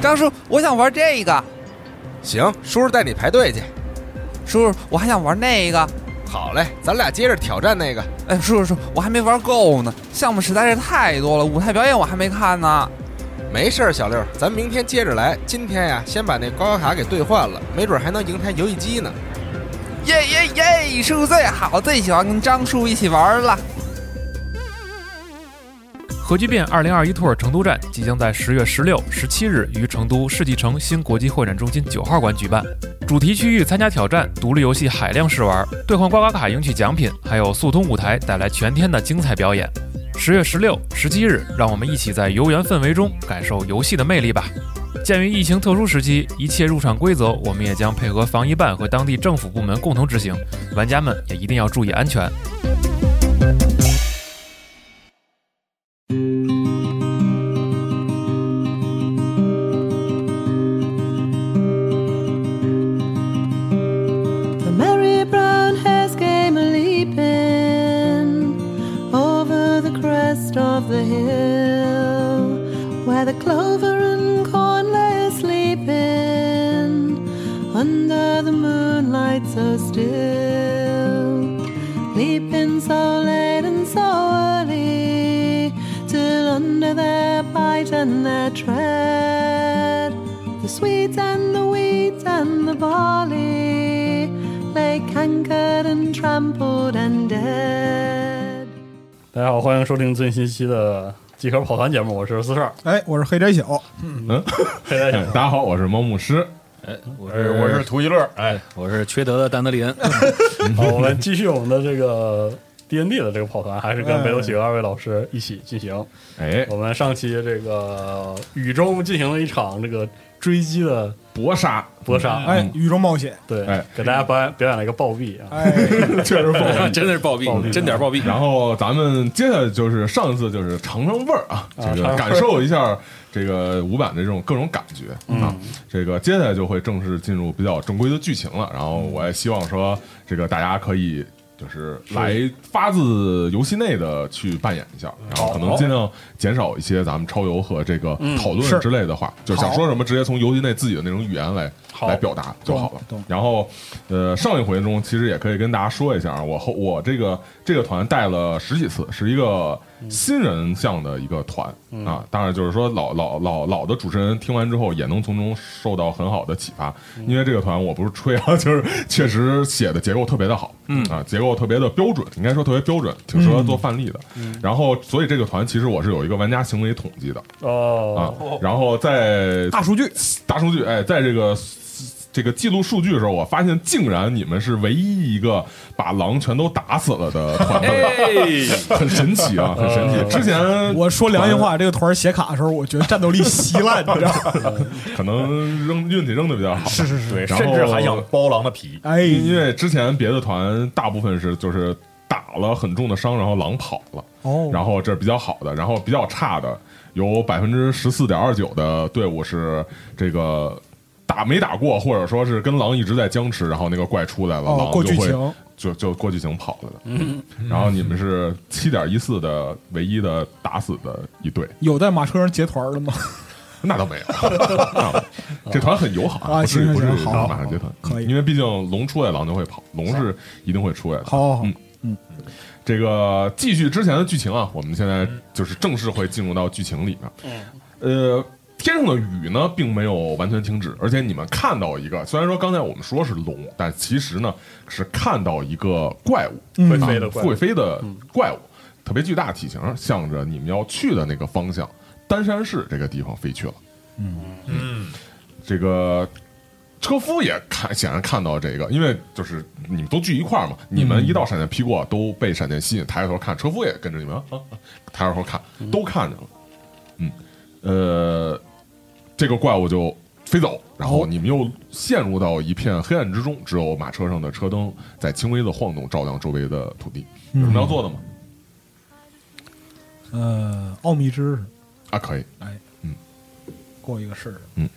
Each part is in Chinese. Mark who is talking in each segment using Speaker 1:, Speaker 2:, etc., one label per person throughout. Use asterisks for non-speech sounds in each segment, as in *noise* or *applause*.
Speaker 1: 张叔，我想玩这个。
Speaker 2: 行，叔叔带你排队去。
Speaker 1: 叔叔，我还想玩那个。
Speaker 2: 好嘞，咱俩接着挑战那个。
Speaker 1: 哎，叔叔叔，我还没玩够呢，项目实在是太多了，舞台表演我还没看呢。
Speaker 2: 没事儿，小六，咱明天接着来。今天呀，先把那高考卡给兑换了，没准还能赢台游戏机呢。
Speaker 1: 耶耶耶！叔叔最好，最喜欢跟张叔一起玩了。
Speaker 3: 核聚变二零二一兔儿成都站即将在十月十六、十七日于成都世纪城新国际会展中心九号馆举办。主题区域参加挑战，独立游戏海量试玩，兑换刮刮卡赢取奖品，还有速通舞台带来全天的精彩表演。十月十六、十七日，让我们一起在游园氛围中感受游戏的魅力吧。鉴于疫情特殊时期，一切入场规则我们也将配合防疫办和当地政府部门共同执行，玩家们也一定要注意安全。
Speaker 4: The merry brown hares came a leaping over the crest of the hill, where the clover and corn lay sleeping under the moonlight so still. Leaping so late and so early, till under their bite and their tread, the swedes and the weeds and the barley lay cankered and trampled and dead.
Speaker 5: 大家好，欢迎收听最新期的极客跑团节目，我是四十二，
Speaker 6: 哎，我是黑宅小，
Speaker 7: 嗯
Speaker 5: 黑大
Speaker 7: *laughs* 大家好，我是猫牧师。
Speaker 8: 哎我是我是图一乐，哎，我是缺德的丹德利恩，
Speaker 5: 好，我们继续我们的这个 D N D 的这个跑团，还是跟北斗企鹅二位老师一起进行。
Speaker 7: 哎，
Speaker 5: 我们上期这个宇宙进行了一场这个追击的
Speaker 7: 搏杀，
Speaker 5: 搏杀，
Speaker 6: 哎，宇宙冒险，
Speaker 5: 对
Speaker 7: 哎，
Speaker 5: 给大家表演表演了一个暴毙啊，
Speaker 6: *laughs* 哎，
Speaker 7: 确实不。
Speaker 8: *laughs* 真的是暴
Speaker 5: 暴毙
Speaker 8: 毙，真点儿暴毙。
Speaker 7: 然后咱们接下来就是上一次就是尝尝味儿啊，
Speaker 5: 啊尝尝味
Speaker 7: 这个
Speaker 5: 儿
Speaker 7: 感受一下这个五版的这种各种感觉啊。
Speaker 5: 嗯
Speaker 7: 这个接下来就会正式进入比较正规的剧情了。然后我也希望说，这个大家可以。就是来发自游戏内的去扮演一下，然后可能尽量减少一些咱们超游和这个
Speaker 5: 嗯
Speaker 7: 讨论
Speaker 6: 是
Speaker 7: 之类的话，就是想
Speaker 6: 好
Speaker 7: 说什么直接从游戏内自己的那种语言来
Speaker 5: 好
Speaker 7: 来表达就好了。
Speaker 6: 懂懂
Speaker 7: 然后，呃，上一回中其实也可以跟大家说一下，啊我后我这个这个团带了十几次，是一个新人向的一个团、啊。当然，就是说老老老老的主持人听完之后，也能从中受到很好的启发，因为这个团我不是吹啊， *laughs* 就是确实写的结构特别的好，嗯啊，结构特别的标准，应该说特别标准，挺适合做范例的。然后，所以这个团其实我是有一个玩家行为统计的啊
Speaker 5: 哦，，
Speaker 7: 然后在
Speaker 6: 大数据，
Speaker 7: 大数据，哎，在这个这个记录数据的时候，我发现竟然你们是唯一一个把狼全都打死了的团队，
Speaker 8: 哎，
Speaker 7: 很神奇啊，很神奇。之前
Speaker 6: 我说良心话，这个团儿写卡的时候，我觉得战斗力稀烂，你知道吗？
Speaker 7: 可能扔运气扔的比较好，
Speaker 6: 是是是，
Speaker 8: 对，
Speaker 7: 然
Speaker 8: 甚
Speaker 7: 后
Speaker 8: 至还想剥狼的皮，
Speaker 6: 哎，
Speaker 7: 因为之前别的团大部分是就是打了很重的伤，然后狼跑了。
Speaker 6: 哦，
Speaker 7: 然后这是比较好的，然后比较差的有百分之十四点二九的队伍是这个打没打过，或者说是跟狼一直在僵持，然后那个怪出来了，
Speaker 6: 哦
Speaker 7: 狼
Speaker 6: 过剧
Speaker 7: 就会
Speaker 6: 情
Speaker 7: 就就过剧情跑了的。然后你们是七点一四的唯一的打死的一队，
Speaker 6: 有在马车上结团儿的吗？
Speaker 7: 那倒没
Speaker 6: *laughs*
Speaker 7: 有，啊这团很友好，
Speaker 6: 啊
Speaker 7: 不至于
Speaker 6: 行行
Speaker 7: 不至于
Speaker 6: 行好好
Speaker 7: 马上结团，
Speaker 6: 可以
Speaker 7: 因为毕竟龙出来狼就会跑，龙是一定会出来的。
Speaker 6: 好好好
Speaker 7: 嗯，这个继续之前的剧情啊，我们现在就是正式会进入到剧情里面。呃，天上的雨呢，并没有完全停止，而且你们看到一个，虽然说刚才我们说是龙，但其实呢是看到一个怪物，
Speaker 6: 嗯
Speaker 5: 会飞的怪物
Speaker 7: 会飞的怪物，特别巨大体型，向着你们要去的那个方向丹山市这个地方飞去了。嗯嗯，这个车夫也看，显然看到这个，因为就是你们都聚一块儿嘛，你们一道闪电劈过，都被闪电吸引，抬着头看，车夫也跟着你们，啊啊啊抬着头看，都看见了。嗯，呃，这个怪物就飞走，然
Speaker 8: 哦
Speaker 7: 后你们又陷入到一片黑暗之中，只有马车上的车灯在轻微的晃动，照亮周围的土地。
Speaker 8: 嗯
Speaker 7: 有什么要做的吗？
Speaker 6: 呃，奥秘知识，
Speaker 7: 啊，可以，
Speaker 6: 哎，
Speaker 7: 嗯，
Speaker 6: 过一个试试，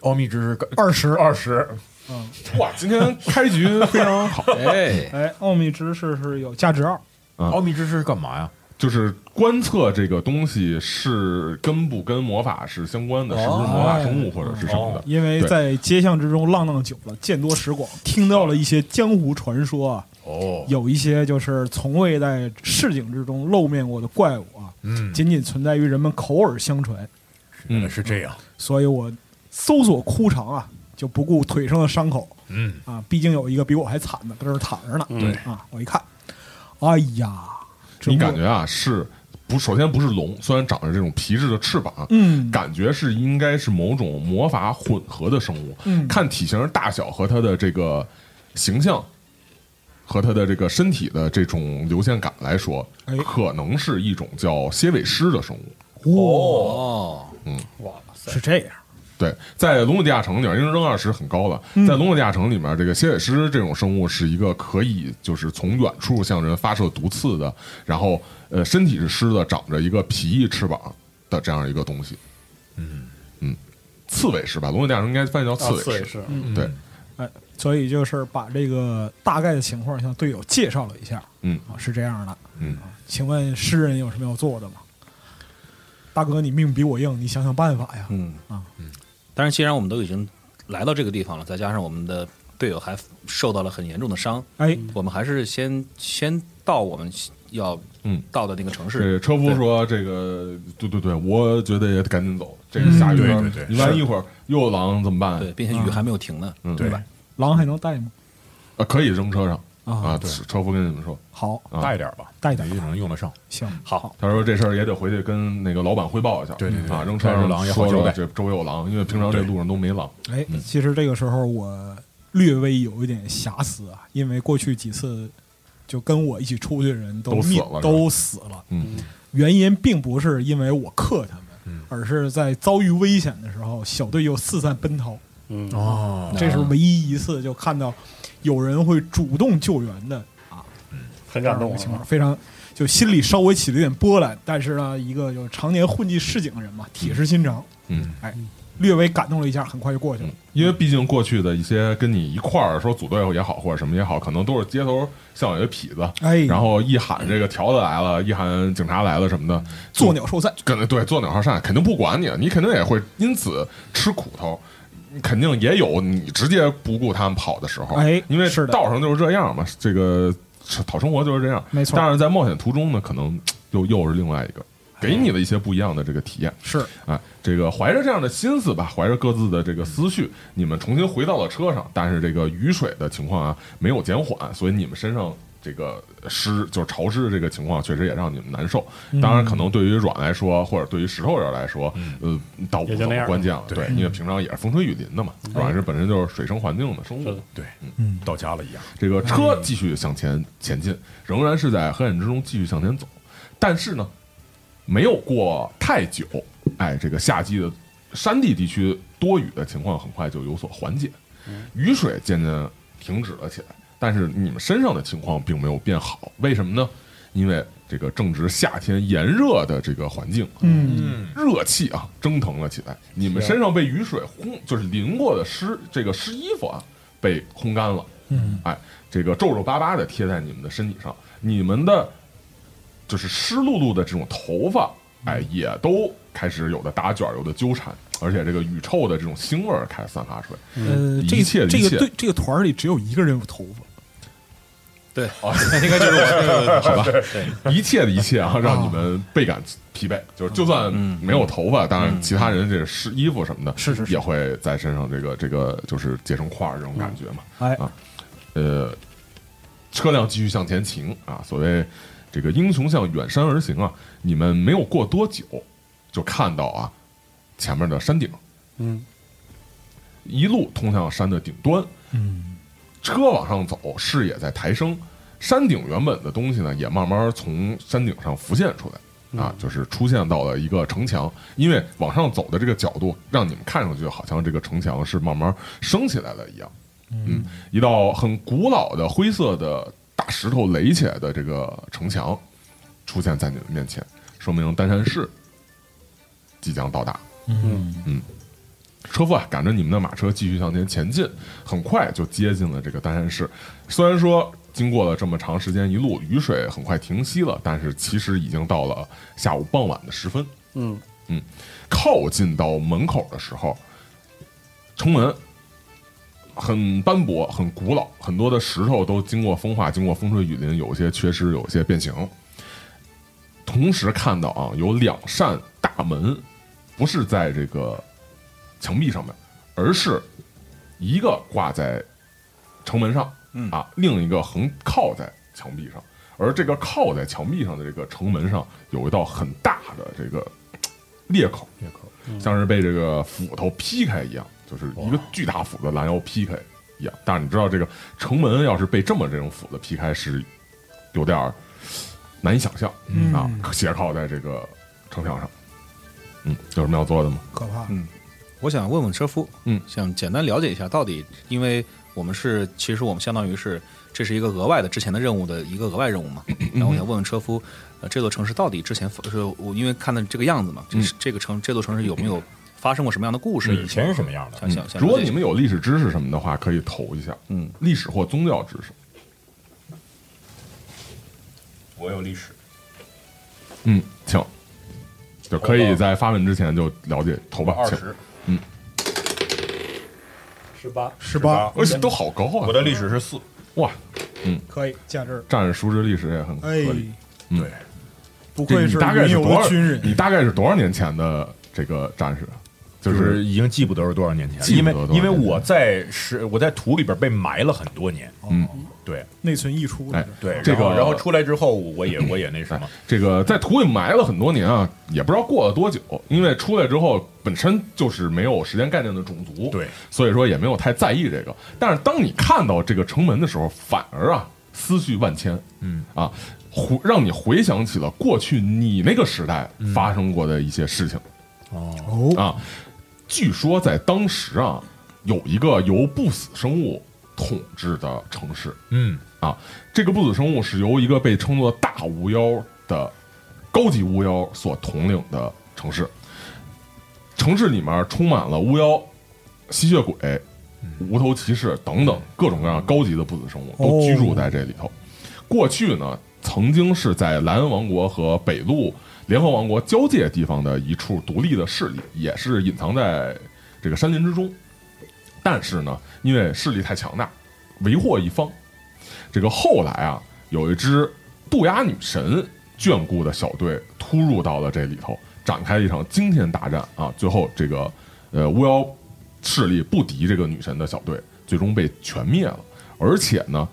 Speaker 8: 奥秘知识
Speaker 6: 二十，
Speaker 8: 二十，
Speaker 7: 嗯哇，今天开局非常好
Speaker 8: 哎，
Speaker 6: 哎，奥秘知识是有价值二，
Speaker 8: 奥秘知识是干嘛呀？
Speaker 7: 就是观测这个东西是跟不跟魔法是相关
Speaker 8: 哦
Speaker 7: 的，是不是魔法
Speaker 8: 哎
Speaker 7: 生物或者是什么的？
Speaker 6: 因为
Speaker 7: 对
Speaker 6: 在街巷之中浪荡久了，见多识广，听到了一些江湖传说啊，
Speaker 7: 哦，
Speaker 6: 有一些就是从未在市井之中露面过的怪物啊，
Speaker 8: 嗯，
Speaker 6: 仅仅存在于人们口耳相传。
Speaker 7: 嗯，
Speaker 8: 是这样，
Speaker 6: 所以我搜索枯肠啊，就不顾腿上的伤口
Speaker 8: 嗯，
Speaker 6: 啊，毕竟有一个比我还惨的搁这儿躺着呢。
Speaker 5: 对
Speaker 6: 啊，我一看，哎呀，这
Speaker 7: 你
Speaker 6: 我
Speaker 7: 感觉啊是不？首先不是龙，虽然长着这种皮质的翅膀，啊
Speaker 6: 嗯
Speaker 7: 感觉是应该是某种魔法混合的生物，
Speaker 6: 嗯
Speaker 7: 看体型大小和它的这个形象和它的这个身体的这种流线感来说，
Speaker 6: 哎
Speaker 7: 可能是一种叫蝎尾狮的生物。
Speaker 9: 哦
Speaker 6: 哇、
Speaker 5: 哇塞，
Speaker 6: 哦是这样，
Speaker 7: 对，在龙骨地下城里面，因为扔二十很高了，在龙骨地下城里面，这个蝎尾狮这种生物是一个可以就是从远处向人发射毒刺的，然后呃身体是狮子，长着一个皮翼翅膀的这样一个东西。嗯嗯，刺猬狮吧，龙骨地下城应该翻译叫
Speaker 5: 啊
Speaker 7: 刺嗯猬
Speaker 5: 也
Speaker 7: 狮。
Speaker 5: 是，
Speaker 7: 对，
Speaker 6: 哎，所以就是把这个大概的情况向队友介绍了一下。
Speaker 7: 嗯
Speaker 6: 啊，是这样的。
Speaker 7: 嗯，
Speaker 6: 请问诗人有什么要做的吗？大哥，你命比我硬，你想想办法呀。
Speaker 7: 嗯
Speaker 8: 但是既然我们都已经来到这个地方了，再加上我们的队友还受到了很严重的伤，
Speaker 6: 哎，
Speaker 8: 我们还是先先到我们要
Speaker 7: 嗯
Speaker 8: 到的那个城市。
Speaker 7: 这车夫说：“这个，对对对，我觉得也赶紧走，这个下雨天儿，
Speaker 9: 嗯对对对
Speaker 7: 你万一一会儿又狼怎么办？
Speaker 8: 对，并且雨还没有停呢。
Speaker 7: 嗯，
Speaker 9: 对，
Speaker 6: 狼还能带吗？
Speaker 7: 啊，可以扔车上
Speaker 6: 啊
Speaker 7: 啊。车夫跟你们说，
Speaker 6: 好，
Speaker 7: 啊
Speaker 9: 大一点吧，
Speaker 6: 带
Speaker 9: 也
Speaker 6: 点
Speaker 9: 可能用得上。
Speaker 6: 行。
Speaker 8: 好，
Speaker 7: 他说这事儿也得回去跟那个老板汇报一下，
Speaker 9: 对对对
Speaker 7: 啊，扔车上
Speaker 9: 这狼也
Speaker 7: 说
Speaker 9: 好交
Speaker 7: 说
Speaker 9: 代
Speaker 7: 这周围有狼，因为平常这
Speaker 9: 对
Speaker 7: 路上都没狼。
Speaker 6: 哎，其实这个时候我略微有一点瑕疵啊，因为过去几次就跟我一起出去的人都
Speaker 7: 都死
Speaker 6: 灭
Speaker 7: 了是吧
Speaker 6: 都死了，
Speaker 7: 嗯，
Speaker 6: 原因并不是因为我克他们，而是在遭遇危险的时候，小队又四散奔逃。
Speaker 5: 嗯
Speaker 9: 哦
Speaker 6: 这是唯一一次就看到有人会主动救援的
Speaker 5: 很
Speaker 6: 这
Speaker 5: 感
Speaker 6: 样的
Speaker 5: 动
Speaker 6: 一个情况，
Speaker 5: 啊，
Speaker 6: 非常就心里稍微起了一点波澜，但是呢，一个就常年混迹市井的人嘛，铁石心肠，
Speaker 7: 嗯，
Speaker 6: 哎，略微感动了一下，很快就过去了。
Speaker 7: 因为毕竟过去的一些跟你一块儿说组队也好，或者什么也好，可能都是街头巷尾的痞子，
Speaker 6: 哎，
Speaker 9: 嗯
Speaker 7: 嗯然后一喊这个条子来了，一喊警察来了什么的，
Speaker 6: 作鸟兽散，
Speaker 7: 肯定对做鸟上善，肯定不管你，你肯定也会因此吃苦头，肯定也有你直接不顾他们跑的时候，
Speaker 6: 哎
Speaker 7: 因为
Speaker 6: 是的
Speaker 7: 道上就是这样嘛，这个讨生活就是这样，
Speaker 6: 没错
Speaker 7: 但是在冒险途中呢，可能又又是另外一个。给你的一些不一样的这个体验
Speaker 6: 是
Speaker 7: 啊，这个怀着这样的心思吧，怀着各自的这个思绪，你们重新回到了车上，但是这个雨水的情况啊没有减缓，所以你们身上这个湿就是潮湿的这个情况，确实也让你们难受。
Speaker 5: 嗯
Speaker 7: 当然，可能对于阮来说，或者对于石头人来说，呃，倒无
Speaker 5: 嗯也就
Speaker 7: 所
Speaker 5: 那样嗯
Speaker 7: 关键了。对，因为平常也是风吹雨淋的嘛，阮是本身就是水生环境的生
Speaker 5: 是
Speaker 7: 物
Speaker 5: 的。
Speaker 9: 对，
Speaker 7: 嗯
Speaker 9: 到家了一样。
Speaker 7: 这个车继续向前前进，仍然是在黑暗之中继续向前走，但是呢，没有过太久，哎，这个夏季的山地地区多雨的情况很快就有所缓解，雨水渐渐停止了起来，但是你们身上的情况并没有变好，为什么呢？因为这个正值夏天炎热的这个环境，
Speaker 6: 嗯，
Speaker 7: 热气啊蒸腾了起来，你们身上被雨水烘，就是淋过的湿这个湿衣服啊被烘干了，嗯，哎，这个皱皱巴巴的贴在你们的身体上，你们的就是湿漉漉的这种头发，哎，也都开始有的打卷，有的纠缠，而且这个雨臭的这种腥味儿开始散发出来。
Speaker 6: 呃，这
Speaker 7: 一切
Speaker 6: 个这
Speaker 7: 一
Speaker 6: 个
Speaker 7: 切
Speaker 6: 队这个团儿里只有一个人有头发，
Speaker 8: 对，应该就是我，好吧？对，
Speaker 7: 一切的一切啊，让你们倍感疲惫。就是就算
Speaker 8: 嗯
Speaker 7: 没有头发，当然其他人这湿衣服什么的，
Speaker 6: 是是是
Speaker 7: 也会在身上这个这个就是结成块儿这种感觉嘛。
Speaker 6: 哎
Speaker 7: 啊，呃，车辆继续向前行啊，所谓这个英雄向远山而行啊，你们没有过多久就看到啊前面的山顶，
Speaker 5: 嗯，
Speaker 7: 一路通向山的顶端，
Speaker 6: 嗯
Speaker 7: 车往上走，视野在抬升，山顶原本的东西呢，也慢慢从山顶上浮现出来，啊，就是出现到了一个城墙，因为往上走的这个角度，让你们看上去好像这个城墙是慢慢升起来了一样，嗯，一道很古老的灰色的大石头垒起来的这个城墙出现在你们面前，说明丹山市即将到达。嗯车夫啊，赶着你们的马车继续向前前进，很快就接近了这个丹山市。虽然说经过了这么长时间一路雨水很快停息了，但是其实已经到了下午傍晚的时分。
Speaker 5: 嗯
Speaker 7: 嗯，靠近到门口的时候，城门很斑驳、很古老，很多的石头都经过风化、经过风吹雨淋，有些缺失，有些变形。同时看到啊，有两扇大门，不是在这个墙壁上面，而是一个挂在城门上，
Speaker 1: 嗯
Speaker 7: 啊，另一个横靠在墙壁上。而这个靠在墙壁上的这个城门上，有一道很大的这个裂口，裂口嗯像是被这个斧头劈开一样，就是一个巨大斧子拦腰劈开一样。但是你知道，这个城门要是被这么这种斧子劈开，是有点儿难以想象、啊。斜靠在这个城墙上，嗯，有什么要做的吗？
Speaker 6: 可怕。
Speaker 8: 我想问问车夫，
Speaker 7: 嗯
Speaker 8: 想简单了解一下到底，因为我们是其实我们相当于是这是一个额外的之前的任务的一个额外任务嘛。然后我想问问车夫，呃，这座城市到底之前发是我因为看到这个样子嘛，这是这个城这座城市有没有发生过什么样的故事？
Speaker 9: 以前是什么样的？嗯
Speaker 8: 想想想了解一下，
Speaker 7: 嗯如果你们有历史知识什么的话，可以投一下，
Speaker 8: 嗯，
Speaker 7: 历史或宗教知识。
Speaker 9: 我有历史，
Speaker 7: 嗯，请，就可以在发问之前就了解投吧，
Speaker 9: 二
Speaker 7: 请。
Speaker 9: 十，
Speaker 5: 十八，
Speaker 6: 十
Speaker 9: 八
Speaker 6: 八，
Speaker 7: 而且都好高啊！
Speaker 9: 我的历史是四。
Speaker 7: 哇，
Speaker 6: 可以价值。
Speaker 7: 战士熟知历史也很合
Speaker 6: 哎，
Speaker 7: 理。嗯
Speaker 9: 对，
Speaker 6: 不愧
Speaker 7: 你
Speaker 6: 是
Speaker 7: 大概
Speaker 6: 云
Speaker 7: 是
Speaker 6: 游的
Speaker 7: 多少？嗯
Speaker 6: 军人，
Speaker 7: 你大概是多少年前的这个战士？就
Speaker 9: 就是
Speaker 7: 是
Speaker 9: 已经记不得是多少年前了，
Speaker 7: 记
Speaker 9: 因
Speaker 7: 不
Speaker 9: 为
Speaker 7: 得多少
Speaker 9: 因为
Speaker 7: 年前
Speaker 9: 我在是我在土里边被埋了很多年，
Speaker 7: 嗯，
Speaker 9: 对
Speaker 6: 内存溢出
Speaker 7: 哎
Speaker 6: 的，
Speaker 9: 对，
Speaker 7: 这
Speaker 9: 然后
Speaker 7: 个
Speaker 9: 然后出来之后，我也我也那什么，
Speaker 7: 这个在土里埋了很多年啊，也不知道过了多久，因为出来之后本身就是没有时间概念的种族，
Speaker 9: 对，
Speaker 7: 所以说也没有太在意这个。但是当你看到这个城门的时候，反而啊思绪万千，
Speaker 9: 嗯
Speaker 7: 啊，回让你回想起了过去你那个时代发生过的一些事情。
Speaker 9: 嗯哦，
Speaker 6: 哦，
Speaker 7: 啊，据说在当时啊，有一个由不死生物统治的城市
Speaker 9: 嗯
Speaker 7: 啊，这个不死生物是由一个被称作大巫妖的高级巫妖所统领的城市，城市里面充满了巫妖、吸血鬼、无头骑士等等各种各样高级的不死生物都居住在这里头。过去呢，曾经是在莱恩王国和北路联合王国交界地方的一处独立的势力，也是隐藏在这个山林之中。但是呢，因为势力太强大，为祸一方。这个后来啊，有一支渡鸦女神眷顾的小队突入到了这里头，展开一场惊天大战啊！最后这个呃巫妖势力不敌这个女神的小队，最终被全灭了。而且呢，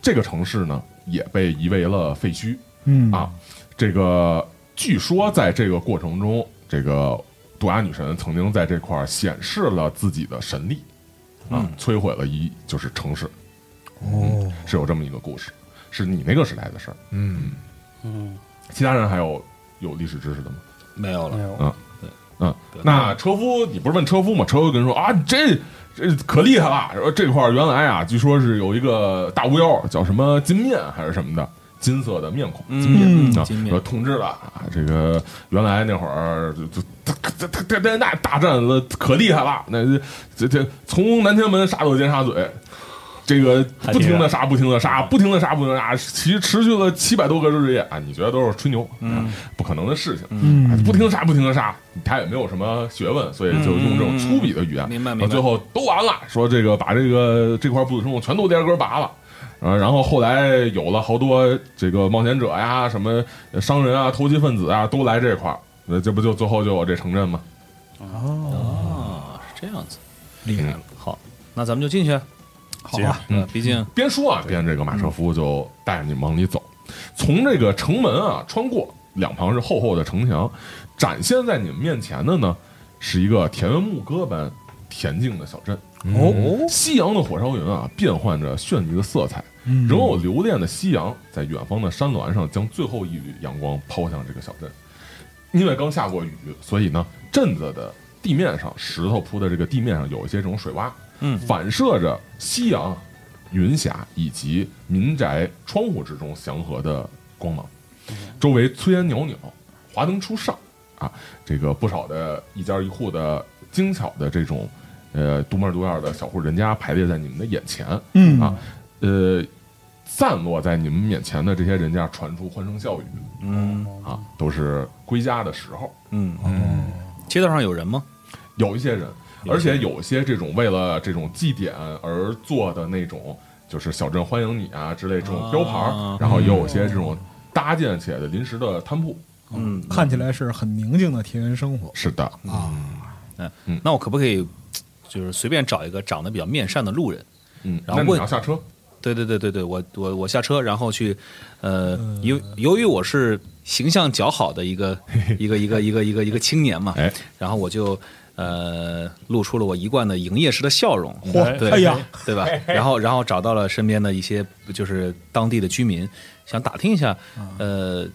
Speaker 7: 这个城市呢也被夷为了废墟。
Speaker 6: 嗯
Speaker 7: 啊，这个据说在这个过程中，这个杜鸦女神曾经在这块儿显示了自己的神力，啊，摧毁了一就是城市，哦、是有这么一个故事，是你那个时代的事儿。
Speaker 9: 嗯，
Speaker 5: 嗯，
Speaker 7: 其他人还有有历史知识的吗？
Speaker 8: 没有
Speaker 5: 没
Speaker 8: 了，
Speaker 5: 有
Speaker 7: 啊嗯，那车夫，你不是问车夫吗？车夫跟你说啊，这这可厉害了，说这块儿原来啊，据说是有一个大巫妖叫什么金面还是什么的，金色的面孔，金面、啊，
Speaker 8: 嗯金面
Speaker 7: 说统治了啊，这个原来那会儿就就他他他他他那大战了，可厉害了，那这这从南天门杀到尖沙咀。这个不停的杀，不停的杀，不停的杀，不停的杀，其实持续了七百多个日夜啊！你觉得都是吹牛，嗯，不可能的事情，啊
Speaker 6: 嗯
Speaker 7: 不，停地杀，不停地杀，他也没有什么学问，所以就用这种粗鄙的语言，
Speaker 8: 明白
Speaker 7: 然
Speaker 8: 明
Speaker 7: 后
Speaker 8: 白
Speaker 7: 最后都完了，说这个把这个这块不死生物全都连根拔了。啊，然后后来有了好多这个冒险者呀、什么商人啊、投机分子啊，都来这块儿，那这不就最后就有这城镇吗？
Speaker 8: 啊，是这样子，厉害了。好，那咱们就进去。好啊，嗯，毕竟
Speaker 7: 边说啊边这个马车夫就带着你往里走，从这个城门啊穿过，两旁是厚厚的城墙，展现在你们面前的呢是一个田园牧歌般恬静的小镇。哦，夕阳的火烧云啊，变幻着绚丽的色彩，仍有留恋的夕阳在远方的山峦上将最后一缕阳光抛向这个小镇。因为刚下过雨，所以呢，镇子的地面上石头铺的这个地面上有一些这种水洼，
Speaker 8: 嗯
Speaker 7: 反射着夕阳云霞以及民宅窗户之中祥和的光芒，周围炊烟袅袅，华灯初上啊，这个不少的一家一户的精巧的这种呃独门独院的小户人家排列在你们的眼前，
Speaker 6: 嗯
Speaker 7: 啊，呃，散落在你们面前的这些人家传出欢声笑语
Speaker 8: 嗯
Speaker 7: 啊，都是归家的时候。
Speaker 8: 嗯嗯，街道上有人吗？
Speaker 7: 有一些人，而且有些这种为了这种祭典而做的那种，就是小镇欢迎你啊之类这种标牌儿，
Speaker 8: 啊
Speaker 7: 然后也有些这种搭建起来的临时的摊铺。
Speaker 8: 嗯，
Speaker 6: 看起来是很宁静的田园生活
Speaker 7: 是的，
Speaker 8: 那我可不可以就是随便找一个长得比较面善的路人？
Speaker 7: 嗯，
Speaker 8: 然
Speaker 7: 那
Speaker 8: 后
Speaker 7: 你
Speaker 8: 问
Speaker 7: 要下车，
Speaker 8: 对对对对对，我我我下车，然后去，呃，由由于我是形象较好的一 *laughs* 个一个一个一个一个一个青年嘛，
Speaker 7: 哎，
Speaker 8: 然后我就呃露出了我一贯的营业时的笑容，
Speaker 5: 嚯
Speaker 8: 对，
Speaker 6: 哎呀，
Speaker 8: 对吧？然后然后找到了身边的一些就是当地的居民，想打听一下，呃，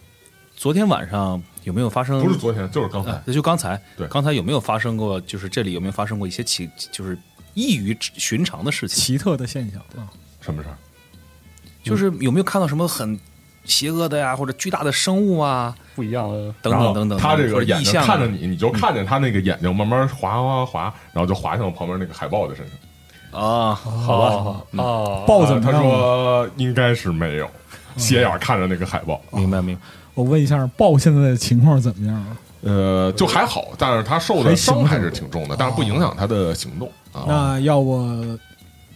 Speaker 8: 昨天晚上有没有发生？
Speaker 7: 嗯不是昨天，就是刚才。
Speaker 8: 啊，就刚才，
Speaker 7: 对
Speaker 8: 刚才有没有发生过？就是这里有没有发生过一些奇，就是异于寻常的事情？
Speaker 6: 奇特的现象啊，
Speaker 7: 什么事儿？嗯
Speaker 8: 就是有没有看到什么很邪恶的呀，或者巨大的生物啊，
Speaker 5: 不一样的
Speaker 8: 等
Speaker 7: 然后
Speaker 8: 等等等。
Speaker 7: 他这
Speaker 8: 或
Speaker 7: 个
Speaker 8: 者
Speaker 7: 眼
Speaker 8: 意
Speaker 7: 睛
Speaker 8: 象啊
Speaker 7: 看着你，你就看着他那个眼睛慢慢滑滑滑，然后就滑向旁边那个海豹的身上。
Speaker 8: 啊，
Speaker 5: 好
Speaker 7: 哦
Speaker 5: 吧啊，
Speaker 6: 豹怎
Speaker 7: 呃
Speaker 6: 么
Speaker 7: 他
Speaker 6: 样了？
Speaker 7: 说应该是没有，斜眼看着那个海豹，
Speaker 8: 明白明白。
Speaker 6: 我问一下，豹现在的情况怎么样了？
Speaker 7: 呃，就还好，但是他受的伤还是挺重的，但是不影响他的行动啊。
Speaker 6: 那要不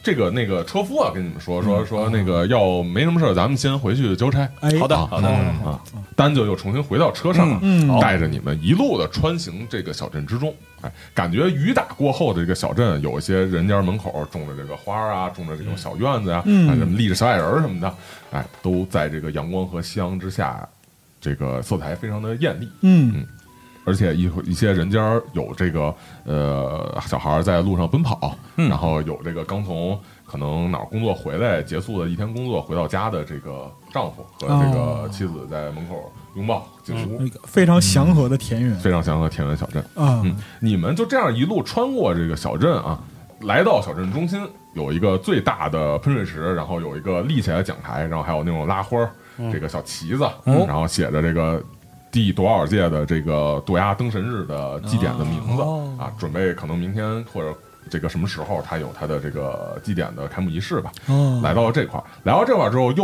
Speaker 7: 这个那个车夫啊，跟你们说
Speaker 8: 嗯
Speaker 7: 说说那个要没什么事儿，咱们先回去交差。
Speaker 6: 哎，
Speaker 8: 好的
Speaker 7: 啊
Speaker 8: 好的，
Speaker 7: 啊，丹就又重新回到车上了，
Speaker 6: 嗯好
Speaker 7: 带着你们一路的穿行这个小镇之中。哎，感觉雨打过后的这个小镇，有一些人家门口种着这个花啊，种着这种小院子呀、啊，
Speaker 6: 嗯
Speaker 7: 哎什么立着小矮人儿什么的，哎，都在这个阳光和夕阳之下，这个色彩非常的艳丽。
Speaker 6: 嗯
Speaker 7: 而且一会一些人家有这个呃小孩在路上奔跑，
Speaker 8: 嗯
Speaker 7: 然后有这个刚从可能哪儿工作回来结束了一天工作回到家的这个丈夫和这个
Speaker 6: 哦嗯
Speaker 7: 妻子在门口拥抱进屋，
Speaker 6: 那个非常祥和的田园
Speaker 7: 非常祥和田园小镇。
Speaker 6: 啊，
Speaker 7: 嗯，你们就这样一路穿过这个小镇啊，来到小镇中心，有一个最大的喷水池，然后有一个立起来的讲台，然后还有那种拉花儿、这个小旗子，嗯然后写着这个第多少届的这个渡鸦灯神日的祭典的名字、啊，准备可能明天或者。这个什么时候他有他的这个祭典的开幕仪式吧？
Speaker 6: 哦
Speaker 7: 来到了这块儿，来到这块儿之后又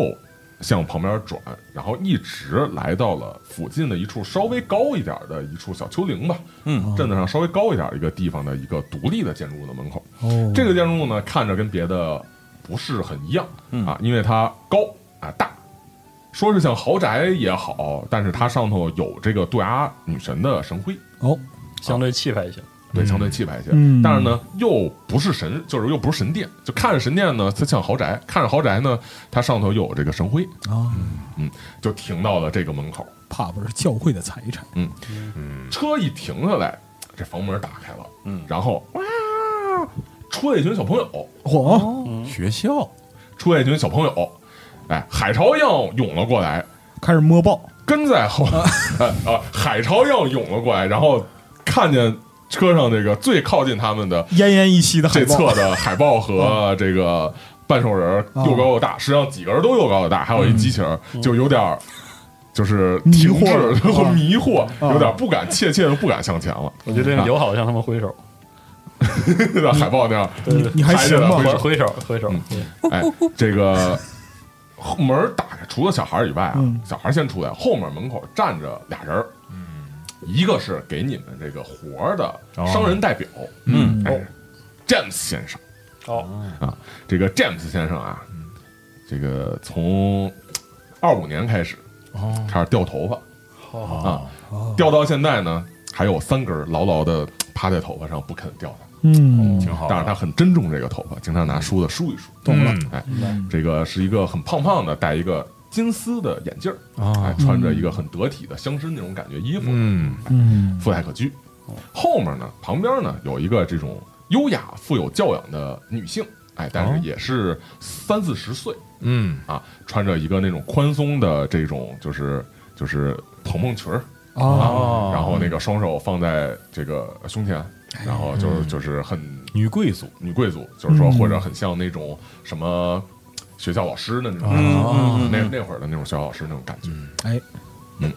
Speaker 7: 向旁边转，然后一直来到了附近的一处稍微高一点的一处小丘陵吧，
Speaker 8: 嗯，
Speaker 7: 镇子上稍微高一点一个地方的一个独立的建筑物的门口。
Speaker 6: 哦，
Speaker 7: 这个建筑物呢，看着跟别的不是很一样
Speaker 8: 嗯
Speaker 7: 啊，因为它高啊大，说是像豪宅也好，但是它上头有这个杜鸦女神的神徽，
Speaker 6: 哦，
Speaker 5: 相对气派一些，
Speaker 7: 对，相对气派一些。
Speaker 6: 嗯
Speaker 7: 但是呢，又不是神，就是又不是神殿，就看着神殿呢，它像豪宅；看着豪宅呢，它上头又有这个神徽，
Speaker 6: 啊，
Speaker 7: 就停到了这个门口。
Speaker 6: 怕不是教会的财产，
Speaker 7: 车一停下来，这房门打开了，
Speaker 8: 嗯
Speaker 7: 然后哇，出来一群小朋友。
Speaker 6: 嚯，
Speaker 9: 学校
Speaker 7: 出来一群小朋友，哎，海潮一样涌了过来，
Speaker 6: 开始摸豹，
Speaker 7: 跟在后哎 *laughs* 啊，海潮一样涌了过来，然后看见车上这个最靠近他们的
Speaker 6: 奄奄一息的海
Speaker 7: 这
Speaker 6: 豹，
Speaker 7: 侧的海豹和这个半兽人儿又高又大，实际上几个人都又高又大，还有一机器人儿就有点儿就是停
Speaker 6: 迷惑
Speaker 7: 滞
Speaker 6: 了
Speaker 7: 和
Speaker 6: 啊
Speaker 7: 迷惑，嗯
Speaker 6: 啊
Speaker 7: *laughs* 有点不敢怯怯的不敢向前了，
Speaker 5: 我觉得那个友好的向他们挥手，
Speaker 7: 像 *laughs* 海豹那样。
Speaker 5: 对对对
Speaker 6: 你还行
Speaker 7: 还
Speaker 6: 吧
Speaker 7: 是？
Speaker 5: 挥挥手挥手，对
Speaker 7: 哎，这个门儿打开，除了小孩儿以外啊，
Speaker 6: 嗯
Speaker 7: 小孩儿先出来，后面门口站着俩人儿，一个是给你们这个活儿的
Speaker 6: 哦
Speaker 7: 商人代表，
Speaker 8: 嗯
Speaker 7: 哎，James 先生，
Speaker 5: 哦，
Speaker 7: 这个 James 先生啊，
Speaker 6: 嗯
Speaker 7: 这个从二五年开始
Speaker 6: 哦
Speaker 7: 开始掉头发
Speaker 5: 好，
Speaker 7: 啊，掉到现在呢，还有三根儿牢牢的趴在头发上不肯掉下来。
Speaker 6: 嗯，
Speaker 9: 挺好的，
Speaker 7: 但是他很珍重这个头发，经常拿梳子梳一梳。
Speaker 6: 懂了
Speaker 9: 嗯
Speaker 7: 哎，这个是一个很胖胖的，戴一个金丝的眼镜儿，哎，穿着一个很得体的乡绅那种感觉衣
Speaker 9: 啊
Speaker 7: 服，
Speaker 9: 嗯哦
Speaker 6: 嗯，
Speaker 7: 富态可掬。后面呢，旁边呢有一个这种优雅、富有教养的女性，哎，但是也是三四十岁
Speaker 9: 嗯
Speaker 7: 啊，穿着一个那种宽松的这种就是就是蓬蓬裙儿
Speaker 6: 啊，
Speaker 9: 哦
Speaker 7: 啊，然后那个双手放在这个胸前，
Speaker 9: 哎
Speaker 7: 然后就是就是很
Speaker 9: 女贵族
Speaker 7: 女贵族，就是说
Speaker 6: 嗯
Speaker 7: 或者很像那种什么学校老师的那种，
Speaker 8: 嗯嗯嗯
Speaker 7: 那那会儿的那种学校老师那种感觉。
Speaker 6: 哎，
Speaker 7: 嗯，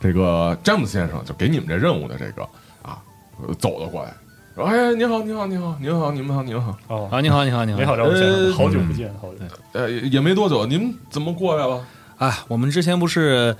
Speaker 7: 这个詹姆斯先生就给你们这任务的这个啊，呃走了过来，说哎，您好，您好，您好，您好，您好，您好，
Speaker 5: 哦，
Speaker 8: 啊，嗯你好，你好，你好，
Speaker 5: 你好，张先
Speaker 7: 呃
Speaker 5: 生，好久不见，好久不见。
Speaker 7: 呃，也没多久，您怎么过来了？
Speaker 8: 啊！我们之前不是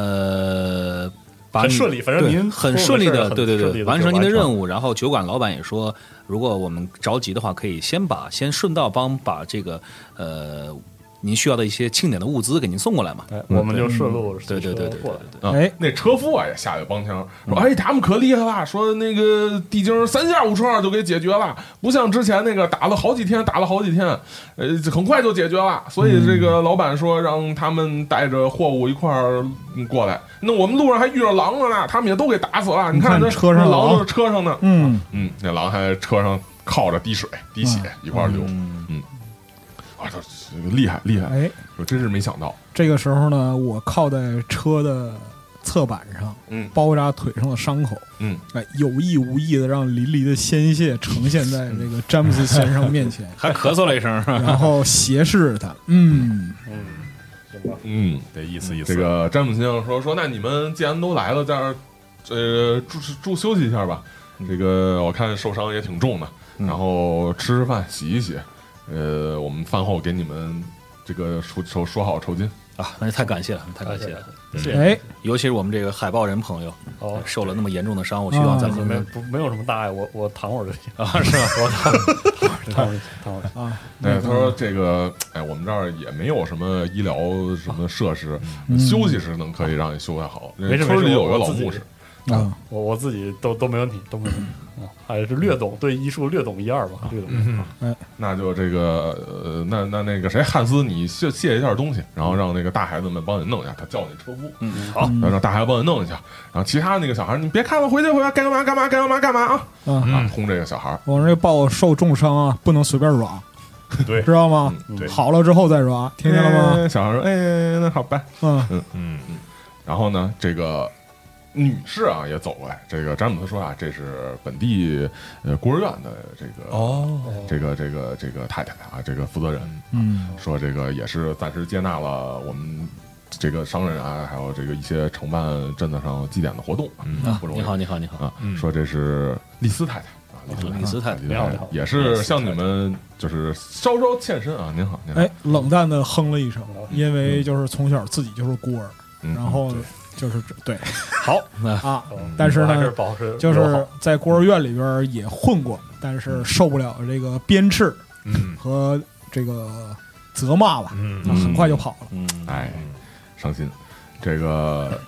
Speaker 8: 呃，把
Speaker 5: 很
Speaker 8: 你
Speaker 5: 顺利反正
Speaker 8: 对
Speaker 5: 您
Speaker 8: 很
Speaker 5: 说
Speaker 8: 顺利
Speaker 5: 的事儿
Speaker 8: 的，
Speaker 5: 很
Speaker 8: 对对
Speaker 5: 顺利
Speaker 8: 对，
Speaker 5: 地
Speaker 8: 完成
Speaker 5: 就
Speaker 8: 您
Speaker 5: 完
Speaker 8: 的
Speaker 5: 成
Speaker 8: 任务。然后酒馆老板也说，如果我们着急的话，可以先把先顺道帮把这个呃您需要的一些庆典的物资给您送过来嘛。
Speaker 5: 哎，我们就顺路
Speaker 8: 对
Speaker 5: 随
Speaker 8: 对
Speaker 5: 车
Speaker 8: 对对对
Speaker 5: 过来。
Speaker 8: 对，，
Speaker 7: 啊
Speaker 6: 哎
Speaker 7: 那车夫啊也下去帮腔，说：“哎，他们可厉害了，说那个地精三下五除二就给解决了，不像之前那个打了好几天，打了好几天，呃，很快就解决了。所以这
Speaker 6: 嗯
Speaker 7: 个老板说让他们带着货物一块儿嗯过来。那我们路上还遇着狼了呢，他们也都给打死了。你看
Speaker 6: 你看
Speaker 7: 这
Speaker 6: 车上
Speaker 7: 狼
Speaker 6: 狼
Speaker 7: 就是车上呢，
Speaker 6: 嗯，
Speaker 7: 嗯，那狼还车上靠着滴水滴血一块儿流，嗯，啊，这这个厉害厉害，
Speaker 6: 哎，
Speaker 7: 我真是没想到，
Speaker 6: 这个时候呢，我靠在车的侧板上，
Speaker 7: 嗯
Speaker 6: 包扎腿上的伤口，
Speaker 7: 嗯，
Speaker 6: 哎，有意无意的让淋漓的鲜血呈现在这个詹姆斯先生面 *laughs* 前
Speaker 8: 还咳嗽了一声，
Speaker 5: *laughs*
Speaker 6: 然后斜视他，嗯，
Speaker 7: 嗯。”
Speaker 9: 得意思意思。
Speaker 7: 这个詹姆斯先生说说，那你们既然都来了，在这儿呃住住休息一下吧。
Speaker 5: 嗯
Speaker 7: 这个我看受伤也挺重的，然后吃吃饭，洗一洗。呃，我们饭后给你们这个说说说好酬金。
Speaker 8: 啊，
Speaker 5: 哎
Speaker 8: 那太感谢了，太感谢了。
Speaker 5: 谢谢。
Speaker 6: 哎，
Speaker 8: *laughs* 尤其是我们这个海豹人朋友
Speaker 5: 哦，
Speaker 8: 受了那么严重的嗯伤，我希望
Speaker 6: 啊
Speaker 8: 咱
Speaker 6: 是
Speaker 8: 们
Speaker 5: 没不没有什么大碍，我我躺会儿就行，
Speaker 8: 啊，是吧？ *laughs*
Speaker 5: 躺会儿就行躺会儿就行。
Speaker 6: 啊，
Speaker 5: 嗯
Speaker 7: 哎，
Speaker 6: 那
Speaker 7: 他
Speaker 6: 个
Speaker 7: 说这个，哎，我们这儿也没有什么医疗什么设施，休息是能可以让你休息好。
Speaker 5: 嗯没事
Speaker 7: 村
Speaker 5: 没
Speaker 7: 里
Speaker 5: 事
Speaker 7: 有个
Speaker 5: 我
Speaker 7: 老
Speaker 5: 自己
Speaker 7: 牧师，
Speaker 6: 啊，
Speaker 5: 我我自己都都没问题，都没问题。啊，还是略懂，对医术略懂一二吧，略懂一二。
Speaker 7: 那就这个呃，那那那个谁，汉斯，你卸卸一下东西，然后让那个大孩子们帮你弄一下，他叫你车夫。啊
Speaker 8: 嗯，好，
Speaker 7: 然后让大孩子帮你弄一下，然后其他那个小孩儿，你别看了，回去回去，该干嘛干嘛该干嘛干嘛啊！
Speaker 6: 嗯
Speaker 7: 啊，轰这个小孩儿，
Speaker 6: 我这豹受重伤啊，不能随便软，
Speaker 9: 对
Speaker 6: 知道吗？
Speaker 9: 对
Speaker 6: 好了之后再软，听见了吗？
Speaker 7: 哎小孩儿说：“哎，那好吧。
Speaker 6: 嗯，
Speaker 9: 嗯，”
Speaker 7: 然后呢，这个女士啊也走过来，这个詹姆斯说啊，这是本地呃孤儿院的这个
Speaker 9: 哦，
Speaker 7: 这个这个这个太太啊，这个负责人啊
Speaker 6: 嗯，
Speaker 7: 说这个也是暂时接纳了我们。这个商人啊，还有这个一些承办镇子上祭典的活动，
Speaker 8: 啊
Speaker 7: 不容易。
Speaker 8: 你好，你好，你好，
Speaker 7: 啊，说这是丽丝太太啊，丽
Speaker 8: 丽
Speaker 7: 丝
Speaker 8: 丝
Speaker 7: 太
Speaker 8: 太
Speaker 7: 太
Speaker 8: 太
Speaker 7: 丽
Speaker 5: 你好
Speaker 7: 也是向你们就是稍稍欠身啊，您好，您好，
Speaker 6: 哎，冷淡的哼了一声，
Speaker 5: 嗯
Speaker 6: 因为就是从小自己就是孤儿，
Speaker 7: 嗯
Speaker 6: 然后就是对
Speaker 8: 好，那
Speaker 6: 啊，但是
Speaker 5: 我还
Speaker 6: 呢
Speaker 5: 是，保持
Speaker 6: 就是在孤儿院里边也混过，但是受不了这个鞭笞
Speaker 9: 嗯
Speaker 6: 和这个责骂吧，
Speaker 9: 嗯
Speaker 6: 啊很快就跑了。
Speaker 8: 嗯，
Speaker 7: 哎，伤心，这个，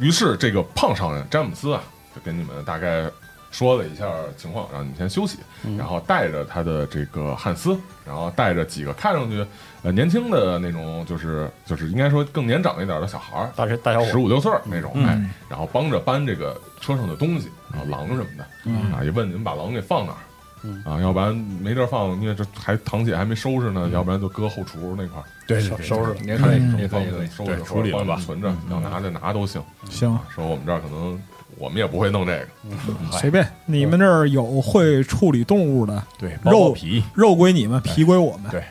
Speaker 7: 于是这个胖商人詹姆斯啊，就跟你们大概说了一下情况，让你们先休息，
Speaker 5: 嗯
Speaker 7: 然后带着他的这个汉斯，然后带着几个看上去呃年轻的那种，就是就是应该说更年长一点的小孩儿，
Speaker 5: 大学大小
Speaker 7: 十
Speaker 5: 伙，
Speaker 7: 五六岁儿那种，哎，然后帮着搬这个车上的东西，然后狼什么的，啊，也问你们把狼给放哪儿，
Speaker 5: 嗯
Speaker 7: 啊，要不然没地儿放，因为这还堂姐还没收拾
Speaker 5: 嗯
Speaker 7: 呢，要不然就搁后厨那块儿，
Speaker 9: 对
Speaker 5: 收收拾了。
Speaker 8: 也可以，
Speaker 9: 嗯
Speaker 8: 也可
Speaker 7: 帮
Speaker 8: 以，也可
Speaker 7: 着
Speaker 8: 以。
Speaker 7: 收
Speaker 9: 对
Speaker 7: 拾
Speaker 9: 处理了吧
Speaker 7: 帮着存着，
Speaker 8: 嗯
Speaker 7: 要拿再拿都行。
Speaker 6: 行，
Speaker 7: 说我们这儿可能我们也不会弄这个，
Speaker 8: 嗯
Speaker 7: 嗯哎
Speaker 6: 随便，你们这儿有会处理动物的，
Speaker 9: 对，包
Speaker 6: 肉
Speaker 9: 包皮，
Speaker 6: 肉归你们，皮归我们。
Speaker 9: 对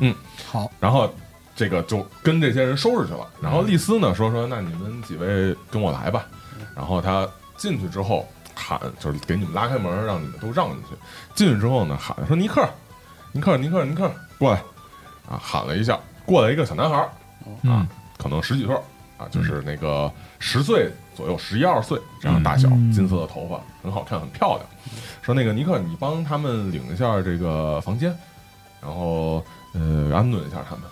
Speaker 5: 行
Speaker 6: 好，
Speaker 7: 然后这个就跟这些人收拾去了。然
Speaker 8: 嗯
Speaker 7: 后丽丝呢说说，那你们几位跟我来吧。然后他进去之后喊，就是给你们拉开门，让你们都让进去。进去之后呢，喊说尼克，尼克，尼克，尼克，过来啊！喊了一下，过来一个小男孩儿啊，可能十几岁儿啊，就是那个十岁左右，十一二岁这样大小，金色的头发，很好看，很漂亮。说那个尼克，你帮他们领一下这个房间，然后呃安顿一下他们。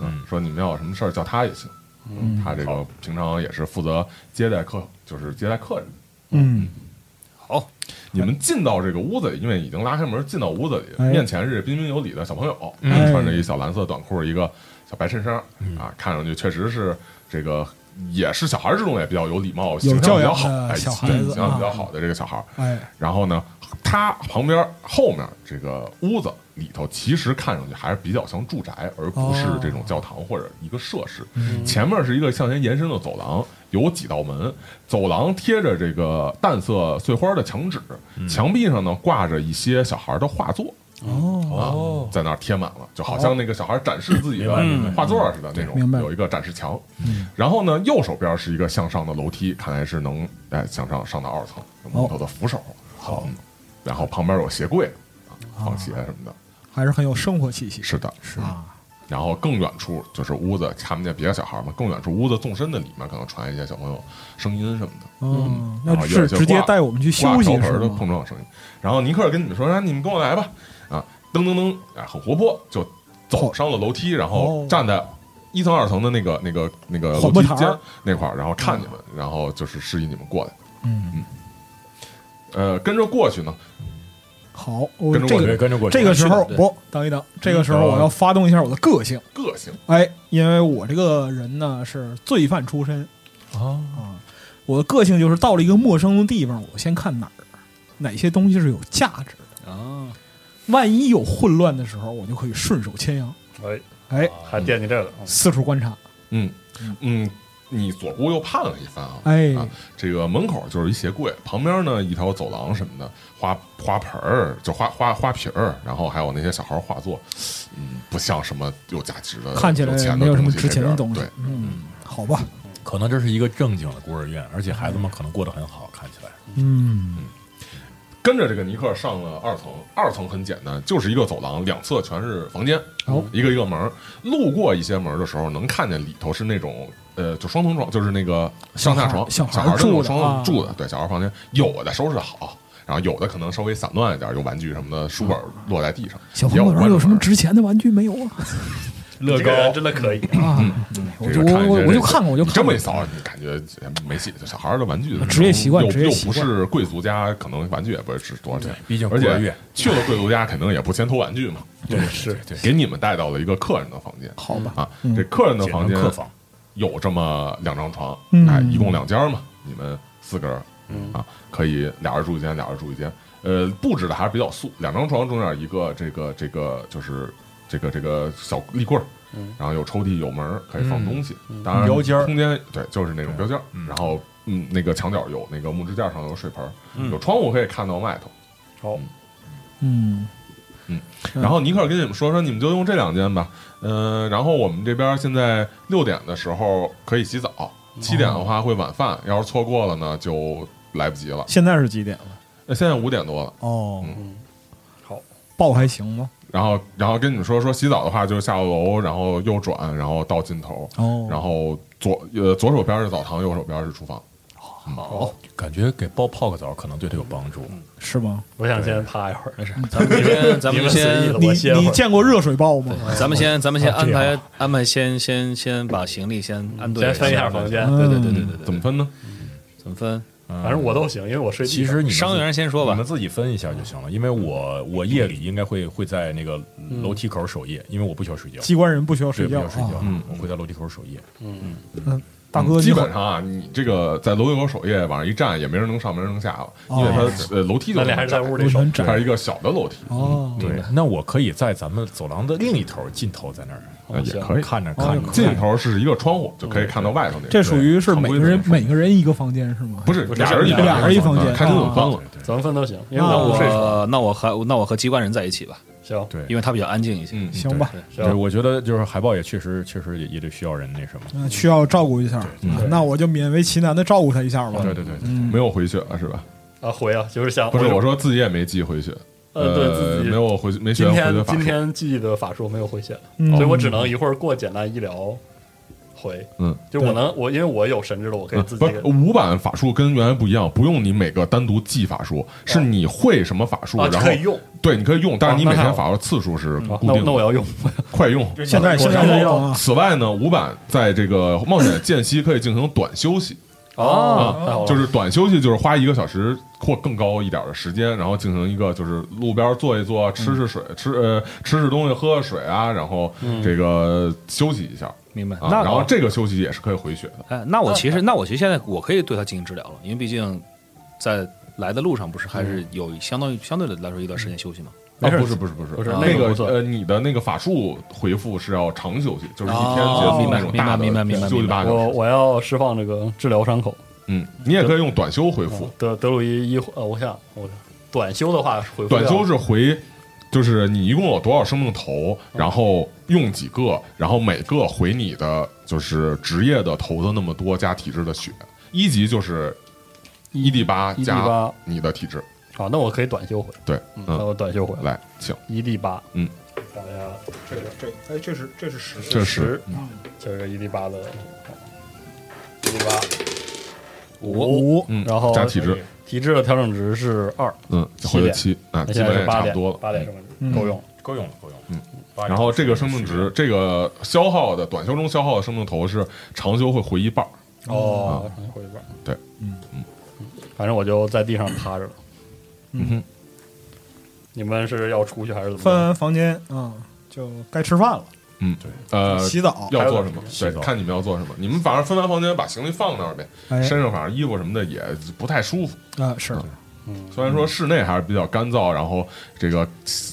Speaker 7: 嗯，说你们要有什么事儿叫他也行。嗯，他这个平常也是负责接待客，就是接待客人。
Speaker 6: 嗯，
Speaker 8: 好，
Speaker 7: 你们进到这个屋子里，因为已经拉开门进到屋子里，
Speaker 6: 哎
Speaker 7: 面前是彬彬有礼的小朋友，
Speaker 6: 嗯
Speaker 7: 穿着一小蓝色短裤，一个小白衬衫，啊，看上去确实是这个也是小孩儿之中也比较有礼貌、形象
Speaker 6: 教
Speaker 7: 比较
Speaker 6: 养
Speaker 7: 好、
Speaker 6: 的
Speaker 7: 哎，
Speaker 6: 小孩
Speaker 7: 对
Speaker 6: 子
Speaker 7: 形象比较
Speaker 6: 啊
Speaker 7: 好的这个小孩儿。
Speaker 6: 哎，
Speaker 7: 然后呢，他旁边后面这个屋子里头，其实看上去还是比较像住宅，而不是这种教堂或者一个设施。前面是一个向前延伸的走廊，有几道门，走廊贴着这个淡色碎花的墙纸，墙壁上呢挂着一些小孩的画作。
Speaker 6: 哦，
Speaker 3: 哦
Speaker 7: 啊，在那儿贴满了，就好像那个小孩展示自己的画作似的那种
Speaker 6: 明白，
Speaker 7: 有一个展示墙。然后呢，右手边是一个向上的楼梯，看来是能哎向上上到二层，有木头的扶手。哦好，然后旁边有鞋柜，啊放鞋什么的。
Speaker 6: 还是很有生活气息
Speaker 7: 是的，是
Speaker 6: 啊。
Speaker 7: 然后更远处就是屋子，看不见别的小孩嘛。更远处屋子纵深的里面，可能传来一些小朋友声音什么的。
Speaker 6: 嗯，
Speaker 7: 然
Speaker 6: 那
Speaker 7: 后有
Speaker 6: 是
Speaker 7: 一些
Speaker 6: 直接
Speaker 7: 挂
Speaker 6: 带我们去
Speaker 7: 挂
Speaker 6: 休息
Speaker 7: 瓢盆
Speaker 6: 是
Speaker 7: 儿的
Speaker 6: 吗？
Speaker 7: 碰撞的声音。然后尼克尔跟你们说：“啊，你们跟我来吧。”啊，噔噔噔，啊，很活泼，就走上了楼梯，然后
Speaker 6: 哦
Speaker 7: 站在一层、二层的那个、那个、那个楼
Speaker 6: 缓步
Speaker 7: 梯
Speaker 6: 台儿
Speaker 7: 间那块儿，然后看你们，然后就是示意你们过来。
Speaker 6: 哦嗯，
Speaker 7: 呃，跟着过去呢，
Speaker 6: 好，我
Speaker 7: 跟着
Speaker 6: 这
Speaker 7: 我
Speaker 9: 对，嗯
Speaker 6: 个
Speaker 9: 跟着过去。
Speaker 6: 这个时候
Speaker 9: 是的
Speaker 6: 不等一等，这个时候我要发动一下我的个性，
Speaker 7: 个性
Speaker 6: 哎，因为我这个人呢是罪犯出身
Speaker 3: 哦，
Speaker 6: 啊，我的个性就是到了一个陌生的地方，我先看哪儿哪些东西是有价值的，
Speaker 5: 哦
Speaker 8: *laughs* 啊，
Speaker 6: 万一有混乱的时候，我就可以顺手牵羊，
Speaker 5: 哎，
Speaker 6: 哎，
Speaker 5: 还惦记这个，嗯
Speaker 6: 四处观察，
Speaker 7: 嗯嗯，你左顾右盼了一番啊，
Speaker 6: 哎，
Speaker 7: 啊这个门口就是一鞋柜，旁边呢一条走廊什么的，花花盆儿，就花花花瓶儿，然后还有那些小孩儿画作，嗯，不像什么有价值的，
Speaker 6: 看起
Speaker 7: 有
Speaker 6: 来
Speaker 7: 钱
Speaker 6: 没
Speaker 7: 的
Speaker 6: 有什么
Speaker 7: 东西
Speaker 6: 值钱的
Speaker 7: 这边
Speaker 6: 东西
Speaker 7: 对，，
Speaker 6: 嗯，好吧，
Speaker 9: 可能这是一个正经的孤儿院，而且孩子们可能过得很好，看起来。
Speaker 6: 嗯，
Speaker 7: 跟着这个尼克上了二层，二层很简单，就是一个走廊，两侧全是房间，
Speaker 6: 哦
Speaker 7: 一个一个门儿。路过一些门儿的时候，能看见里头是那种呃，就双层床，就是那个上下床，
Speaker 6: 小
Speaker 7: 小
Speaker 6: 孩儿
Speaker 7: 孩儿的那
Speaker 6: 住
Speaker 7: 种
Speaker 6: 的
Speaker 7: 双
Speaker 6: 啊
Speaker 7: 住的，对，小孩儿房间有的收拾的好，然后有的可能稍微散乱一点，有玩具什么的，书本儿落在地上。
Speaker 6: 小
Speaker 7: 也
Speaker 6: 朋友
Speaker 7: 玩
Speaker 6: 们有什么
Speaker 7: 玩儿
Speaker 6: 值钱的玩具没有啊？
Speaker 5: 这个人真的可以，
Speaker 6: 啊，我就
Speaker 7: 这
Speaker 6: 我
Speaker 7: 个看
Speaker 6: 我
Speaker 7: 这
Speaker 6: 我就
Speaker 7: 个
Speaker 6: 看过，我就
Speaker 7: 你这
Speaker 6: 看
Speaker 7: 么
Speaker 6: 过
Speaker 7: 一，扫，你感觉没戏。就小孩儿的玩具
Speaker 6: 职业习惯
Speaker 7: 又
Speaker 6: 职业
Speaker 7: 又
Speaker 6: 习
Speaker 7: 不
Speaker 6: 惯
Speaker 7: 是贵族家，可能玩具也不是值多少钱。
Speaker 9: 毕竟孤
Speaker 7: 而
Speaker 9: 儿院
Speaker 7: 且，去了贵族家，肯定也不先偷玩具
Speaker 6: *laughs*
Speaker 7: 嘛，
Speaker 5: 对，是
Speaker 9: 对，
Speaker 7: 给你们带到了一个客人的房间
Speaker 6: 好吧，
Speaker 7: 啊
Speaker 6: 嗯。
Speaker 7: 这客人的
Speaker 9: 简
Speaker 7: 房
Speaker 9: 称
Speaker 7: 间
Speaker 9: 客房。
Speaker 7: 有这么两张床，
Speaker 6: 嗯
Speaker 7: 哎，一共两间嘛，你们四个人
Speaker 5: 嗯
Speaker 7: 啊，可以俩人住一间，俩人住一间。呃，布置的还是比较素，两张床中间一个这个这个就是这个这个小立柜儿
Speaker 5: 嗯，
Speaker 7: 然后有抽屉有门儿可以
Speaker 6: 嗯
Speaker 7: 放东西，当然
Speaker 9: 标间儿
Speaker 7: 空间对就是那种标间儿
Speaker 9: 嗯，
Speaker 7: 然后嗯那个墙角有那个木支架上有水盆儿，有窗户可以看到外头。
Speaker 5: 好，
Speaker 6: 嗯，嗯
Speaker 7: 然后尼克尔跟你们说说，你们就用这两间吧。嗯、然后我们这边现在六点的时候可以洗澡，七点的话会晚饭，要是错过了呢就来不及了。
Speaker 6: 现在是几点了？
Speaker 7: 那现在五点多了，
Speaker 6: 哦，
Speaker 5: 好，
Speaker 6: 报还行吗？
Speaker 7: 然后然后跟你们说说洗澡的话，就是下楼，然后右转，然后到尽头，
Speaker 6: 哦
Speaker 7: 然后左呃左手边是澡堂，右手边是厨房。嗯
Speaker 9: 感觉给包泡个澡可能对他有帮助。
Speaker 6: 是吗？
Speaker 5: 我想先趴一会儿，
Speaker 8: 没事，咱们先，咱
Speaker 5: 你
Speaker 8: 们
Speaker 5: 们随意
Speaker 8: 先
Speaker 5: 了，
Speaker 6: 你
Speaker 5: 我歇会
Speaker 6: 你
Speaker 5: 儿。
Speaker 6: 见过热水豹吗？
Speaker 8: *laughs* 咱们先，咱们先
Speaker 9: 啊
Speaker 8: 安
Speaker 9: 这样
Speaker 8: 排安排，先先先把行李先安顿，
Speaker 5: 先分一下房。间，
Speaker 8: 对对对对对对，
Speaker 9: 嗯
Speaker 7: 怎么分呢？
Speaker 8: 怎么分？
Speaker 9: 反
Speaker 5: 反正我都行，因为我睡地
Speaker 9: 其
Speaker 5: 上。
Speaker 9: 实你们自
Speaker 8: 伤员先说
Speaker 9: 你
Speaker 8: 吧
Speaker 9: 们。自己分一下就行了。因为我我夜里应该会会在那个楼梯口守夜，因为我不喜欢睡觉，
Speaker 6: 机关人不需要
Speaker 9: 对，
Speaker 6: 睡
Speaker 9: 不
Speaker 6: 觉
Speaker 9: 喜欢睡觉
Speaker 6: 啊，
Speaker 7: 嗯
Speaker 9: 我会在楼梯口守夜。
Speaker 5: 嗯，
Speaker 6: 嗯，大哥，
Speaker 7: 基
Speaker 6: 你好
Speaker 7: 本上啊，你这个在楼梯口守夜，往上一站也没人能上，没人能下了，因为
Speaker 6: 哦
Speaker 7: 它呃楼梯就
Speaker 5: 咱俩还是在屋里
Speaker 6: 我
Speaker 5: 守，
Speaker 6: 很
Speaker 7: 它
Speaker 6: 窄
Speaker 7: 是一个小的楼梯，
Speaker 6: 哦，
Speaker 9: 对，那我可以在咱们走廊的另一头尽头，在那儿
Speaker 7: 呃也
Speaker 5: 行
Speaker 7: 可以。
Speaker 9: 看着看着。
Speaker 7: 尽头是一个窗户，就可以看到外头那个。
Speaker 6: 这属于是每个人
Speaker 7: 常规的那种
Speaker 6: 每个人一个房间是吗？
Speaker 7: 不是俩人一
Speaker 6: 俩人一房间
Speaker 7: 开灯怎么翻了？
Speaker 5: 怎么分都行，因为
Speaker 6: 啊
Speaker 5: 我
Speaker 8: 我
Speaker 5: 午睡床
Speaker 8: 那我和那我和机关人在一起吧，
Speaker 5: 行
Speaker 9: 对，
Speaker 8: 因为他比较安静一些。
Speaker 7: 嗯，
Speaker 6: 行吧，
Speaker 9: 对，
Speaker 5: 行，
Speaker 9: 我觉得就是海豹也确实确实也也得需要人那什么。
Speaker 6: 嗯，需要照顾一下，啊那我就勉为其难的照顾他一下吧。
Speaker 9: 对对对对，
Speaker 6: 嗯，
Speaker 7: 没有回血了是吧？
Speaker 5: 啊回啊，就是想
Speaker 7: 不是，我说自己也没记回血，
Speaker 5: 呃对自
Speaker 7: 呃，
Speaker 5: 己
Speaker 7: 没有回没学
Speaker 5: 今
Speaker 7: 回血
Speaker 5: 天
Speaker 7: 法术
Speaker 5: 今。天记的法术没有回血，
Speaker 6: 嗯，
Speaker 5: 所以我只能一会儿过简单医疗回，
Speaker 7: 嗯，
Speaker 5: 就是我能我因为我有神智了，我可以自己
Speaker 7: 不是五版法术跟原来不一样，不用你每个单独记法术，是你会什么法术，
Speaker 5: 啊
Speaker 7: 然后
Speaker 5: 可以用，
Speaker 7: 对，你可以用，但是你
Speaker 5: 哦那
Speaker 7: 每天
Speaker 5: 还好
Speaker 7: 法术次数是
Speaker 5: 啊
Speaker 7: 嗯固
Speaker 5: 那我
Speaker 7: 定
Speaker 5: 那我
Speaker 7: 的，
Speaker 5: 要用，
Speaker 7: 快用。
Speaker 6: 现在现在
Speaker 5: 然后
Speaker 6: 没有啊，
Speaker 7: 此外呢，五版在这个冒险间隙可以进行短休息，
Speaker 8: 啊
Speaker 5: 哦，太好了
Speaker 7: 啊就是短休息，就是花一个小时或更高一点的时间，然后进行一个就是路边坐一坐，吃吃水，吃呃吃吃东西，喝喝水啊，然后这个休息一下
Speaker 8: 明白。
Speaker 7: 啊。
Speaker 8: 那
Speaker 7: 然后这个休息也是可以回血的。
Speaker 8: 哎，那我其实，那我其实现在我可以对他进行治疗了，因为毕竟在来的路上不是还是有相当于相对的来说一段时间休息嘛。
Speaker 7: 啊，不是不是不是
Speaker 5: 不是
Speaker 7: 啊
Speaker 5: 那
Speaker 7: 那
Speaker 5: 个不错
Speaker 7: 呃，你的那个法术回复是要长休息，就是一天结
Speaker 8: 哦
Speaker 7: 束那种
Speaker 8: 明白
Speaker 7: 大的
Speaker 8: 明白明白明白
Speaker 7: 休息八个
Speaker 5: 我
Speaker 7: 小时。
Speaker 5: 我要释放这个治疗伤口，啊
Speaker 7: 嗯，你也可以用短休回复
Speaker 5: 嗯，德德鲁伊一呃，我想我短休的话回复
Speaker 7: 短休
Speaker 5: 是
Speaker 7: 是回就是你一共有多少生命投，然后用几个，然后每个回你的就是职业的投的那么多加体质的血。一级就是一 d 八
Speaker 5: 一 D
Speaker 7: 加
Speaker 5: 八
Speaker 7: 你的体质，
Speaker 5: 好，那我可以短修回，
Speaker 7: 对，
Speaker 5: 那
Speaker 7: 嗯，
Speaker 5: 我短修回来，
Speaker 7: 来，请，
Speaker 5: 一 D 八，
Speaker 7: 嗯，
Speaker 5: 等一下，
Speaker 6: 这个这个哎，这是这是实
Speaker 7: 这是嗯十，
Speaker 5: 就是个一 D 八的，啊一 D 八五，
Speaker 6: 五
Speaker 7: 嗯，
Speaker 5: 然后
Speaker 7: 加体质，
Speaker 5: 提质的调整值是二，
Speaker 7: 嗯，回了七，啊，
Speaker 5: 那
Speaker 7: 基
Speaker 5: 现
Speaker 7: 本
Speaker 5: 在
Speaker 7: 也
Speaker 5: 是八
Speaker 7: 差不
Speaker 5: 点
Speaker 7: 多了，
Speaker 5: 八点什
Speaker 6: 嗯
Speaker 5: 么够用，
Speaker 9: 够用了，够用了。
Speaker 7: 嗯
Speaker 9: 八点，
Speaker 7: 然后这个生命值，这个消耗的短修中消耗的生命投是长修会回一半儿，
Speaker 5: 哦，回一半，
Speaker 7: 嗯对，
Speaker 6: 嗯
Speaker 7: 嗯
Speaker 5: 反正我就在地上趴着了。
Speaker 7: 嗯哼，
Speaker 5: 你们是要出去还是怎么着？
Speaker 6: 翻房间啊，就该吃饭了，
Speaker 7: 嗯，对，呃，
Speaker 6: 洗澡，
Speaker 7: 要做什么？
Speaker 9: 洗
Speaker 7: 对
Speaker 9: 澡，
Speaker 7: 看你们要做什么。你们反正分完房间，把行李放那儿呗。
Speaker 6: 哎
Speaker 7: 身上反正衣服什么的也不太舒服。
Speaker 6: 啊是
Speaker 9: 嗯
Speaker 7: 虽
Speaker 6: 嗯
Speaker 7: 然说室内还是比较干燥，然后这个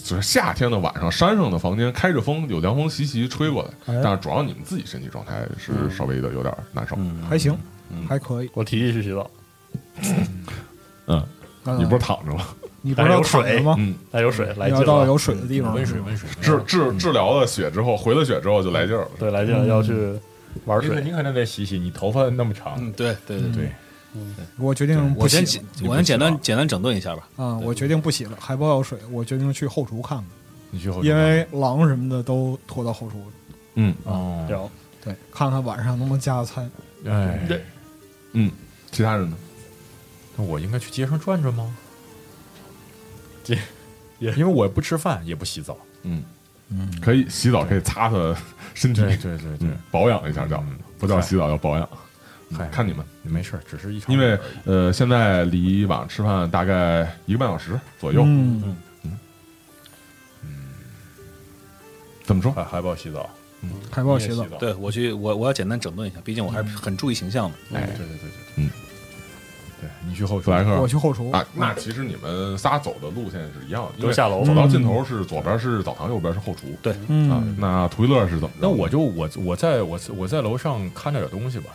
Speaker 7: 就是夏天的晚上，山上的房间开着风，有凉风习习吹过来，
Speaker 6: 哎嗯
Speaker 7: 但是主要你们自己身体状态是稍微的有点难受。
Speaker 6: 还行，
Speaker 9: 嗯
Speaker 6: 还可以。
Speaker 5: 我提议去洗澡，
Speaker 7: 嗯，
Speaker 6: 啊
Speaker 7: 你不是躺着吗？
Speaker 6: 你不是要躺着吗？
Speaker 7: 嗯，
Speaker 5: 哎，有水，来
Speaker 6: 你
Speaker 5: 劲
Speaker 6: 要到
Speaker 5: 了，
Speaker 6: 有水的地方，
Speaker 9: 嗯温水温水。
Speaker 7: 治
Speaker 6: 嗯
Speaker 7: 治治疗了血之后，回了血之后就来劲儿了。
Speaker 5: 对，来劲了，要去玩
Speaker 9: 而且
Speaker 5: 水。
Speaker 9: 你可能得洗洗，你头发那么长，
Speaker 8: 嗯，对对对对，
Speaker 9: 对，
Speaker 6: 我决定不
Speaker 8: 我
Speaker 6: 洗了
Speaker 8: 先简
Speaker 9: 嗯你不
Speaker 8: 我先
Speaker 9: 洗
Speaker 8: 简
Speaker 9: 吧
Speaker 8: 单简单整顿一下吧。
Speaker 6: 啊，我决定不洗了，还不要水，我决定去后厨看看，
Speaker 9: 你去后
Speaker 6: 因为狼什么的都拖到后厨，
Speaker 7: 嗯，
Speaker 9: 哦，
Speaker 5: 行，
Speaker 6: 对，看看晚上能不能加个餐。
Speaker 9: 哎，
Speaker 5: 对
Speaker 7: 嗯其他人呢？
Speaker 9: 那我应该去街上转转吗？
Speaker 5: 街
Speaker 9: 因为我不吃饭也不洗澡，
Speaker 7: 嗯嗯，可以洗澡，可以擦擦身体，
Speaker 9: 对对
Speaker 7: 嗯，保养一下叫
Speaker 9: 嗯，
Speaker 7: 不叫洗澡，叫保养。
Speaker 9: 嗨，
Speaker 7: 看你们。
Speaker 9: 没事儿，只是一场
Speaker 7: 因为呃，现在离晚上吃饭大概一个半小时左右。
Speaker 6: 嗯，
Speaker 7: 怎么说？
Speaker 9: 还还不要洗澡，
Speaker 6: 还不要洗澡，
Speaker 8: 对我去，我我要简单整顿一下，毕竟我还是很注意形象嘛。
Speaker 9: 嗯哎，对对对对对，
Speaker 7: 嗯，
Speaker 9: 对你去后厨
Speaker 7: 布莱克
Speaker 6: 我去后厨
Speaker 7: 啊，那其实你们仨走的路线是一样的，因
Speaker 5: 都
Speaker 7: 为
Speaker 5: 下楼
Speaker 7: 走
Speaker 5: 了，
Speaker 7: 到
Speaker 9: 嗯
Speaker 7: 尽头是左边是澡堂，右边是后厨。
Speaker 8: 对
Speaker 7: 啊
Speaker 6: 嗯，
Speaker 7: 那图一乐是怎么着？
Speaker 9: 那我就我我在我我在楼上看着点东西吧，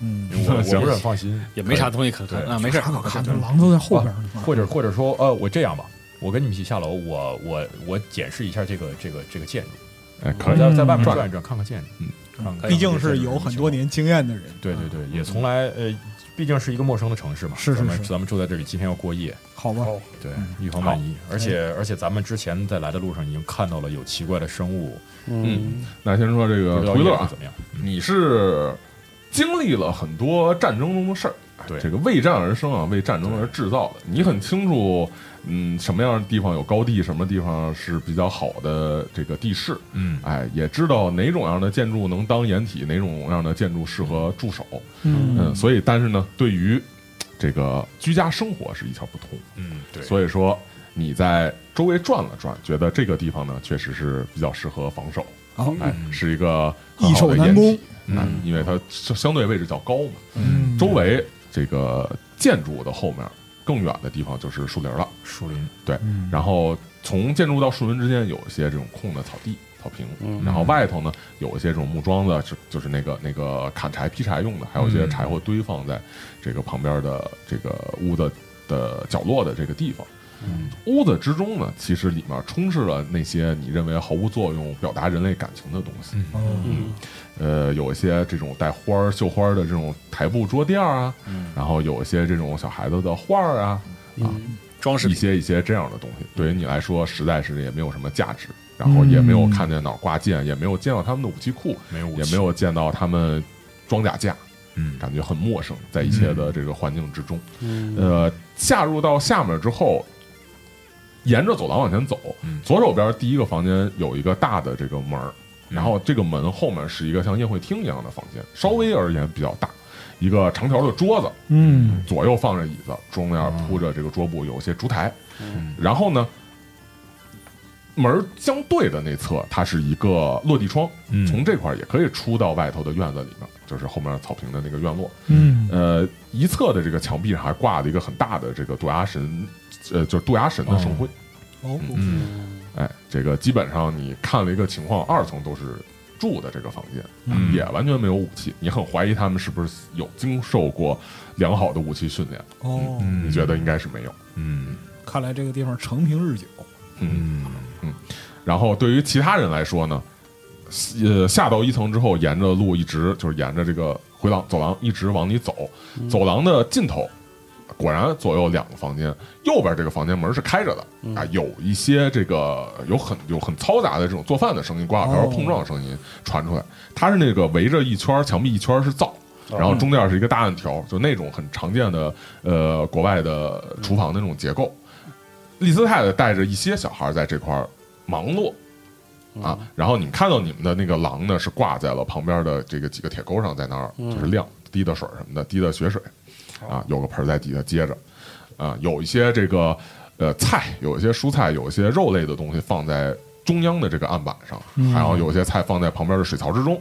Speaker 6: 嗯，
Speaker 9: 因为我我
Speaker 7: 行
Speaker 9: 不是很放心，
Speaker 8: 也没啥东西可看
Speaker 9: 对
Speaker 8: 啊，没事儿
Speaker 6: 啥，可看的，狼都在后边呢。
Speaker 9: 或者或者说呃，我这样吧，我跟你们一起下楼，我我我检视一下这个这个这个建筑，
Speaker 7: *laughs* 哎，可
Speaker 9: 我
Speaker 7: 以
Speaker 9: 在在外面
Speaker 7: 转
Speaker 9: 转一转，看看建筑，
Speaker 7: 嗯
Speaker 9: 看看这个
Speaker 6: 毕
Speaker 9: 建筑
Speaker 6: 竟
Speaker 9: 的情况，
Speaker 6: 是有很多年经验的人，
Speaker 9: 对对对，也从来呃，毕竟是一个陌生的城市嘛，
Speaker 6: 是是
Speaker 9: 咱们
Speaker 6: 是
Speaker 9: 咱们住在这里，今天要过夜，
Speaker 6: 好
Speaker 7: 嗯
Speaker 6: 吧？
Speaker 5: 哦
Speaker 8: 嗯
Speaker 9: 对，预防万一。而且而且咱们之前在来的路上已经看到了有奇怪的生物，
Speaker 5: 嗯，
Speaker 7: 那先说这
Speaker 9: 不
Speaker 7: 个
Speaker 9: 知道
Speaker 7: 图一乐
Speaker 9: 夜是
Speaker 7: 啊
Speaker 9: 怎，么样？
Speaker 7: 你是经历了很多战争中的事儿，哎
Speaker 9: 对
Speaker 7: 这个为战而生啊，为战争而制造的，你很清楚，嗯，什么样的地方有高地，什么地方是比较好的这个地势，
Speaker 9: 嗯，
Speaker 7: 哎，也知道哪种样的建筑能当掩体，哪种样的建筑适合驻守，
Speaker 6: 嗯
Speaker 7: 嗯，所以但是呢，对于这个居家生活是一窍不通，
Speaker 9: 嗯，对，
Speaker 7: 所以说你在周围转了转，觉得这个地方呢确实是比较适合防守，
Speaker 6: 好，
Speaker 7: 哎， *laughs* 是一个很
Speaker 6: 易
Speaker 7: 好
Speaker 6: 守
Speaker 7: 的
Speaker 6: 难
Speaker 7: 掩
Speaker 6: 攻
Speaker 7: 体，。哎，因为它相相对位置较高嘛，
Speaker 6: 嗯
Speaker 7: 周围这个建筑的后面更远的地方就是树林了，
Speaker 9: 树林，
Speaker 7: 对，然后从建筑到树林之间有一些这种空的草地、草坪，
Speaker 5: 嗯
Speaker 7: 然后外头呢有一些这种木桩子，就就是那个那个砍柴、劈柴用的，还有一些
Speaker 9: 嗯
Speaker 7: 柴火堆放在这个旁边的这个屋子的角落的这个地方。
Speaker 5: 嗯
Speaker 7: 屋子之中呢，其实里面充斥了那些你认为毫无作用、表达人类感情的东西。
Speaker 5: 嗯
Speaker 7: 呃，有一些这种带花儿、绣花儿的这种台布桌垫儿啊，
Speaker 5: 嗯
Speaker 7: 然后有一些这种小孩子的画儿啊，
Speaker 8: 装饰
Speaker 9: 嗯
Speaker 7: 一
Speaker 8: 品。
Speaker 7: 些一些这样的东西，对于你来说实在是也没有什么价值，然后也没有看见哪儿挂剑，也没有见到他们的武器库，
Speaker 9: 嗯没有武器
Speaker 7: 也没有见到他们装甲架，
Speaker 9: 嗯
Speaker 7: 感觉很陌生，在一切的这个环境之中。
Speaker 5: 嗯
Speaker 7: 呃，下入到下面之后，沿着走廊往前走，
Speaker 9: 嗯
Speaker 7: 左手边第一个房间有一个大的这个门儿，
Speaker 9: 嗯
Speaker 7: 然后这个门后面是一个像宴会厅一样的房间，稍微而言比较大，一个长条的桌子，
Speaker 6: 嗯
Speaker 7: 左右放着椅子，中
Speaker 9: 哦
Speaker 7: 间铺着这个桌布，有一些烛台。
Speaker 9: 嗯
Speaker 7: 然后呢，门儿相对的那侧，它是一个落地窗，
Speaker 9: 嗯
Speaker 7: 从这块儿也可以出到外头的院子里面，就是后面草坪的那个院落。
Speaker 6: 嗯
Speaker 7: 呃，一侧的这个墙壁上还挂了一个很大的这个渡鸦神，呃，就是渡鸦神的圣徽。
Speaker 6: 哦，
Speaker 9: 嗯
Speaker 7: 哎，这个基本上你看了一个情况，二层都是住的这个房间，
Speaker 9: 嗯
Speaker 7: 也完全没有武器，你很怀疑他们是不是有经受过良好的武器训练。
Speaker 6: 哦，
Speaker 7: 嗯你觉得应该是没有。
Speaker 9: 嗯
Speaker 6: 看来这个地方成平日久。
Speaker 7: 嗯，然后对于其他人来说呢，呃，下到一层之后，沿着路一直就是沿着这个回廊走廊一直往里走，走廊的尽头。果然，左右两个房间，右边这个房间门是开着的啊，有一些这个有很有很嘈杂的这种做饭的声音、刮小瓢
Speaker 6: 哦
Speaker 7: 碰撞的声音传出来。它是那个围着一圈儿墙壁一圈儿是灶，然后中间是一个大暗条，就那种很常见的呃国外的厨房的那种结构。丽斯太太带着一些小孩在这块儿忙碌啊，然后你们看到你们的那个狼呢是挂在了旁边的这个几个铁钩上，在那儿就是晾滴的水什么的，滴的血水啊，有个盆儿在底下接着啊，有一些这个呃菜，有一些蔬菜，有一些肉类的东西放在中央的这个案板上，还有有些菜放在旁边的水槽之中，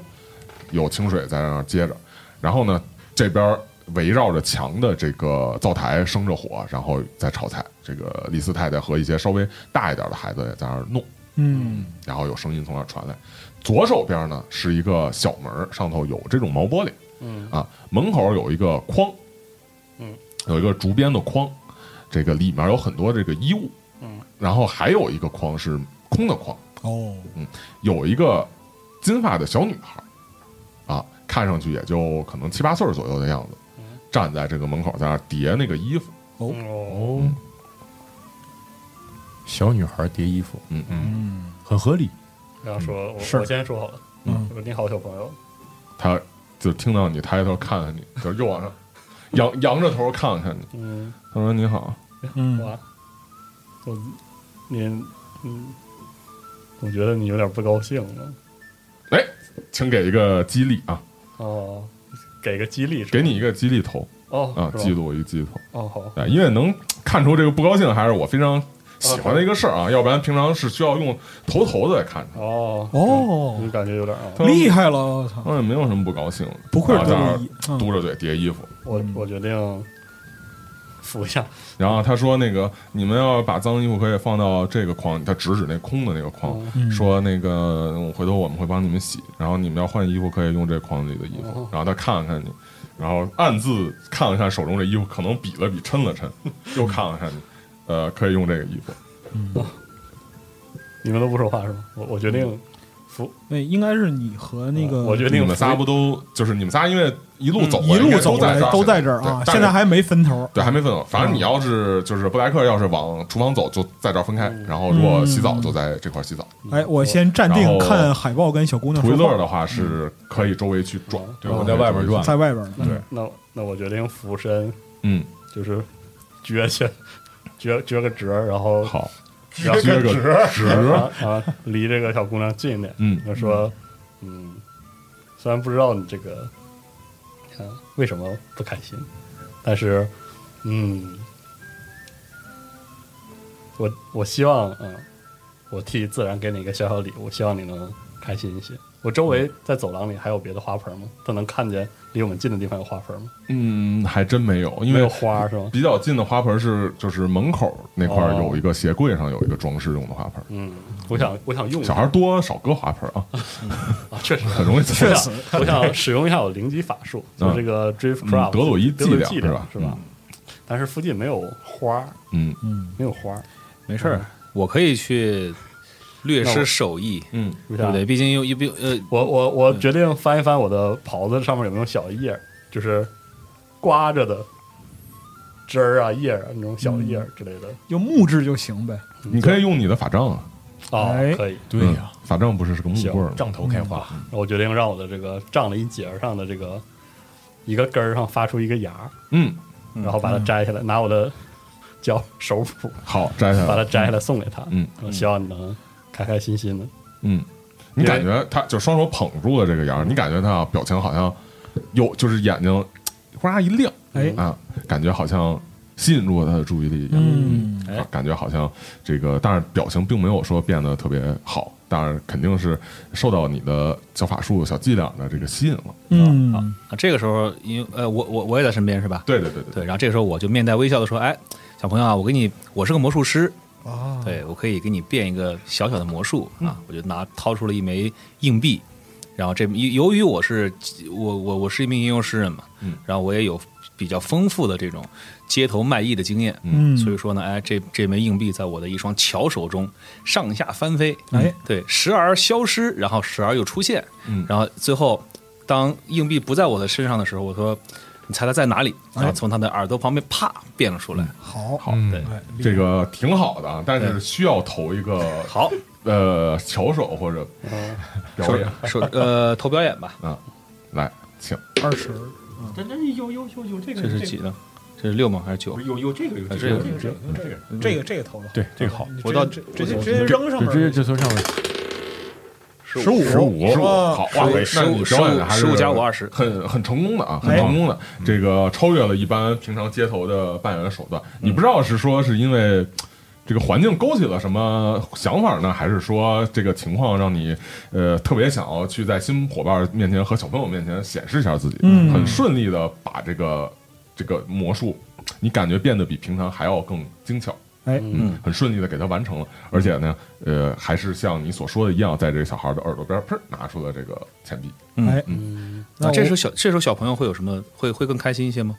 Speaker 7: 有清水在那儿接着，然后呢这边儿围绕着墙的这个灶台生着火，然后再炒菜。这个李斯太太和一些稍微大一点的孩子也在那儿弄，
Speaker 6: 嗯
Speaker 7: 然后有声音从那儿传来。左手边呢是一个小门儿，上头有这种毛玻璃，嗯啊，门口有一个筐，嗯，有一个竹编的筐，这个里面有很多这个衣物，嗯，然后还有一个筐是空的筐，
Speaker 6: 哦，
Speaker 7: 有一个金发的小女孩儿，啊，看上去也就可能七八岁儿左右的样子，站在这个门口在那儿叠那个衣服，
Speaker 5: 哦，
Speaker 7: 嗯
Speaker 9: 小女孩叠衣服，
Speaker 7: 嗯嗯，
Speaker 9: 很合理。
Speaker 5: 然后说我
Speaker 6: 是
Speaker 5: 我先说好了，
Speaker 6: 嗯
Speaker 5: 我说你好，小朋友，
Speaker 7: 她就听到你抬头看看你，就又往上扬扬着头看看你，
Speaker 5: 嗯，
Speaker 7: 她说你好，
Speaker 6: 嗯，
Speaker 5: 哇，我你嗯，我觉得你有点不高兴了，
Speaker 7: 哎，请给一个激励啊，
Speaker 5: 哦，给个激励是吧，
Speaker 7: 给你一个激励头
Speaker 5: 哦
Speaker 7: 啊，
Speaker 5: 是吧
Speaker 7: 记录一个激励头，哎
Speaker 5: 哦好，
Speaker 7: 对，因为能看出这个不高兴还是我非
Speaker 5: 啊
Speaker 7: 常喜欢的一个事儿啊，要不然平常是需要用头头子来看的。
Speaker 5: 哦
Speaker 6: 哦
Speaker 5: 你感觉有点啊，
Speaker 7: 她说
Speaker 6: 厉害了，我操，
Speaker 7: 嗯，没有什么不高兴，
Speaker 6: 不愧
Speaker 7: 然
Speaker 6: 是
Speaker 7: 后在那儿
Speaker 6: 这嗯
Speaker 7: 嘟着嘴叠衣服。
Speaker 5: 我我决定服下，
Speaker 7: 然后他说：“那个，你们要把脏衣服可以放到这个筐，他指指那空的那个筐，
Speaker 6: 嗯
Speaker 7: 说那个我回头我们会帮你们洗，然后你们要换衣服可以用这筐里的衣服。
Speaker 5: 哦
Speaker 7: 然后他看了看你，然后暗自看了看手中这衣服，可能比了比，抻了抻， *laughs* 又看了看你，呃，可以用这个衣服。
Speaker 5: 你们都不说话是吗？我我决定服，
Speaker 6: 那应该是你和嗯那个，
Speaker 5: 我决
Speaker 7: 你
Speaker 5: 定
Speaker 7: 们仨
Speaker 5: 服
Speaker 7: 不都就是你们仨，因为一路走、啊
Speaker 6: 一路走
Speaker 7: 都在
Speaker 6: 来
Speaker 7: 这儿
Speaker 6: 都在这儿啊，
Speaker 7: 对
Speaker 6: 现在还没分头，
Speaker 7: 对，还没分好。反正你要是就是布莱克，要是往厨房走，就在这儿分开；然后如
Speaker 6: 嗯
Speaker 7: 果洗澡，就在这块儿洗澡。
Speaker 6: 哎，我先暂
Speaker 7: 然
Speaker 6: 定
Speaker 7: 后
Speaker 6: 看海报跟小姑娘说
Speaker 7: 图一乐
Speaker 6: 话，
Speaker 7: 的话是可以周围去转，
Speaker 5: 嗯
Speaker 7: 对
Speaker 9: 我在外边转
Speaker 6: 在外边呢，
Speaker 7: 对，
Speaker 5: 那那我决定俯身，
Speaker 7: 嗯，
Speaker 5: 就是撅起来，撅撅个直儿，然后
Speaker 7: 好，
Speaker 5: 然后
Speaker 7: 撅个直，
Speaker 5: *laughs* 啊啊，离这个小姑娘近一点。
Speaker 7: 嗯
Speaker 5: 我说，嗯，虽然不知道你这个，啊，为什么不开心，但是，嗯，我我希望，嗯、我替自然给你一个小小礼物，希望你能开心一些。我周
Speaker 7: 嗯
Speaker 5: 围在走廊里还有别的花盆吗？他能看见离我们近的地方有花盆吗？
Speaker 7: 嗯，还真没有，因
Speaker 5: 没
Speaker 7: 为
Speaker 5: 有花是吗？
Speaker 7: 比较近的花盆是就是门口那块儿
Speaker 5: 哦
Speaker 7: 有一个鞋柜上有一个装饰用的花盆。
Speaker 5: 嗯，我想我想用一下
Speaker 7: 小孩多少搁花盆啊，
Speaker 5: 啊，确实
Speaker 7: 很容易
Speaker 5: 我
Speaker 7: 确
Speaker 5: 想， *laughs* 我想使用一下我零级法术，就是这个 Drift
Speaker 7: 嗯
Speaker 5: Craft，、
Speaker 7: 德鲁伊
Speaker 5: 德鲁
Speaker 7: 伎
Speaker 5: 伎
Speaker 7: 俩
Speaker 5: 俩
Speaker 7: 是
Speaker 5: 是
Speaker 7: 吧
Speaker 5: 吧？但是附近没有花儿，
Speaker 7: 嗯
Speaker 5: 没有花儿，
Speaker 8: 没事儿，我可以去略
Speaker 5: 那我
Speaker 8: 施手艺，
Speaker 7: 嗯，
Speaker 5: 为
Speaker 8: 对
Speaker 5: 啥
Speaker 8: 不？对？毕竟又又毕呃，
Speaker 5: 我我我决定翻一翻我的袍子上面有没有小叶儿，就是刮着的枝儿啊、叶儿啊那种小叶儿之类的。嗯
Speaker 6: 就木质就行呗，
Speaker 7: 嗯你可以用你的法杖啊，嗯
Speaker 5: 哦
Speaker 6: 哎，
Speaker 5: 可以。嗯
Speaker 9: 对呀，
Speaker 7: 法杖不是是个木棍儿吗，
Speaker 9: 杖头开花，
Speaker 5: 我决定让我的这个杖的一节儿上的这个一个根儿上发出一个芽儿，
Speaker 7: 嗯，
Speaker 5: 然后把它摘下来，拿我的脚手谱
Speaker 7: 好摘下
Speaker 5: 把它
Speaker 7: 来，
Speaker 5: 摘下来送给他。
Speaker 7: 嗯，
Speaker 5: 我希望你能开开心心的。
Speaker 7: 嗯，你感觉他就双手捧住了这个羊，你感觉他啊表情好像有，就是眼睛哗啦一亮，
Speaker 6: 哎
Speaker 7: 啊，感觉好像吸引住了他的注意力一样，
Speaker 6: 嗯
Speaker 7: 啊
Speaker 9: 哎
Speaker 8: 哎
Speaker 7: 感觉好像这个，但是表情并没有说变得特别好，但是肯定是受到你的小法术、小伎俩的这个吸引了。
Speaker 6: 嗯，
Speaker 8: 啊这个时候因为呃，我我我也在身边是吧？
Speaker 7: 对对对对，
Speaker 8: 对，然后这个时候我就面带微笑的说：“哎，小朋友啊，我给你，我是个魔术师，
Speaker 6: 啊，
Speaker 8: 对我可以给你变一个小小的魔术啊。”我就拿掏出了一枚硬币，然后这由由于我是我我我是一名吟游诗人嘛
Speaker 7: 嗯，
Speaker 8: 然后我也有比较丰富的这种街头卖艺的经验，
Speaker 6: 嗯
Speaker 8: 所以说呢，哎，这这枚硬币在我的一双巧手中上下翻飞，
Speaker 6: 哎，
Speaker 8: 对，时而消失，然后时而又出现，嗯，然后最后当硬币不在我的身上的时候，我说。你猜它在哪里？然后从他的耳朵旁边啪变了出来。
Speaker 6: 好，
Speaker 7: 好
Speaker 9: 嗯
Speaker 8: 对
Speaker 6: 哎
Speaker 7: 这个挺好的啊，但是需要投一个
Speaker 8: 好，
Speaker 7: 呃巧手或者表演
Speaker 8: 手呃投表演吧，
Speaker 7: 啊，来，请
Speaker 6: 二十，嗯
Speaker 10: 这这有有有有这个
Speaker 8: 这是几呢？这是六吗？还是九
Speaker 10: 不？是有有这个有
Speaker 8: 啊
Speaker 10: 这
Speaker 8: 这个
Speaker 10: 个有这个
Speaker 6: 这个这个这个投的，
Speaker 9: 嗯对这个好，
Speaker 6: 你直接
Speaker 8: 我到
Speaker 6: 直直接直接扔上面
Speaker 9: 就
Speaker 6: 了，
Speaker 9: 直接就从上面
Speaker 7: 十五十五哦十五好，哇塞，
Speaker 8: 十
Speaker 7: 那
Speaker 8: 五
Speaker 7: 你表演的还是
Speaker 8: 十五加五二十
Speaker 7: 很很成功的啊，很成功的，这个超越了一般平常街头的扮演的手段。你不知道是说是因为。这个环境勾起了什么想法呢？还是说这个情况让你呃特别想要去在新伙伴面前和小朋友面前显示一下自己，
Speaker 6: 嗯
Speaker 7: 很顺利的把这个这个魔术，你感觉变得比平常还要更精巧。
Speaker 8: 嗯，
Speaker 7: 很顺利的给它完成了，而且呢，呃，还是像你所说的一样，在这个小孩的耳朵边儿砰拿出了这个钱币。
Speaker 6: 哎，
Speaker 8: 那
Speaker 9: 啊
Speaker 6: 那
Speaker 8: 这时候
Speaker 6: 是
Speaker 8: 小这时候小朋友会有什么？会会更开心一些吗？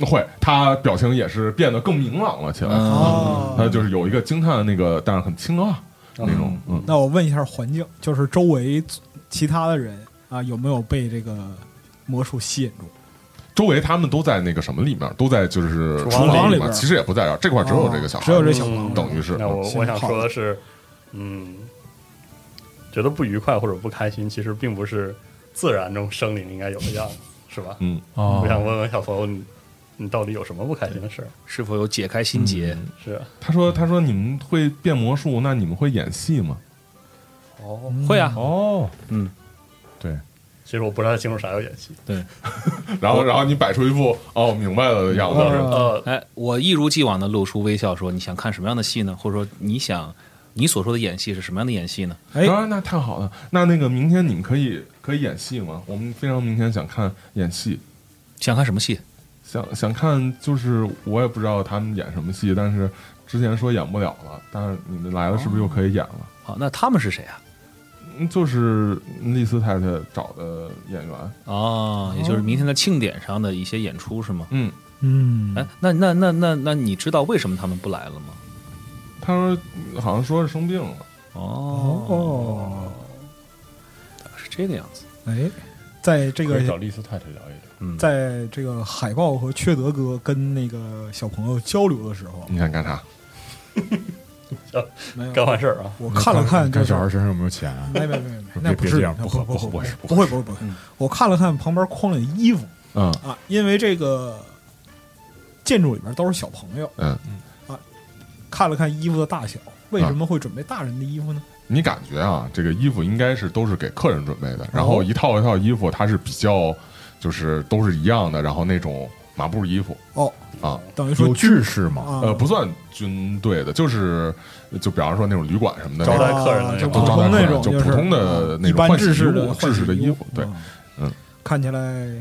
Speaker 7: 会，他表情也是变得更明朗了起来，
Speaker 9: 啊
Speaker 6: 哦，
Speaker 7: 他就是有一个惊叹的那个，但是很清啊那种，嗯，
Speaker 6: 那我问一下环境，就是周围其他的人啊，有没有被这个魔术吸引住？
Speaker 7: 周围他们都在那个什么里面，都在就是
Speaker 5: 厨
Speaker 7: 厨
Speaker 5: 房
Speaker 7: 房
Speaker 6: 里
Speaker 7: 里面，
Speaker 6: 边
Speaker 7: 其实也不在这儿，这块儿只有这个小孩，
Speaker 6: 哦只有这小朋
Speaker 5: 嗯
Speaker 6: 友，
Speaker 7: 等于是
Speaker 5: 那我
Speaker 6: 行
Speaker 5: 我想
Speaker 6: 好
Speaker 5: 说的是，嗯，觉得不愉快或者不开心，其实并不是自然中生灵应该有的样子，是吧？
Speaker 7: 嗯，
Speaker 5: 我
Speaker 3: 哦，
Speaker 5: 想问问小朋友，你你到底有什么不开心的事儿？
Speaker 8: 是否有解开心结？
Speaker 5: 是啊
Speaker 7: 他说他说你们会变魔术，那你们会演戏吗？
Speaker 5: 哦，
Speaker 8: 会啊，
Speaker 9: 哦，
Speaker 8: 嗯，
Speaker 7: 对，
Speaker 5: 其实我不太清楚啥叫演戏。
Speaker 7: 然后然后你摆出一副哦明白了的样子，
Speaker 5: 呃，
Speaker 8: 哎，我一如既往的露出微笑，说：“你想看什么样的戏呢？或者说你想你所说的演戏是什么样的演戏呢
Speaker 6: 哎，
Speaker 7: 啊，那太好了。那那个明天你们可以可以演戏吗？我们非常明天想看演戏，？”
Speaker 8: 想看什么戏？
Speaker 7: 想想看，就是我也不知道他们演什么戏，但是之前说演不了了，但是你们来了是不是又可以演了？
Speaker 8: 好，那他们是谁啊？
Speaker 7: 嗯就是丽丝太太找的演员，
Speaker 8: 哦，也就是明天的庆典上的一些演出是吗？
Speaker 7: 嗯，
Speaker 6: 嗯，
Speaker 8: 哎，那那那那那你知道为什么他们不来了吗？
Speaker 7: 他说嗯好像说是生病了，
Speaker 8: 哦，
Speaker 6: 哦，
Speaker 8: 是这个样子。
Speaker 6: 哎，在这
Speaker 9: 可以
Speaker 6: 个
Speaker 9: 找丽丝太太聊一聊。
Speaker 8: 嗯，
Speaker 6: 在这个海豹和缺德哥跟那个小朋友交流的时候，
Speaker 7: 你想干啥？
Speaker 6: 没有，
Speaker 5: 干坏事儿啊，
Speaker 6: 我看了看，就
Speaker 9: 看
Speaker 6: 是
Speaker 9: 小孩身上有没有钱啊？
Speaker 7: 嗯
Speaker 6: 没没没没，
Speaker 9: 别
Speaker 6: 那
Speaker 9: 别
Speaker 6: 是
Speaker 9: 这样
Speaker 6: 那
Speaker 9: 不
Speaker 6: 不
Speaker 9: 合不合
Speaker 6: 不
Speaker 9: 不合
Speaker 6: 不会不会不会
Speaker 8: 嗯，
Speaker 6: 我看了看旁边框着衣服
Speaker 7: 嗯
Speaker 6: 啊，因为这个建筑里边都是小朋友，
Speaker 7: 嗯，
Speaker 6: 看了看衣服的大小，为什么会准备大人的衣服呢？
Speaker 7: 你感觉啊，这个衣服应该是都是给客人准备的，
Speaker 6: 哦
Speaker 7: 然后一套一套衣服，它是比较就是都是一样的，然后那种马布衣服
Speaker 6: 哦，
Speaker 7: 啊。
Speaker 6: 等于说
Speaker 9: 有
Speaker 6: 军
Speaker 9: 志士吗？
Speaker 6: 啊，
Speaker 7: 呃，不算军队的，就是就比方说那种旅馆什么的，
Speaker 5: 招
Speaker 7: 那
Speaker 5: 待
Speaker 7: 种
Speaker 5: 客人的
Speaker 6: 啊
Speaker 5: 那种
Speaker 6: 就普通那种，
Speaker 7: 就普
Speaker 6: 是
Speaker 7: 通的那种
Speaker 6: 一般
Speaker 7: 换洗
Speaker 6: 制式
Speaker 7: 衣
Speaker 6: 的
Speaker 7: 物
Speaker 6: 换
Speaker 7: 制式的
Speaker 6: 衣
Speaker 7: 衣服对，嗯，
Speaker 6: 看起来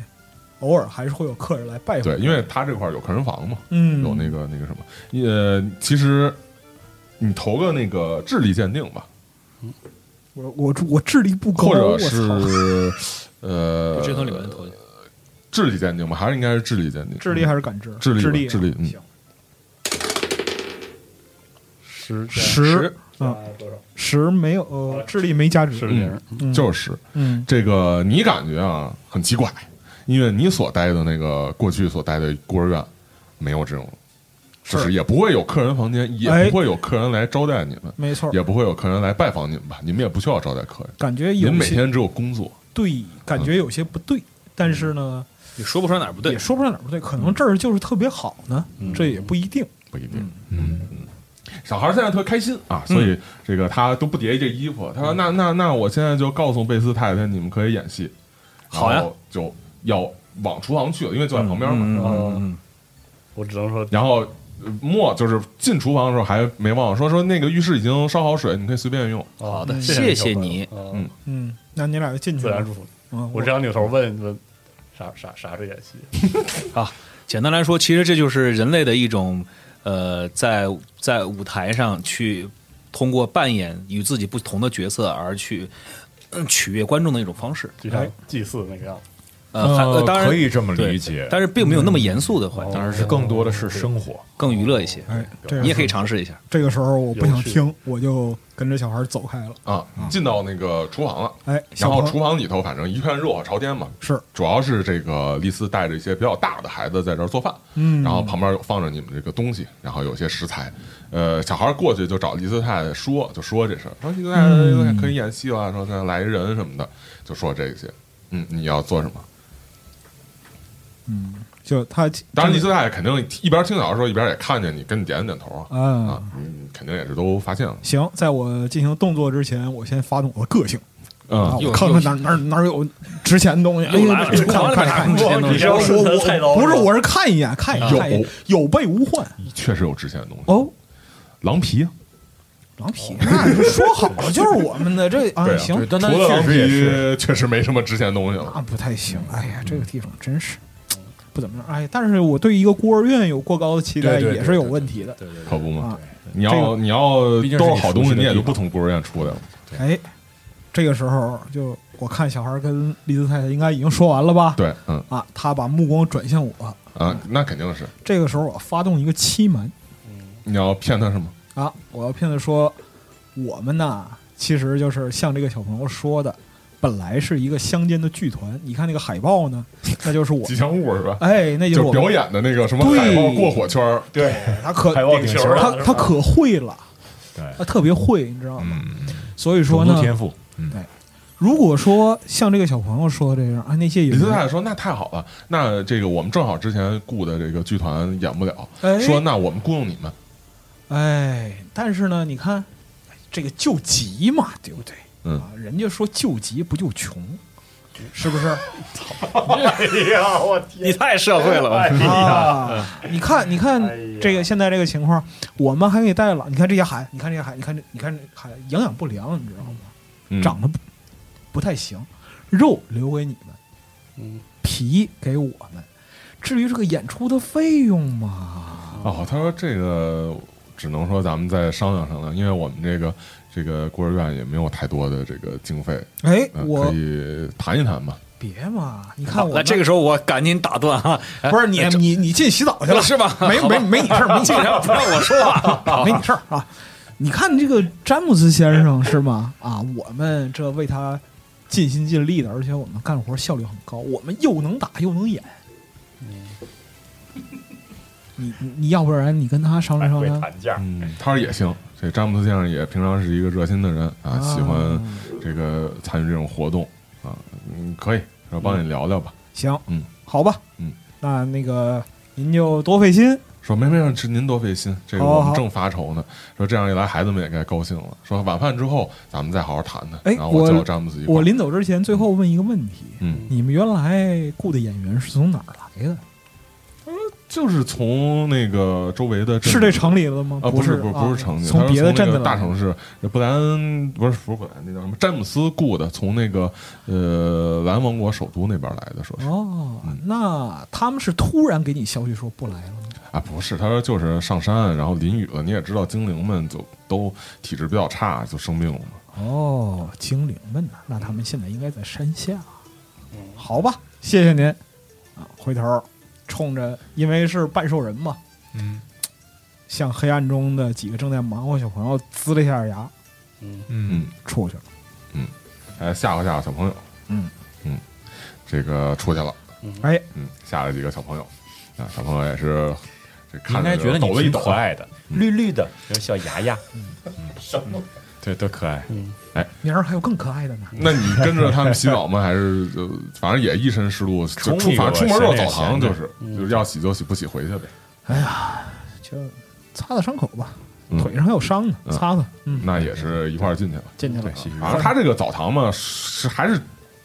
Speaker 6: 偶尔还是会有客人来拜访，
Speaker 7: 对，因为他这块儿有客人房嘛，
Speaker 6: 嗯，
Speaker 7: 有那个那个什么，呃，其实你投个那个智力鉴定吧，
Speaker 6: 我我我智力不高，
Speaker 7: 或者
Speaker 6: 哦我操
Speaker 7: 是呃
Speaker 8: 就直接从里面投进去。
Speaker 7: 智力鉴定吧，还是应该是智力鉴定，嗯
Speaker 6: 智力还是感知，
Speaker 7: 智力
Speaker 6: 智
Speaker 7: 吧
Speaker 6: 力
Speaker 7: 智力嗯
Speaker 6: 行
Speaker 5: 十
Speaker 6: 十
Speaker 5: 啊
Speaker 6: 啊
Speaker 5: 多少？
Speaker 6: 十没有呃智力没加值
Speaker 5: 是，
Speaker 7: 嗯
Speaker 5: 零。
Speaker 6: 嗯
Speaker 7: 就是十
Speaker 6: 嗯
Speaker 7: 这个你感觉啊很奇怪，因为你所待的那个过去所待的孤儿院没有这种，就是也不会有客人房间，也
Speaker 6: 哎
Speaker 7: 不会有客人来招待你们，
Speaker 6: 没
Speaker 8: 哦
Speaker 6: 错，
Speaker 7: 也不会有客人来拜访你们吧，你们也不需要招待客人，
Speaker 6: 感
Speaker 8: 哎
Speaker 6: 觉
Speaker 7: 你们
Speaker 6: 有
Speaker 7: 每
Speaker 6: 些
Speaker 7: 天只有工作。
Speaker 6: 对，感觉有些不对，但是呢，
Speaker 8: 你说不出来哪儿不对嗯
Speaker 6: 也。说不上哪儿不对，可能这儿就是特别好呢，这也不一定。
Speaker 7: 不一定。嗯嗯，小孩儿现在特开心啊，所
Speaker 8: 嗯
Speaker 7: 以这个他都不叠这衣服。他说：“那那那，我现在就告诉贝斯太太，你们可以演戏。”
Speaker 8: 好呀，
Speaker 7: 就要往厨房去了，因为就在旁边嘛。然后
Speaker 8: 嗯，
Speaker 5: 我只能说，
Speaker 7: 然后呃莫就是进厨房的时候还没忘说说那个浴室已经烧好水，你可以随便用。
Speaker 5: 好
Speaker 8: 的谢
Speaker 5: 哦谢
Speaker 8: 谢你
Speaker 5: 小朋友
Speaker 7: 嗯
Speaker 5: 嗯，
Speaker 6: 嗯，那你俩就进去
Speaker 5: 自
Speaker 6: 了
Speaker 5: 然祝。福你。
Speaker 6: 嗯，
Speaker 5: 我只想扭头问问，啥啥啥是演戏？
Speaker 8: 简单来说，其实这就是人类的一种，呃，在在舞台上去通过扮演与自己呃不同的角色而去嗯取悦观众的一种方式。
Speaker 5: 就像祭祀那个样子。
Speaker 8: 呃，还
Speaker 9: 呃
Speaker 8: 当然
Speaker 9: 可以这么
Speaker 8: 对
Speaker 9: 理解
Speaker 8: 但是并没有那么严肃的
Speaker 7: 哦
Speaker 8: 环
Speaker 9: 哦
Speaker 8: 境，
Speaker 9: 当然是更多的是生活。
Speaker 8: 更娱乐一些。
Speaker 6: 哎，这个
Speaker 8: 你也可以
Speaker 6: 时候
Speaker 8: 尝试一下。
Speaker 6: 这个时候我不想
Speaker 5: 有趣
Speaker 6: 听，我就跟着小孩走开了。
Speaker 7: 啊，
Speaker 9: 嗯
Speaker 7: 进到那个厨房了。
Speaker 6: 哎，
Speaker 7: 然
Speaker 6: 小
Speaker 7: 后
Speaker 6: 朋
Speaker 7: 厨房里头，反正一片热火朝天嘛，
Speaker 6: 是，
Speaker 7: 主要是这个丽丝带着一些比较大的孩子在这儿做饭，
Speaker 6: 嗯，
Speaker 7: 然后旁边有放着你们这个东西，然后有些食材，呃，小孩过去就找丽丝太太说，就说这事儿，说丽丝太太丽
Speaker 9: 嗯
Speaker 7: 丝太太可以演戏了，说再来一人什么的，就说这些。嗯，你要做什么？
Speaker 6: 就他
Speaker 7: 当然，丽丝太太肯定一边听小孩说，一边也看见你，跟你点了点头啊，
Speaker 6: 啊
Speaker 7: 啊，，嗯，肯定也是都发现了。
Speaker 6: 行，在我进行动作之前，我先发动我的个性啊，
Speaker 7: 嗯，
Speaker 6: 我看看哪儿哪儿哪儿有值钱的东西。哎
Speaker 8: 又来了
Speaker 6: 呦，看看看
Speaker 8: 又来了
Speaker 6: 看，
Speaker 8: 你
Speaker 5: 这要
Speaker 6: 我
Speaker 5: 顺着菜刀
Speaker 6: 我不
Speaker 5: 是
Speaker 6: 是，
Speaker 5: 吧
Speaker 6: 我是看一眼看一眼看一眼，有备无患。
Speaker 7: 确实有值钱的东西，
Speaker 6: 哦，
Speaker 7: 狼皮啊，
Speaker 6: 狼皮，哦那就说好了就是我们的这啊
Speaker 7: 对，啊
Speaker 6: 行，
Speaker 9: 对但
Speaker 7: 除
Speaker 9: 但
Speaker 7: 了
Speaker 9: 确
Speaker 7: 狼
Speaker 9: 实也是
Speaker 7: 皮，确实没什么值钱的东西了。
Speaker 6: 那不太行。哎呀，这个地方真是不怎么样。哎，但是我对一个孤儿院有过高的期待，
Speaker 9: 对对对
Speaker 6: 也是有问题的。
Speaker 9: 对对
Speaker 7: 可不嘛
Speaker 6: 啊，
Speaker 7: 你
Speaker 6: 这
Speaker 7: 要
Speaker 6: 个
Speaker 7: 你要
Speaker 9: 毕竟是
Speaker 7: 都是
Speaker 9: 你
Speaker 7: 好
Speaker 9: 熟
Speaker 7: 东西，
Speaker 9: 悉的
Speaker 7: 你也
Speaker 9: 地
Speaker 7: 就不
Speaker 9: 方
Speaker 7: 从孤儿院出来了。
Speaker 6: 哎，这个时候就我看小孩跟丽子太太应该已经说完了吧？
Speaker 7: 对，嗯
Speaker 6: 啊，他把目光转向我。
Speaker 7: 啊，那肯定是
Speaker 6: 这个时候我发动一个欺瞒
Speaker 7: 你要骗他什么？
Speaker 6: 啊，我要骗他说，我们呐，其实就是像这个小朋友说的，本来是一个乡间的剧团。你看那个海报呢，那就是我
Speaker 7: 吉，祥物是吧？
Speaker 6: 哎，那
Speaker 7: 就
Speaker 6: 就是
Speaker 7: 是
Speaker 6: 我
Speaker 7: 表
Speaker 6: 们。
Speaker 7: 演的那个什么
Speaker 6: 对
Speaker 7: 海报过火圈儿，
Speaker 5: 对，
Speaker 6: 他可
Speaker 5: 海报哎顶球
Speaker 6: 他
Speaker 5: 了，
Speaker 6: 他可会了，
Speaker 9: 对
Speaker 6: 他特别会，你知道吗？
Speaker 9: 嗯，
Speaker 6: 所以说
Speaker 9: 种族
Speaker 6: 呢，
Speaker 9: 天赋，嗯，
Speaker 6: 如果说像这个小朋友说的这样啊，那些演
Speaker 7: 李斯太
Speaker 6: 员，
Speaker 7: 太说：“那太好了，那这个我们正好之前雇的这个剧团演不了，
Speaker 6: 哎
Speaker 7: 说那我们雇佣你们。
Speaker 6: 哎，但是呢，你看这个救急嘛，对不对？
Speaker 7: 嗯
Speaker 6: 啊，人家说救急不救穷，是不是？
Speaker 5: 哎呀， *laughs* 我天，
Speaker 8: 你太社会了吧？
Speaker 5: 哎呀，
Speaker 6: 啊，你看，你看
Speaker 5: 哎呀
Speaker 6: 这个现在这个情况，我们还给带了，你看这些孩，你看这些孩，你看这，你看这孩营养不良，你知道吗？
Speaker 7: 嗯”
Speaker 6: 长得不不太行，肉留给你们，
Speaker 5: 嗯，
Speaker 6: 皮给我们。至于这个演出的费用嘛，
Speaker 7: 哦，他说这个只能说咱们再商量商量，因为我们这个这个孤儿院也没有太多的这个经费，
Speaker 6: 哎，
Speaker 7: 呃可
Speaker 6: 我
Speaker 7: 以谈一谈嘛。
Speaker 6: 别嘛，你看
Speaker 8: 好
Speaker 6: 我
Speaker 8: 那这个时候我赶紧打断啊！哎
Speaker 6: 不是你你你进洗澡去
Speaker 8: 这
Speaker 6: 了
Speaker 8: 是吧？
Speaker 6: 没
Speaker 8: *laughs* 好
Speaker 6: 没
Speaker 8: 吧
Speaker 6: 没你事儿，没你事
Speaker 8: 竟
Speaker 6: 儿，
Speaker 8: 然 *laughs* 不让我说
Speaker 6: *laughs*
Speaker 8: 话，
Speaker 6: 没你事儿啊。你看这个詹姆斯先生是吗？啊，我们这为他尽心尽力的，而且我们干活效率很高，我们又能打又能演。
Speaker 8: 嗯
Speaker 6: 你你你要不然你跟他商
Speaker 5: 哎
Speaker 10: 还
Speaker 6: 量商
Speaker 10: 会
Speaker 6: 量，
Speaker 10: 谈价，
Speaker 7: 嗯，他说也行。这詹姆斯先生也平常是一个热心的人啊，喜欢这个参与这种活动啊，嗯，可以，我帮你聊聊吧。
Speaker 6: 行，
Speaker 7: 嗯，
Speaker 6: 好吧，
Speaker 7: 嗯，
Speaker 6: 那那个您就多费心，
Speaker 7: 说没没事，这您多费心，这个
Speaker 6: 好好
Speaker 7: 我们正发愁呢。说这样一来，孩子们也该高兴了。说晚饭之后咱们再好好谈谈。
Speaker 6: 哎
Speaker 7: 然后
Speaker 6: 我
Speaker 7: 叫詹姆斯一块
Speaker 6: 我
Speaker 7: 儿。
Speaker 6: 临走之前最后问一个问题，
Speaker 7: 嗯，
Speaker 6: 你们原来雇的演员是从哪儿来的？
Speaker 7: 就是从那个周围的镇
Speaker 6: 是这城里的吗？
Speaker 7: 啊，不
Speaker 6: 是，
Speaker 7: 不是
Speaker 6: 啊
Speaker 7: 不是城里，
Speaker 6: 从别的镇子
Speaker 7: 的
Speaker 6: 来
Speaker 7: 大城市，布莱恩不是不是布莱恩，那叫什么？詹姆斯雇的，从那个呃蓝王国首都那边来的，说是。
Speaker 6: 哦
Speaker 7: 嗯，
Speaker 6: 那他们是突然给你消息说不来了吗？
Speaker 7: 啊，不是，他说就是上山，然后淋雨了。你也知道，精灵们就都体质比较差，就生病了嘛。
Speaker 6: 哦，精灵们呐，那他们现在应该在山下。啊好吧，谢谢您啊！回头冲着，因为是半兽人嘛，
Speaker 9: 嗯
Speaker 6: 向黑暗中的几个正在忙活小朋友呲了一下牙，
Speaker 9: 嗯，
Speaker 6: 出去了。
Speaker 7: 哎，吓唬吓唬小朋友。
Speaker 6: 嗯
Speaker 7: 嗯，这个出去了，
Speaker 6: 哎，
Speaker 7: 嗯，吓了几个小朋友。啊，小朋友也是，这
Speaker 9: 你
Speaker 7: 看
Speaker 9: 应该
Speaker 7: 着
Speaker 9: 觉得你
Speaker 7: 抖了一
Speaker 9: 挺
Speaker 7: 抖
Speaker 9: 可。爱的，绿绿的，有小牙牙，嗯，对，多可爱，
Speaker 6: 明儿还有更可爱的呢。
Speaker 7: 那你跟着他们洗澡吗？还是就反正也一身湿漉，就
Speaker 9: 冲
Speaker 7: 出
Speaker 9: 一个
Speaker 7: 反正出门就是澡
Speaker 9: 闲
Speaker 7: 堂，
Speaker 9: 着嗯
Speaker 7: 就是就是要洗就洗，不洗回去呗。
Speaker 6: 就擦擦伤口吧，
Speaker 7: 嗯
Speaker 6: 腿上还有伤呢，
Speaker 7: 嗯
Speaker 6: 擦擦。嗯，
Speaker 7: 那也是一块儿进去了。
Speaker 6: 进去了
Speaker 9: 对，。洗浴
Speaker 7: 反正他这个澡堂嘛，是还是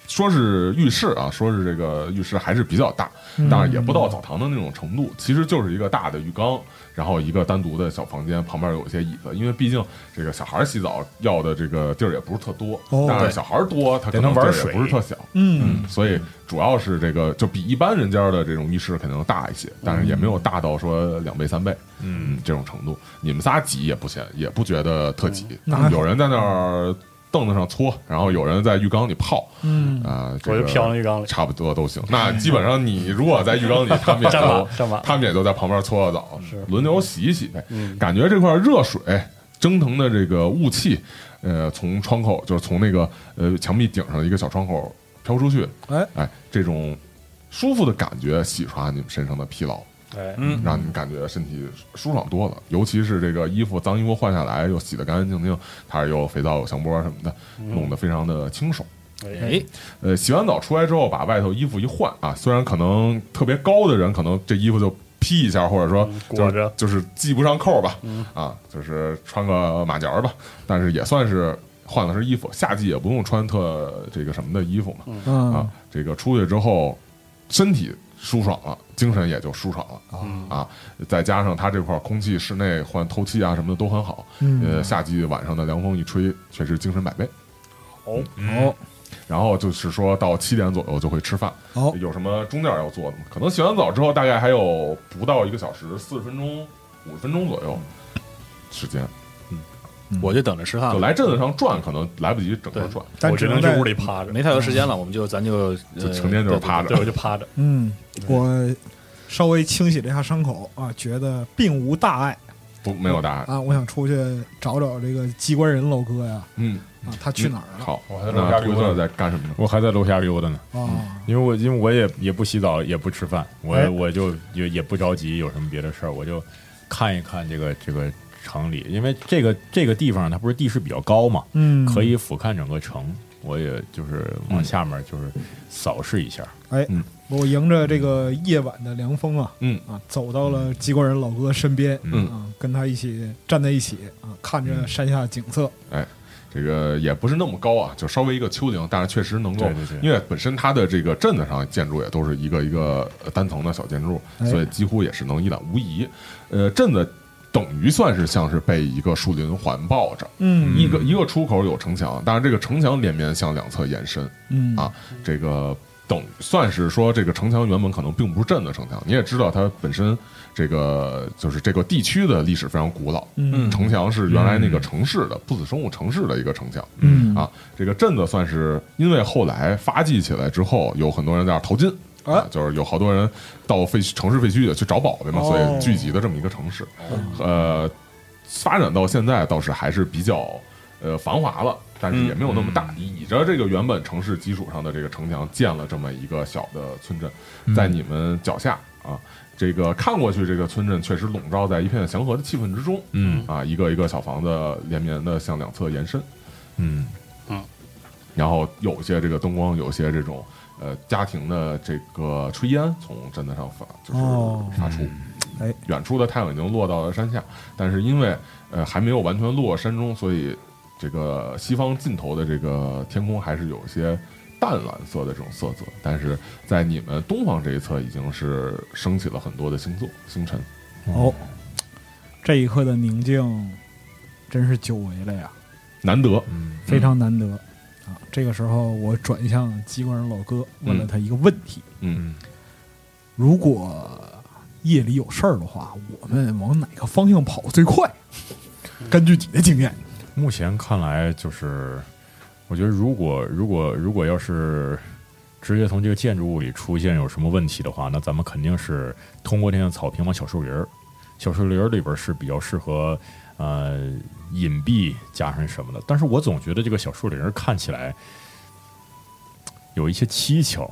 Speaker 7: 说是浴室啊，说是这个浴室还是比较大，
Speaker 6: 嗯
Speaker 7: 但是也不到澡堂的那种程度，其实就是一个大的浴缸，然后一个单独的小房间，旁边有一些椅子，因为毕竟这个小孩洗澡要的这个地儿也不是特多，
Speaker 6: 哦
Speaker 7: 但
Speaker 6: 对
Speaker 7: 是小孩多，他可
Speaker 9: 得能
Speaker 7: 地儿
Speaker 9: 玩
Speaker 7: 也
Speaker 9: 水
Speaker 7: 不是特小。
Speaker 6: 嗯，
Speaker 7: 所以主要是这个，就比一般人家的这种浴室肯定大一些，但是也没有大到说两倍三倍，嗯，这种程度。你们仨挤也不嫌，也不觉得特挤
Speaker 6: 那还。好
Speaker 7: 有人在那儿凳子上搓，然后有人在浴缸里泡，
Speaker 6: 嗯
Speaker 7: 啊、这
Speaker 5: 我
Speaker 7: 个
Speaker 5: 就飘到浴缸里
Speaker 7: 差不多都行。那基本上你如果在浴缸里，他们也
Speaker 5: 站 *laughs*
Speaker 7: 都
Speaker 5: 马站马
Speaker 7: 他们也都在旁边搓个澡
Speaker 5: 是，
Speaker 7: 轮流洗一洗呗。
Speaker 5: 嗯
Speaker 7: 感觉这块热水蒸腾的这个雾气，呃，从窗口就是从那个呃墙壁顶上的一个小窗口飘出去，
Speaker 6: 哎
Speaker 7: 哎，这种舒服的感觉洗刷你们身上的疲劳，
Speaker 5: 哎，
Speaker 8: 嗯，
Speaker 7: 让你们感觉身体舒爽多了。尤其是这个衣服脏衣服换下来又洗得干干净净，它是有肥皂有香波什么的，
Speaker 5: 嗯
Speaker 7: 弄得非常的清爽。
Speaker 8: 哎，
Speaker 7: 呃，洗完澡出来之后，把外头衣服一换啊，虽然可能特别高的人，可能这衣服就披一下，或者说
Speaker 5: 嗯
Speaker 7: 就
Speaker 5: 裹
Speaker 7: 是、
Speaker 5: 着
Speaker 7: 就是系不上扣吧，
Speaker 5: 嗯
Speaker 7: 啊，就是穿个马甲儿吧，但是也算是换了身衣服，夏季也不用穿特这个什么的衣服嘛，啊
Speaker 6: 嗯，，
Speaker 7: 这个出去之后，身体舒爽了，精神也就舒爽了。
Speaker 5: 嗯
Speaker 7: 啊，再加上它这块儿空气室内换透气啊什么的都很好，
Speaker 6: 嗯
Speaker 7: 呃，夏季晚上的凉风一吹，确实精神百倍。
Speaker 6: 哦
Speaker 7: 然后就是说到七点左右就会吃饭。
Speaker 6: 哦
Speaker 7: 有什么中间要做的吗？可能洗完澡之后，大概还有不到一个小时，四十分钟、五十分钟左右
Speaker 9: 嗯
Speaker 7: 时间，
Speaker 8: 我就等着
Speaker 9: 啊
Speaker 8: 吃饭
Speaker 7: 就
Speaker 8: 了，
Speaker 7: 来镇子上转，可能来不及整个转。
Speaker 6: 但
Speaker 5: 我
Speaker 6: 只
Speaker 5: 只
Speaker 6: 能
Speaker 5: 能
Speaker 6: 在
Speaker 5: 去屋里趴着，
Speaker 8: 没太多时间了，我们就咱就
Speaker 7: 就
Speaker 8: 呃
Speaker 7: 成天就是趴着
Speaker 5: 对，我就趴着，
Speaker 6: 嗯，我稍微清洗了一下伤口啊，觉得并无大碍
Speaker 7: 不，没有答案。
Speaker 6: 啊，我想出去找找这个机关人楼哥呀
Speaker 7: 嗯，
Speaker 6: 啊，他去哪儿了
Speaker 7: 好，
Speaker 9: 我还在楼
Speaker 7: 那
Speaker 9: 下
Speaker 7: 涂
Speaker 9: 溜
Speaker 7: 色
Speaker 9: 达
Speaker 7: 在干什么呢？
Speaker 9: 我还在楼下溜达呢，
Speaker 6: 啊？
Speaker 9: 嗯因为我因为我也也不洗澡，也不吃饭，我、
Speaker 6: 哎
Speaker 9: 我就也也不着急有什么别的事儿，我就看一看这个这个城里，因为这个这个地方它不是地势比较高嘛，
Speaker 6: 嗯，
Speaker 9: 可以俯瞰整个城，我也就是往下面就是扫视一下。
Speaker 6: 哎
Speaker 7: 嗯，
Speaker 6: 我迎着这个夜晚的凉风啊，
Speaker 7: 嗯
Speaker 6: 啊，走到了机关人老哥身边，
Speaker 7: 嗯
Speaker 6: 啊，跟他一起站在一起啊，看着山下景色，
Speaker 7: 这个也不是那么高啊，就稍微一个丘陵，但是确实能够，
Speaker 9: 对对对
Speaker 7: 因为本身它的这个镇子上建筑也都是一个一个呃单层的小建筑，
Speaker 6: 哎
Speaker 7: 所以几乎也是能一览无遗。呃，镇子等于算是像是被一个树林环抱着，
Speaker 6: 嗯
Speaker 7: 一个一个出口有城墙，但是这个城墙连绵向两侧延伸，
Speaker 6: 嗯
Speaker 7: 啊这个等算是说这个城墙原本可能并不是镇的城墙，你也知道它本身这个就是这个地区的历史非常古老，
Speaker 6: 嗯
Speaker 7: 城墙是原来那个城市的不死生物城市的一个城墙，
Speaker 6: 嗯
Speaker 7: 啊，这个镇子算是因为后来发迹起来之后，有很多人在那儿淘金。啊，就是有好多人到废墟城市废墟里去找宝贝嘛，所
Speaker 6: 哦
Speaker 7: 以聚集的这么一个城市，呃，发展到现在倒是还是比较呃繁华了，但是也没有那么
Speaker 6: 嗯
Speaker 7: 大。倚着这个原本城市基础上的这个城墙，建了这么一个小的村镇，
Speaker 6: 嗯
Speaker 7: 在你们脚下啊，这个看过去，这个村镇确实笼罩在一片祥和的气氛之中。
Speaker 9: 嗯
Speaker 7: 啊，一个一个小房子连绵的向两侧延伸，
Speaker 9: 嗯，
Speaker 7: 然后有一些这个灯光，有一些这种呃家庭的这个炊烟从镇子上发，就是
Speaker 6: 哦
Speaker 7: 发出。
Speaker 9: 嗯
Speaker 6: 哎，
Speaker 7: 远处的太阳已经落到了山下，但是因为呃还没有完全落山中，所以这个西方尽头的这个天空还是有一些淡蓝色的这种色泽，但是在你们东方这一侧已经是升起了很多的星座星辰。
Speaker 6: 哦，这一刻的宁静真是久违了呀，
Speaker 7: 难得，
Speaker 9: 嗯
Speaker 7: 嗯
Speaker 6: 非常难得啊！这个时候，我转向机关人老哥，问了他一个问题：
Speaker 7: 嗯，
Speaker 6: 如果夜里有事儿的话，我们往哪个方向跑最快？
Speaker 7: 嗯
Speaker 6: 根据你的经验，
Speaker 9: 目前看来就是，我觉得如果如果如果要是直接从这个建筑物里出现有什么问题的话，那咱们肯定是通过这样草坪啊往小树林儿，小树林儿里边儿是比较适合呃隐蔽加上什么的。但是我总觉得这个小树林儿看起来有一些蹊跷，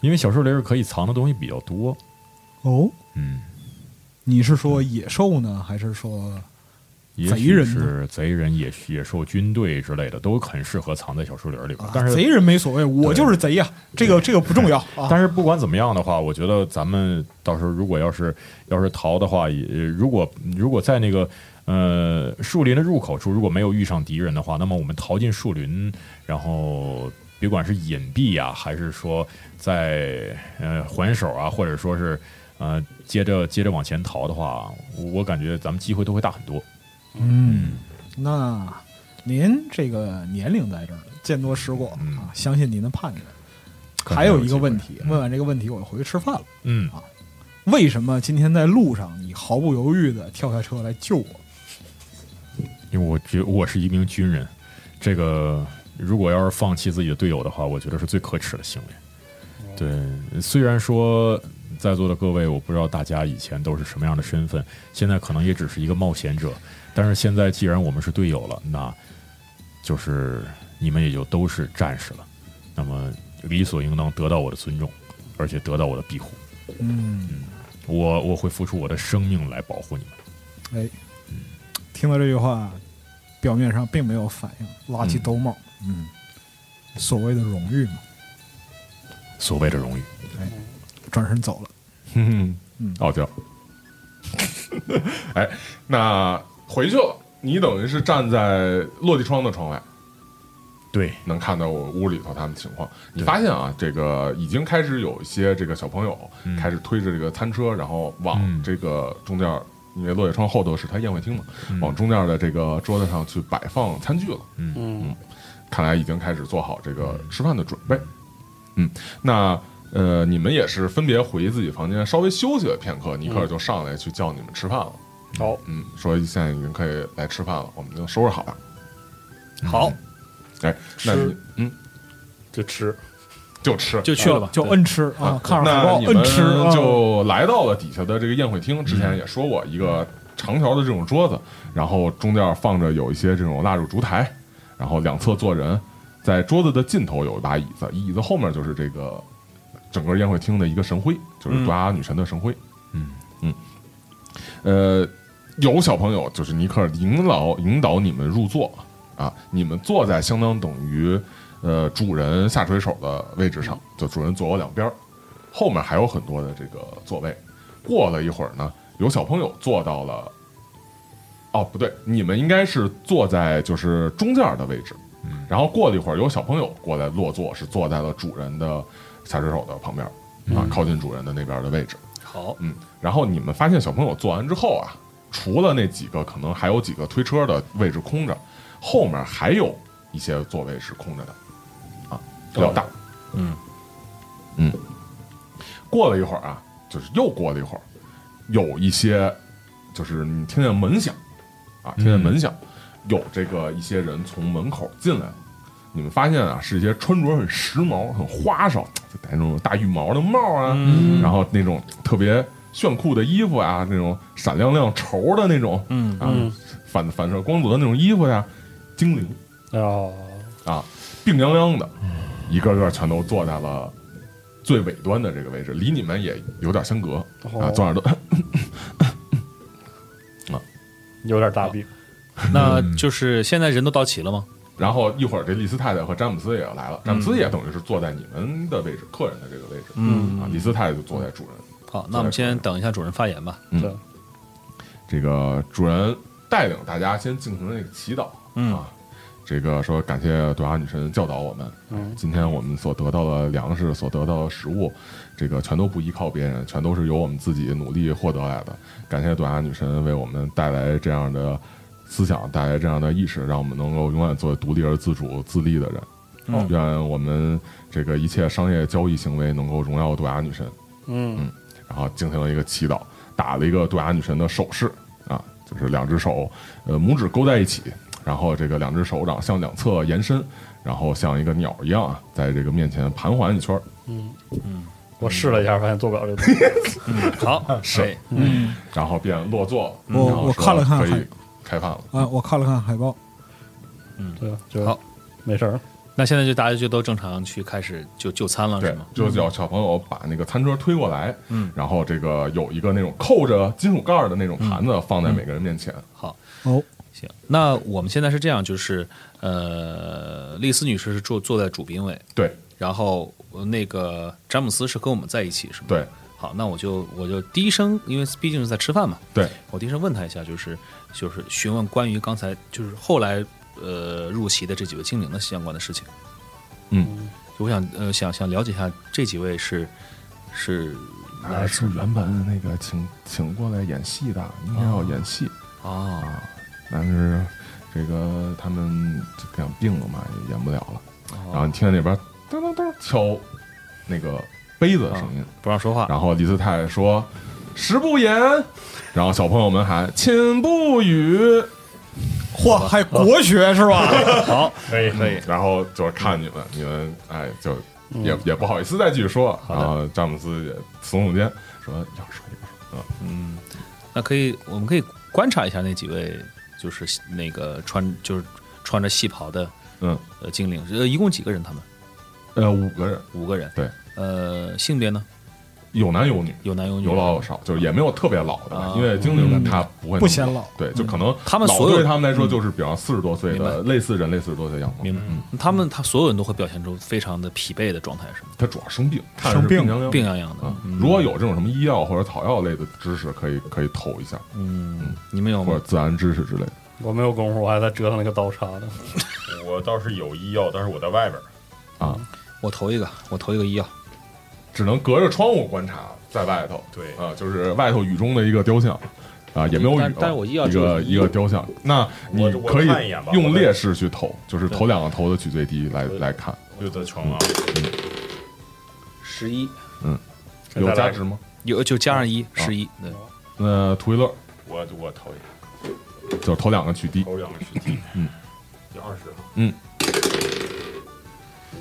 Speaker 9: 因为小树林儿可以藏的东西比较多。
Speaker 6: 哦，
Speaker 9: 嗯，
Speaker 6: 你是说野兽呢，还是说
Speaker 9: 也
Speaker 6: 贼
Speaker 9: 许
Speaker 6: 人呢
Speaker 9: 是贼人、野野兽、军队之类的，都很适合藏在小树林儿里边儿
Speaker 6: 啊。
Speaker 9: 但是
Speaker 6: 贼人没所谓，我就是贼呀、这个这个不重要啊。
Speaker 9: 但是不管怎么样的话，我觉得咱们到时候如果要是要是逃的话，也如果如果在那个呃树林的入口处如果没有遇上敌人的话，那么我们逃进树林，然后别管是隐蔽呀、还是说在呃还手啊，或者说是呃接着接着往前逃的话，我我感觉咱们机会都会大很多。
Speaker 6: 嗯，那您这个年龄在这儿呢，见多识广、
Speaker 9: 嗯
Speaker 6: 啊，相信您的判断。
Speaker 9: 可能
Speaker 6: 还有一
Speaker 9: 有
Speaker 6: 个
Speaker 9: 机会
Speaker 6: 问题，啊
Speaker 9: 嗯
Speaker 6: 问完这个问题，我就回去吃饭了。
Speaker 9: 嗯
Speaker 6: 为什么今天在路上你毫不犹豫的跳下车来救我？
Speaker 9: 因为我觉我是一名军人，这个如果要是放弃自己的队友的话，我觉得是最可耻的行为。对，虽然说在座的各位，我不知道大家以前都是什么样的身份，现在可能也只是一个冒险者，但是现在既然我们是队友了，那就是你们也就都是战士了，那么理所应当得到我的尊重，而且得到我的庇护。
Speaker 6: 嗯，
Speaker 9: 我我会付出我的生命来保护你们。
Speaker 6: 哎，听到这句话，表面上并没有反应，拉起兜帽，嗯，所谓的荣誉嘛，
Speaker 9: 所谓的荣誉，
Speaker 6: 转身走了。
Speaker 7: 哼
Speaker 6: 嗯
Speaker 7: 哼，傲娇。哎，那回去了，你等于是站在落地窗的窗外，
Speaker 9: 对，
Speaker 7: 能看到我屋里头他们情况。你发现啊，这个已经开始有一些这个小朋友
Speaker 9: 嗯
Speaker 7: 开始推着这个餐车，然后往
Speaker 9: 嗯
Speaker 7: 啊这个中间儿，因为落地窗后头是他宴会厅嘛，
Speaker 9: 嗯
Speaker 7: 往中间儿的这个桌子上去摆放餐具了。
Speaker 5: 嗯，
Speaker 7: 看来已经开始做好这个吃饭的准备。嗯，那呃，你们也是分别回自己房间稍微休息了片刻，尼克就上来去叫你们吃饭了。
Speaker 5: 好，
Speaker 7: 嗯，说现在已经可以来吃饭了，我们就收拾好了。
Speaker 5: 好，
Speaker 7: 哎，那你
Speaker 5: 吃
Speaker 7: 嗯，
Speaker 5: 就吃，
Speaker 7: 就吃。
Speaker 8: 就去了吧，
Speaker 6: 就
Speaker 8: 对
Speaker 6: 摁吃啊，看着海
Speaker 7: 那
Speaker 6: 报
Speaker 7: 你
Speaker 6: 摁
Speaker 7: 们
Speaker 6: 吃啊，
Speaker 7: 就来到了底下的这个宴会厅。之前也说过，一个长条的这种桌子，然后中间放着有一些这种蜡烛烛台，然后两侧坐人，在桌子的尽头有一把椅子，椅子后面就是这个整个宴会厅的一个神徽，就是朵拉女神的神徽。
Speaker 9: 嗯
Speaker 7: 嗯，呃，有小朋友就是尼克尔引导引导你们入座啊，你们坐在相当等于呃主人下垂手的位置上，就主人左右两边儿，后面还有很多的这个座位。过了一会儿呢，有小朋友坐到了，哦不对，你们应该是坐在就是中间儿的位置，然后过了一会儿有小朋友过来落座，是坐在了主人的下垂手的旁边儿啊，靠近主人的那边儿的位置。
Speaker 8: 好，
Speaker 7: 嗯，然后你们发现小朋友做完之后啊，除了那几个，可能还有几个推车的位置空着，后面还有一些座位是空着的，啊，比较大。
Speaker 8: 嗯
Speaker 7: 嗯，过了一会儿啊，就是又过了一会儿，有一些就是你听见门响，啊，
Speaker 9: 嗯
Speaker 7: 听见门响，有这个一些人从门口进来了。你们发现啊，是一些穿着很时髦、很花哨，就戴那种大浴帽的帽啊，
Speaker 9: 嗯
Speaker 7: 然后那种特别炫酷的衣服啊，那种闪亮亮绸的那种，
Speaker 8: 嗯
Speaker 7: 啊，反反射光泽的那种衣服呀、精灵
Speaker 5: 哦，
Speaker 7: 啊，病殃殃的，一个个全都坐在了最尾端的这个位置，离你们也有点相隔啊，
Speaker 5: 哦
Speaker 7: 坐那儿都
Speaker 5: 有点大病，
Speaker 8: 那
Speaker 7: 嗯
Speaker 8: 就是现在人都到齐了吗？
Speaker 7: 然后一会儿这丽丝太太和詹姆斯也要来了，詹姆斯也等于是坐在你们的位置，客人的这个位置，
Speaker 8: 嗯
Speaker 7: 啊，丽丝太太就坐在主人
Speaker 8: 好，那我们先等一下主人发言吧。
Speaker 7: 嗯
Speaker 5: 对，
Speaker 7: 这个主人带领大家先进行那个祈祷，
Speaker 8: 嗯
Speaker 7: 啊，这个说感谢朵拉女神教导我们，
Speaker 5: 嗯
Speaker 7: 今天我们所得到的粮食、所得到的食物，这个全都不依靠别人，全都是由我们自己努力获得来的。感谢朵拉女神为我们带来这样的思想，带来这样的意识，让我们能够永远做独立而自主、自立的人。
Speaker 8: 嗯
Speaker 7: 愿我们这个一切商业交易行为能够荣耀朵拉女神。
Speaker 5: 嗯
Speaker 7: 然后进行了一个祈祷，打了一个对牙女神的手势啊，就是两只手，呃，拇指勾在一起，然后这个两只手掌向两侧延伸，然后像一个鸟一样啊，在这个面前盘桓一圈儿。
Speaker 5: 我试了一下，发现做不了这个东西，
Speaker 7: *laughs*
Speaker 8: 好，是
Speaker 6: 嗯，
Speaker 7: 然后便落座。
Speaker 6: 我
Speaker 7: 然后
Speaker 6: 我
Speaker 7: 说
Speaker 6: 看了看
Speaker 7: 可
Speaker 6: 还
Speaker 7: 以开饭了。
Speaker 6: 啊，我看了看海报，
Speaker 5: 对，就
Speaker 8: 好，
Speaker 5: 没事儿，
Speaker 8: 那现在就大家就都正常去开始就就餐了，是
Speaker 7: 对
Speaker 8: 吗，？
Speaker 7: 就叫小朋友把那个餐车推过来，
Speaker 8: 嗯
Speaker 7: 然后这个有一个那种扣着金属盖儿的那种盘子放在每个人面前，
Speaker 8: 好，
Speaker 6: 哦，
Speaker 8: 行，那我们现在是这样，就是呃，丽丝女士是坐坐在主宾位，
Speaker 7: 对
Speaker 8: 然后呃那个詹姆斯是跟我们在一起，是吗？。
Speaker 7: 对
Speaker 8: 好，那我就我就第一声，因为毕竟是在吃饭嘛，
Speaker 7: 对，
Speaker 8: 我第一声问他一下，就是就是询问关于刚才就是后来呃入席的这几位精灵的相关的事情。
Speaker 7: 嗯，
Speaker 8: 我想呃想想了解一下这几位是是
Speaker 7: 还啊是原本那个请请过来演戏的，应该要演戏。
Speaker 8: 啊
Speaker 7: 但是这个他们这样病了嘛，也演不了了。
Speaker 8: 哦
Speaker 7: 然后你听见那边噔噔噔敲那个杯子的声音，
Speaker 8: 啊不让说话，
Speaker 7: 然后李斯泰说：“食不言。”然后小朋友们喊：“寝不语。”
Speaker 6: 嚯，还国学是
Speaker 7: *laughs*
Speaker 6: 吧？
Speaker 10: 好，可以可以，
Speaker 7: 然后就是看你们，你们哎，就
Speaker 5: 嗯
Speaker 7: 也也不好意思再继续说了。然后詹姆斯也耸耸肩说：“要说一说啊，
Speaker 8: 嗯，那可以，我们可以观察一下那几位，就是那个穿就是穿着戏袍的，
Speaker 7: 嗯，
Speaker 8: 呃，精灵，呃，一共几个人？他们
Speaker 7: 呃，五个人
Speaker 8: 五个人。
Speaker 7: 对，
Speaker 8: 呃，性别呢？
Speaker 7: 有男有女，
Speaker 8: 有男有女。
Speaker 7: 有老有少，就是也没有特别老的吧
Speaker 8: 啊，
Speaker 7: 因为精灵
Speaker 6: 嗯
Speaker 7: 他不
Speaker 6: 不
Speaker 7: 会那么
Speaker 6: 显老
Speaker 7: 对，就可能
Speaker 8: 他们
Speaker 7: 老
Speaker 8: 所有
Speaker 7: 对他们来说就是比方四十多岁
Speaker 8: 明白
Speaker 7: 的类嗯似人类四十多岁的样貌。
Speaker 8: 明白，嗯他们他所有人都会表现出非常的疲惫的状态，是吗？
Speaker 7: 他主要生病，看
Speaker 6: 生
Speaker 7: 着是
Speaker 6: 病
Speaker 7: 病殃殃
Speaker 8: 病殃殃的嗯
Speaker 7: 啊。。如果有这种什么医药或者草药类的知识，可以可以投一下，
Speaker 8: 嗯，你们有
Speaker 7: 或者
Speaker 8: 吗？
Speaker 7: 自然知识之类的。
Speaker 5: 我没有功夫，我还在折腾那个刀叉呢。
Speaker 11: 我倒是有医药，但是我在外边儿。
Speaker 8: 我投一个，我投一个医药。
Speaker 7: 只能隔着窗户观察，在外头。
Speaker 11: 对
Speaker 7: 啊，就是外头雨中的一个雕像，啊，也没有雨
Speaker 8: 但
Speaker 7: 啊，
Speaker 8: 但是我医药
Speaker 7: 一
Speaker 8: 只有
Speaker 7: 个
Speaker 8: 一
Speaker 7: 一个雕像。那你
Speaker 11: 我
Speaker 7: 可以
Speaker 11: 看一眼吧
Speaker 7: 用
Speaker 11: 我
Speaker 7: 劣势去投，就是投两个投的取最低来来看，
Speaker 11: 又得穷
Speaker 7: 啊
Speaker 11: 了，
Speaker 8: 十一，
Speaker 7: 有
Speaker 5: 再来
Speaker 7: 价值吗？
Speaker 8: 有就加上一，
Speaker 7: 啊
Speaker 8: 十一。对，
Speaker 7: 那图一乐
Speaker 11: 我我投一个，
Speaker 7: 就是投两个取低，
Speaker 11: 投两个去踢，
Speaker 7: 嗯，
Speaker 11: 就二十了，
Speaker 7: 嗯，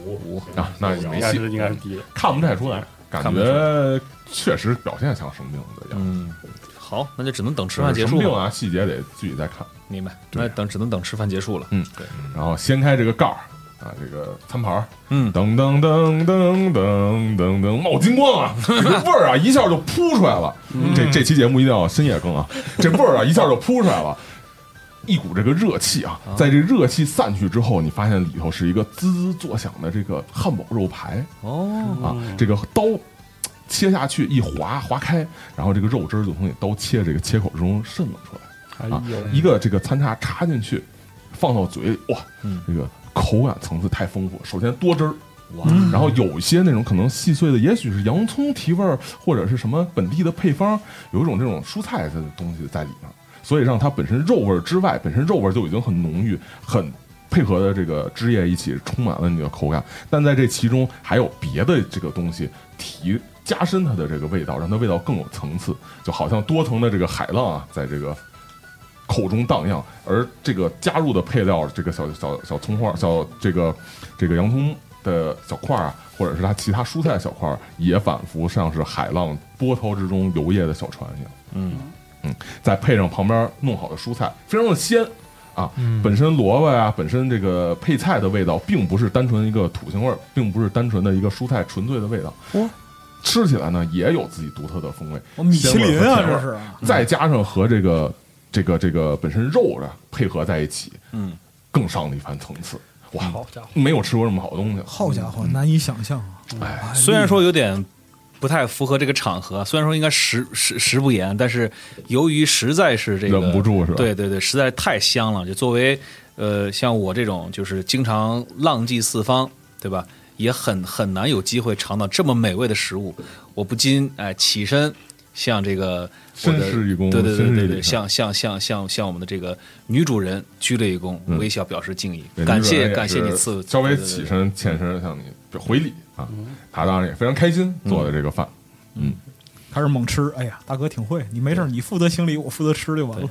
Speaker 11: 五五
Speaker 7: 啊那你没
Speaker 5: 应该是应该是低的，
Speaker 7: 看不太出来，感
Speaker 8: 看不太出
Speaker 7: 觉确实表现像生病的样子。
Speaker 8: 嗯，好，那就只能等吃
Speaker 7: 就是
Speaker 8: 饭结
Speaker 7: 生
Speaker 8: 束
Speaker 7: 病
Speaker 8: 了。
Speaker 7: 啊，细节得自己再看。
Speaker 8: 明白，那等只能等吃饭结束了。
Speaker 7: 嗯然后掀开这个盖儿啊，这个餐盘儿，
Speaker 8: 嗯
Speaker 7: 噔噔噔噔噔噔噔，冒金光啊， *laughs* 这个味儿啊，一下就扑出来了。这这期节目一定要深夜更啊，这味儿啊，一下就扑出来了。一股这个热气啊，在这热气散去之后，你发现里头是一个滋滋作响的这个汉堡肉排
Speaker 8: 哦，
Speaker 7: 啊，这个刀切下去一划划开，然后这个肉汁儿就从你刀切这个切口之中渗了出来。
Speaker 5: 还
Speaker 7: 啊
Speaker 5: 有，
Speaker 7: 一个这个餐叉插进去，放到嘴里，哇，嗯
Speaker 8: 嗯
Speaker 7: 这个口感层次太丰富。首先多汁儿，哇，然后有一些那种可能细碎的，也许是洋葱提味儿，或者是什么本地的配方，有一种这种蔬菜的东西在里面，所以让它本身肉味儿之外，本身肉味儿就已经很浓郁，很。配合的这个汁液一起充满了你的口感，但在这其中还有别的这个东西提加深它的这个味道，让它味道更有层次，就好像多层的这个海浪啊，在这个口中荡漾，而这个加入的配料，这个小小小葱花、小这个这个洋葱的小块儿啊，或者是它其他蔬菜的小块儿，也仿佛像是海浪波涛之中游曳的小船一样。
Speaker 8: 嗯
Speaker 7: 嗯，再配上旁边弄好的蔬菜，非常的鲜啊。本身萝卜呀、本身这个配菜的味道，并不是单纯一个土腥味儿，并不是单纯的一个蔬菜纯粹的味道。吃起来呢，也有自己独特的风味。
Speaker 6: 我米其林
Speaker 7: 鲜味儿
Speaker 6: 啊，
Speaker 7: 和甜味
Speaker 6: 这
Speaker 7: 儿
Speaker 6: 是
Speaker 7: 再加上和这个这个这个本身肉的配合在一起，
Speaker 8: 嗯，
Speaker 7: 更上了一番层次。哇，
Speaker 5: 好家伙，
Speaker 7: 没有吃过这么好的东西，
Speaker 6: 好家
Speaker 7: 嗯
Speaker 6: 伙，难以想象啊！哎
Speaker 8: 虽然说有点不太符合这个场合，虽然说应该食食食不言，但是由于实在是这个
Speaker 7: 忍不住是吧
Speaker 8: 对对对，实在太香了。就作为呃像我这种就是经常浪迹四方，对吧？也很很难有机会尝到这么美味的食物，我不禁哎起身向这个我的
Speaker 7: 深施一躬
Speaker 8: 对对对
Speaker 7: 深施
Speaker 8: 对
Speaker 7: 一
Speaker 8: 对，
Speaker 7: 礼
Speaker 8: 向向向向向我们的这个女主人鞠了一躬，微笑表示敬意，
Speaker 7: 对
Speaker 8: 感
Speaker 7: 女主人
Speaker 8: 谢
Speaker 7: 也
Speaker 8: 感谢
Speaker 7: 是
Speaker 8: 你赐
Speaker 7: 稍微
Speaker 8: 对对对
Speaker 7: 起身欠身向你回礼啊。他当然也非常开心做的这个饭，
Speaker 6: 开始猛吃，哎呀，大哥挺会，你没事儿，你负责清理，我负责吃就完了。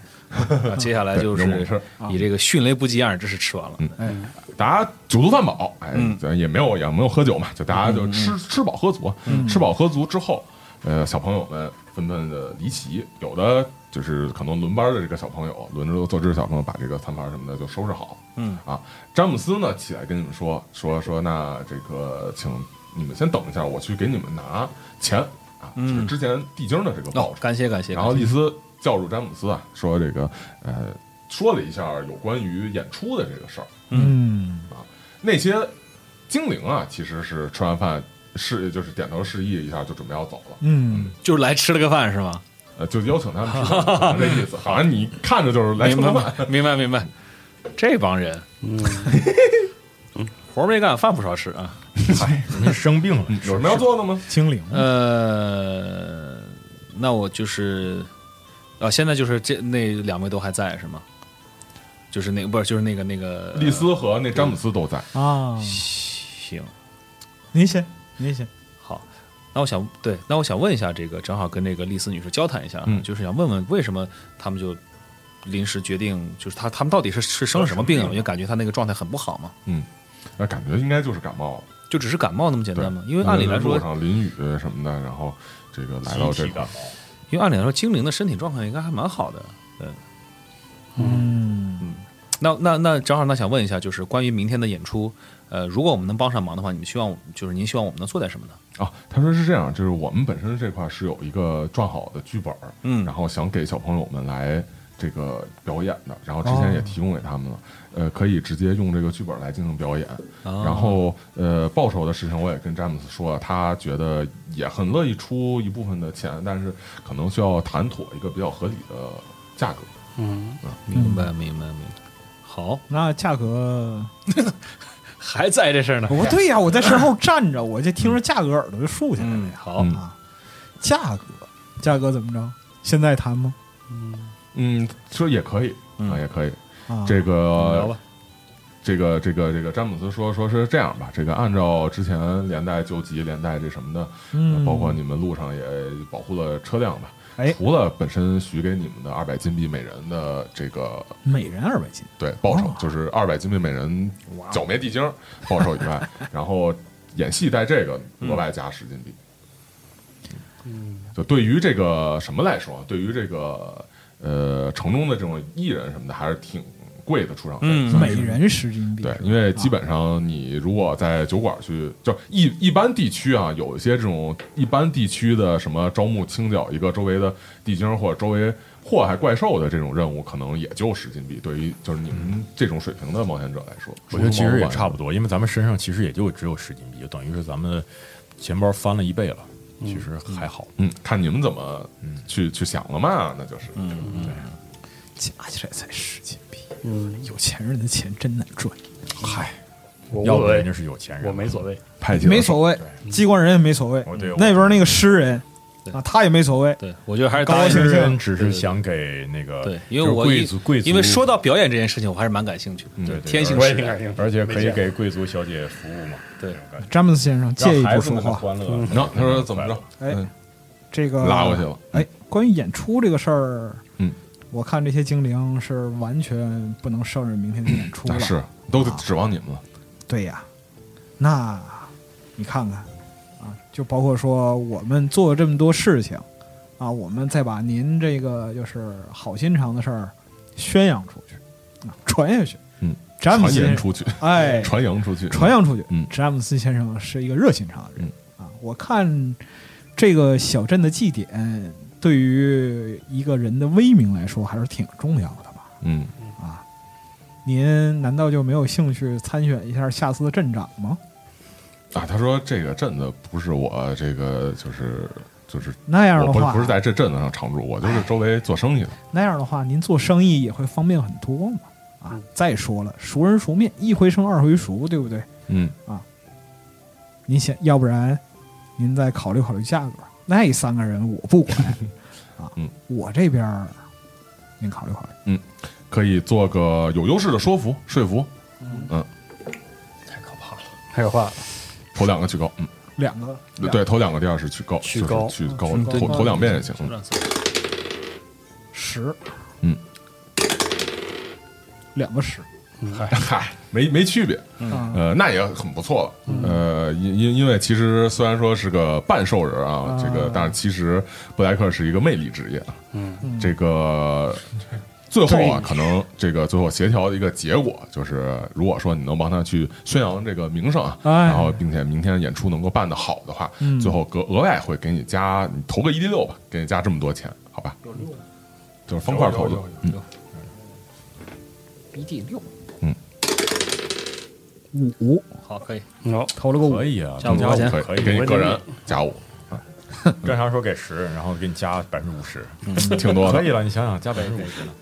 Speaker 8: 啊，接下来就
Speaker 7: 对有猛
Speaker 8: 是啊
Speaker 7: 吃
Speaker 8: 以这个迅雷不及掩耳之势吃完了。
Speaker 7: 嗯
Speaker 6: 哎
Speaker 7: 大家酒足饭饱，哎
Speaker 8: 嗯，
Speaker 7: 咱也没有也没有喝酒嘛，就大家就吃吃饱喝足，吃饱喝足之后，呃，小朋友们纷纷的离席，有的就是可能轮班的这个小朋友轮着做这小朋友把这个餐盘什么的就收拾好，
Speaker 8: 嗯
Speaker 7: 啊，詹姆斯呢起来跟你们说说说，那这个请你们先等一下，我去给你们拿钱啊，就
Speaker 8: 嗯
Speaker 7: 是之前地精的这个报
Speaker 8: 哦
Speaker 7: 酬，，
Speaker 8: 感谢感谢。
Speaker 7: 然后
Speaker 8: 感谢
Speaker 7: 丽丝叫住詹姆斯啊，说这个呃，说了一下有关于演出的这个事儿。
Speaker 6: 嗯，
Speaker 7: 那些精灵啊，其实是吃完饭示就是点头示意一下就准备要走了，
Speaker 6: 嗯，
Speaker 8: 就是来吃了个饭是吗？
Speaker 7: 呃，就邀请他们吃饭，这意思。好像你看着就是 *laughs* 来吃
Speaker 8: 明白
Speaker 7: 饭，
Speaker 8: 明白明白。这帮人嗯
Speaker 5: 嗯，
Speaker 8: 活儿没干，饭不少吃啊。
Speaker 9: 人家生病了，
Speaker 7: *laughs* 有什么要做的吗？
Speaker 6: 精灵，
Speaker 8: 呃，那我就是，啊，现在就是这那两位都还在是吗？就是那个不是就是那个那个
Speaker 7: 丽丝和那詹姆斯都在，
Speaker 6: 啊，
Speaker 8: 行。
Speaker 6: 您先，您先，
Speaker 8: 好，那我想对，那我想问一下，这个正好跟那个丽丝女士交谈一下啊，
Speaker 7: 嗯
Speaker 8: 就是想问问为什么他们就临时决定，就是他他们到底是是生了什么病啊？因为感觉他那个状态很不好嘛，
Speaker 7: 嗯，那感觉应该就是感冒了，
Speaker 8: 就只是感冒那么简
Speaker 7: 对
Speaker 8: 单嘛。因为按理来说
Speaker 7: 路，上淋雨什么的，然后这个来到
Speaker 11: 集
Speaker 7: 这
Speaker 11: 体
Speaker 7: 个
Speaker 11: 感
Speaker 8: 因为按理来说，精灵的身体状况应该还蛮好的。对，
Speaker 6: 嗯
Speaker 8: 嗯，那那那正好，那想问一下，就是关于明天的演出，呃，如果我们能帮上忙的话，你们希望就是您希望我们能做点什么呢？
Speaker 7: 啊，他说是这样，就是我们本身这块是有一个撰好的剧本，
Speaker 8: 嗯
Speaker 7: 然后想给小朋友们来这个表演的，然后之
Speaker 6: 哦
Speaker 7: 前也提供给他们了，呃，可以直接用这个剧本来进行表演。
Speaker 8: 哦
Speaker 7: 然后呃，报酬的事情我也跟詹姆斯说了，他觉得也很乐意出一部分的钱，但是可能需要谈妥一个比较合理的价格。
Speaker 5: 嗯，
Speaker 8: 明白，明白，明白。好，
Speaker 6: 那价格，
Speaker 8: 还在这事儿呢
Speaker 7: *laughs*
Speaker 6: 我对呀、我在身后站着，我就听着价格耳朵就竖起来了
Speaker 8: 嗯，
Speaker 6: 呀。
Speaker 8: 好，
Speaker 7: 嗯
Speaker 6: 啊，价格，价格怎么着？现在谈吗？
Speaker 7: 嗯，说也可以
Speaker 8: 嗯
Speaker 7: 啊，也可以。
Speaker 6: 啊，
Speaker 7: 这
Speaker 8: 聊
Speaker 7: 个
Speaker 8: 吧。
Speaker 7: 这个这个这个詹姆斯说说是这样吧，这个按照之前连带救急连带这什么的，
Speaker 6: 嗯，
Speaker 7: 啊包括你们路上也保护了车辆吧。
Speaker 6: 哎
Speaker 7: 除了本身许给你们的二百金币每人的这个
Speaker 6: 每人二百斤，
Speaker 7: 对报酬
Speaker 6: 哦，
Speaker 7: 就是二百金币每人剿灭地精儿报酬以外，然后演戏带这个额外加十金币。嗯，就对于这个什么来说，对于这个呃城中的这种艺人什么的，还是挺贵的出场费。
Speaker 8: 嗯
Speaker 7: 算
Speaker 6: 每
Speaker 7: 是
Speaker 6: 人十斤币。
Speaker 7: 对，因为基本上你如果在酒馆去，就一一般地区啊，有一些这种一般地区的什么招募清剿一个周围的地精或者周围祸害怪兽的这种任务，可能也就十金币。对于就是你们这种水平的冒险者来说，
Speaker 9: 我觉得其实也差
Speaker 7: 不
Speaker 9: 不多，因为咱们身上其实也就只有十斤币，就等于是咱们的钱包翻了一倍了，嗯其实还好。
Speaker 7: 嗯，看你们怎么去去想了嘛，那就是嗯
Speaker 6: 加起来才十斤币，
Speaker 5: 嗯，
Speaker 6: 有钱人的钱真难赚。嗨，
Speaker 5: 我无
Speaker 9: 要
Speaker 5: 所
Speaker 9: 不然
Speaker 5: 谓
Speaker 9: 人家，是有钱人，
Speaker 5: 我没所谓。
Speaker 7: 派
Speaker 6: 没所谓，机关人也没所谓
Speaker 11: 哦对。
Speaker 6: 那边那个诗人
Speaker 8: 对
Speaker 6: 啊，他也没所谓。
Speaker 8: 对我觉得还是
Speaker 9: 当
Speaker 8: 高
Speaker 9: 时
Speaker 6: 兴
Speaker 9: 人只是想给那个
Speaker 8: 对，因
Speaker 9: 就
Speaker 8: 为
Speaker 9: 是
Speaker 8: 我
Speaker 9: 贵
Speaker 8: 一
Speaker 9: 族贵族，
Speaker 8: 因为说到表演这件事情，我还是蛮感兴趣
Speaker 7: 嗯
Speaker 8: 的。
Speaker 9: 对对
Speaker 8: 天性
Speaker 9: 而
Speaker 5: 我
Speaker 8: 使
Speaker 5: 也挺
Speaker 8: 然。
Speaker 5: 感兴趣，
Speaker 9: 而且可以
Speaker 5: 没钱
Speaker 9: 给贵族小姐服务嘛，
Speaker 8: 对
Speaker 9: 这种感觉
Speaker 6: 詹姆斯先生介意
Speaker 9: 让孩
Speaker 6: 不
Speaker 9: 子
Speaker 6: 说
Speaker 9: 们很
Speaker 6: 话。
Speaker 9: 欢 *laughs* 乐。
Speaker 7: 然 *laughs* 后他说怎么着？
Speaker 6: 哎
Speaker 7: 嗯
Speaker 6: 这个
Speaker 7: 拉过去了。
Speaker 6: 哎，关于演出这个事儿，
Speaker 7: 嗯，
Speaker 6: 我看这些精灵是完全不能胜任明天的演出
Speaker 7: 那
Speaker 6: 了。
Speaker 7: 嗯啊是都
Speaker 9: 啊
Speaker 7: 得指望你们了。
Speaker 6: 对呀，那你看看啊，就包括说我们做了这么多事情啊，我们再把您这个就是好心肠的事儿宣扬出去啊，传下去。
Speaker 7: 嗯，
Speaker 6: *laughs* 詹姆
Speaker 7: 传
Speaker 6: 斯先生， *laughs*
Speaker 7: 言出去，
Speaker 6: 哎，
Speaker 7: 传扬出去，
Speaker 6: 传扬出去。
Speaker 7: 嗯
Speaker 6: 詹姆斯先生是一个热心肠的人、啊，我看这个小镇的祭典对于一个人的威名来说还是挺重要的吧？
Speaker 7: 嗯，
Speaker 6: 啊，您难道就没有兴趣参选一下下次的镇长吗？
Speaker 7: 啊，他说这个镇子不是我这个就是就是
Speaker 6: 那样
Speaker 7: 我
Speaker 6: 的
Speaker 7: 不是
Speaker 6: 话，哎
Speaker 7: 不是在这镇子上常住，我就是周围做生意的。
Speaker 6: 那样的话，您做生意也会方便很多嘛。
Speaker 8: 嗯
Speaker 6: 啊，再说了，熟人熟面，一回生二回熟，对不对？啊
Speaker 7: 嗯，
Speaker 6: 您想，要不然您再考虑考虑价格。那三个人我不管
Speaker 7: *laughs*
Speaker 6: 啊，
Speaker 7: 嗯
Speaker 6: 我这边儿您考虑考虑。
Speaker 7: 可以做个有优势的说服说服，
Speaker 5: 太可怕了。
Speaker 7: 投两个去高，嗯，
Speaker 6: 两个，两
Speaker 7: 对，投两个第二是去高，
Speaker 5: 去
Speaker 7: 就是
Speaker 5: 高
Speaker 7: 去高，
Speaker 6: 嗯
Speaker 7: 投
Speaker 6: 对
Speaker 7: 投两遍也行。嗯
Speaker 6: 十，
Speaker 7: 嗯，
Speaker 6: 两个十
Speaker 5: 嗯 *laughs*
Speaker 7: 嗨，没没区别，
Speaker 6: 啊，
Speaker 7: 呃，那也很不错了。
Speaker 6: 嗯
Speaker 7: 呃，因因因为其实虽然说是个半兽人啊
Speaker 6: 啊，
Speaker 7: 这个，但是其实布莱克是一个魅力职业，
Speaker 6: 嗯
Speaker 7: 这个最后啊，
Speaker 6: 对
Speaker 7: 可能这个最后协调的一个结果就是，如果说你能帮他去宣扬这个名声啊，
Speaker 6: 哎
Speaker 7: 然后并且明天演出能够办得好的话，
Speaker 6: 嗯
Speaker 7: 最后额额外会给你加，你投个一 d 六吧，给你加这么多钱，好吧？就是方块投的，嗯，
Speaker 8: 一 D 六，
Speaker 6: 五，
Speaker 8: 好，可以。
Speaker 5: 喏，
Speaker 6: 投了个五
Speaker 9: 可，以啊，
Speaker 8: 哦加五
Speaker 9: 加
Speaker 8: 块钱
Speaker 7: 可
Speaker 9: 可
Speaker 7: 以
Speaker 9: 以
Speaker 7: 给你
Speaker 5: 我
Speaker 7: 个
Speaker 5: 这
Speaker 7: 人加五，
Speaker 9: *laughs* 正常说给十，然后给你加百分之五十，
Speaker 7: 嗯挺多
Speaker 9: 可
Speaker 7: 的嗯
Speaker 9: 以。了。你想想，加百分之五十呢？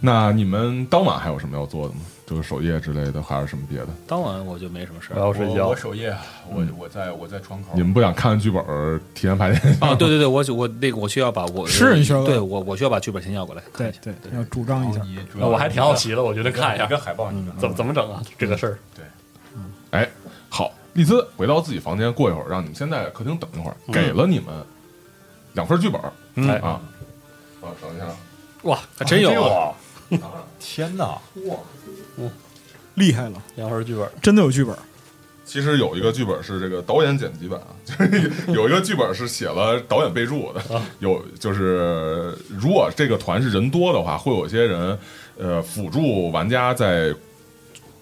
Speaker 7: 那你们当晚还有什么要做的吗？就是守夜之类的，还是什么别的？
Speaker 8: 当晚我就没什么事
Speaker 5: 我
Speaker 8: 儿。
Speaker 5: 要睡
Speaker 11: 我
Speaker 5: 觉
Speaker 11: 我。守夜，我我在我在窗口
Speaker 7: 你，们不想看剧本儿提前排练？
Speaker 8: 哦，对对对，我我那个我需要把我
Speaker 6: 诗人需要
Speaker 8: 对我我需要把剧本先要过来看
Speaker 6: 对
Speaker 8: 一下。
Speaker 6: 对，要主张一下。
Speaker 11: 你主
Speaker 5: 那
Speaker 11: 要
Speaker 5: 我还挺好奇的，我决定 *laughs* 看一下
Speaker 11: 跟海报你知道吗
Speaker 5: 怎么怎么整啊这个事儿。嗯
Speaker 7: 哎，好，丽兹回到自己房间，过一会儿让你们先在客厅等
Speaker 5: 嗯
Speaker 7: 一会儿，给了你们两份剧本儿、哎
Speaker 5: 哎
Speaker 8: 嗯
Speaker 7: 啊。啊，等一下，
Speaker 5: 哇，
Speaker 8: 还真有啊
Speaker 5: 啊！
Speaker 9: 天哪，
Speaker 5: 哇，
Speaker 6: 厉害了，
Speaker 5: 两份剧本，
Speaker 6: 真的有剧本。
Speaker 7: 其实有一个剧本是这个导演剪辑版啊，就是有一个剧本是写了导演备注的，有就是如果这个团是人多的话，会有些人呃辅助玩家在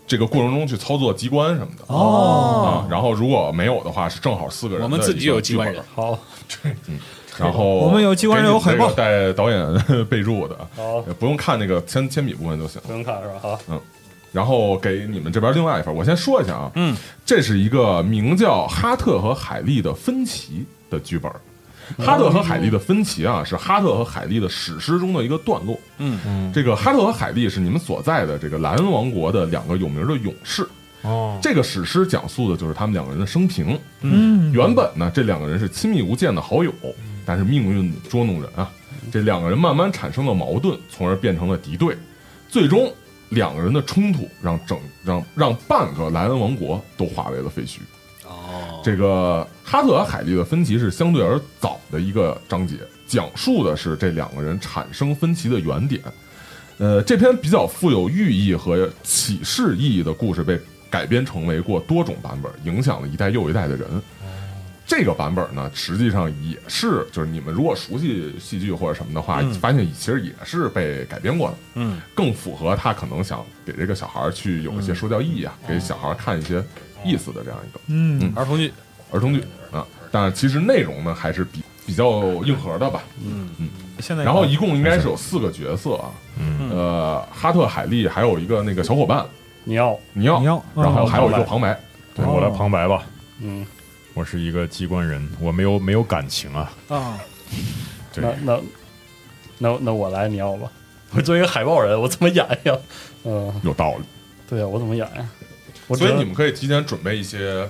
Speaker 7: 这个过程中去操作机关什么的
Speaker 6: 哦
Speaker 7: 啊、然后如果没有的话，是正好四个人的
Speaker 8: 我们自己有
Speaker 7: 一个剧
Speaker 8: 机
Speaker 7: 本
Speaker 8: 关人，
Speaker 5: 好，
Speaker 7: 然后
Speaker 6: 我们有机关人有海报
Speaker 7: 给你这个带导演 *laughs* 备注的，
Speaker 5: 好，
Speaker 7: 不用看那个铅铅笔部分就行。
Speaker 5: 不用看是吧？好，
Speaker 7: 嗯然后给你们这边另外一份，我先说一下啊，嗯，这是一个名叫哈特和海利的分歧的剧本。哈特和海利的分歧啊，是哈特和海利的史诗中的一个段落。
Speaker 9: 嗯，
Speaker 7: 这个哈特和海利是你们所在的这个莱恩王国的两个有名的勇士。
Speaker 9: 哦，
Speaker 7: 这个史诗讲述的就是他们两个人的生平。
Speaker 6: 嗯，
Speaker 7: 原本呢，这两个人是亲密无间的好友，但是命运捉弄人啊，这两个人慢慢产生了矛盾，从而变成了敌对，最终两个人的冲突让整让让半个莱恩王国都化为了废墟。
Speaker 8: 哦，
Speaker 7: 这个哈特和海利的分歧是相对而早的一个章节，讲述的是这两个人产生分歧的原点。呃，这篇比较富有寓意和启示意义的故事被改编成为过多种版本，影响了一代又一代的人。这个版本呢，实际上也是，就是你们如果熟悉戏剧或者什么的话，啊发现其实也是被改编过的。
Speaker 8: 嗯，
Speaker 7: 更符合他可能想给这个小孩儿去有一些说教意义啊，给小孩儿看一些意思的这样一个。
Speaker 6: 嗯
Speaker 7: 嗯
Speaker 8: 儿童剧
Speaker 7: 儿童剧啊，但是其实内容呢还是比比较硬核的吧。嗯
Speaker 6: 现在
Speaker 7: 然后一共应该是有四个角色啊，
Speaker 9: 嗯
Speaker 7: 呃，哈特、海利，还有一个那个小伙伴
Speaker 5: 你要，
Speaker 7: 尼奥
Speaker 6: 你，要，
Speaker 7: 然后
Speaker 6: 嗯
Speaker 7: 还有一个旁白。
Speaker 9: 对我来旁白吧，
Speaker 5: 嗯，
Speaker 9: 我是一个机关人，我没有没有感情啊，
Speaker 6: 啊，
Speaker 9: 对
Speaker 5: 那那那那我来，你要吧？ *laughs* 我作为一个海报人，我怎么演呀？嗯，
Speaker 7: 有道理。
Speaker 5: 对呀，我怎么演呀？我
Speaker 7: 所以
Speaker 5: 觉得
Speaker 7: 你们可以提前准备一些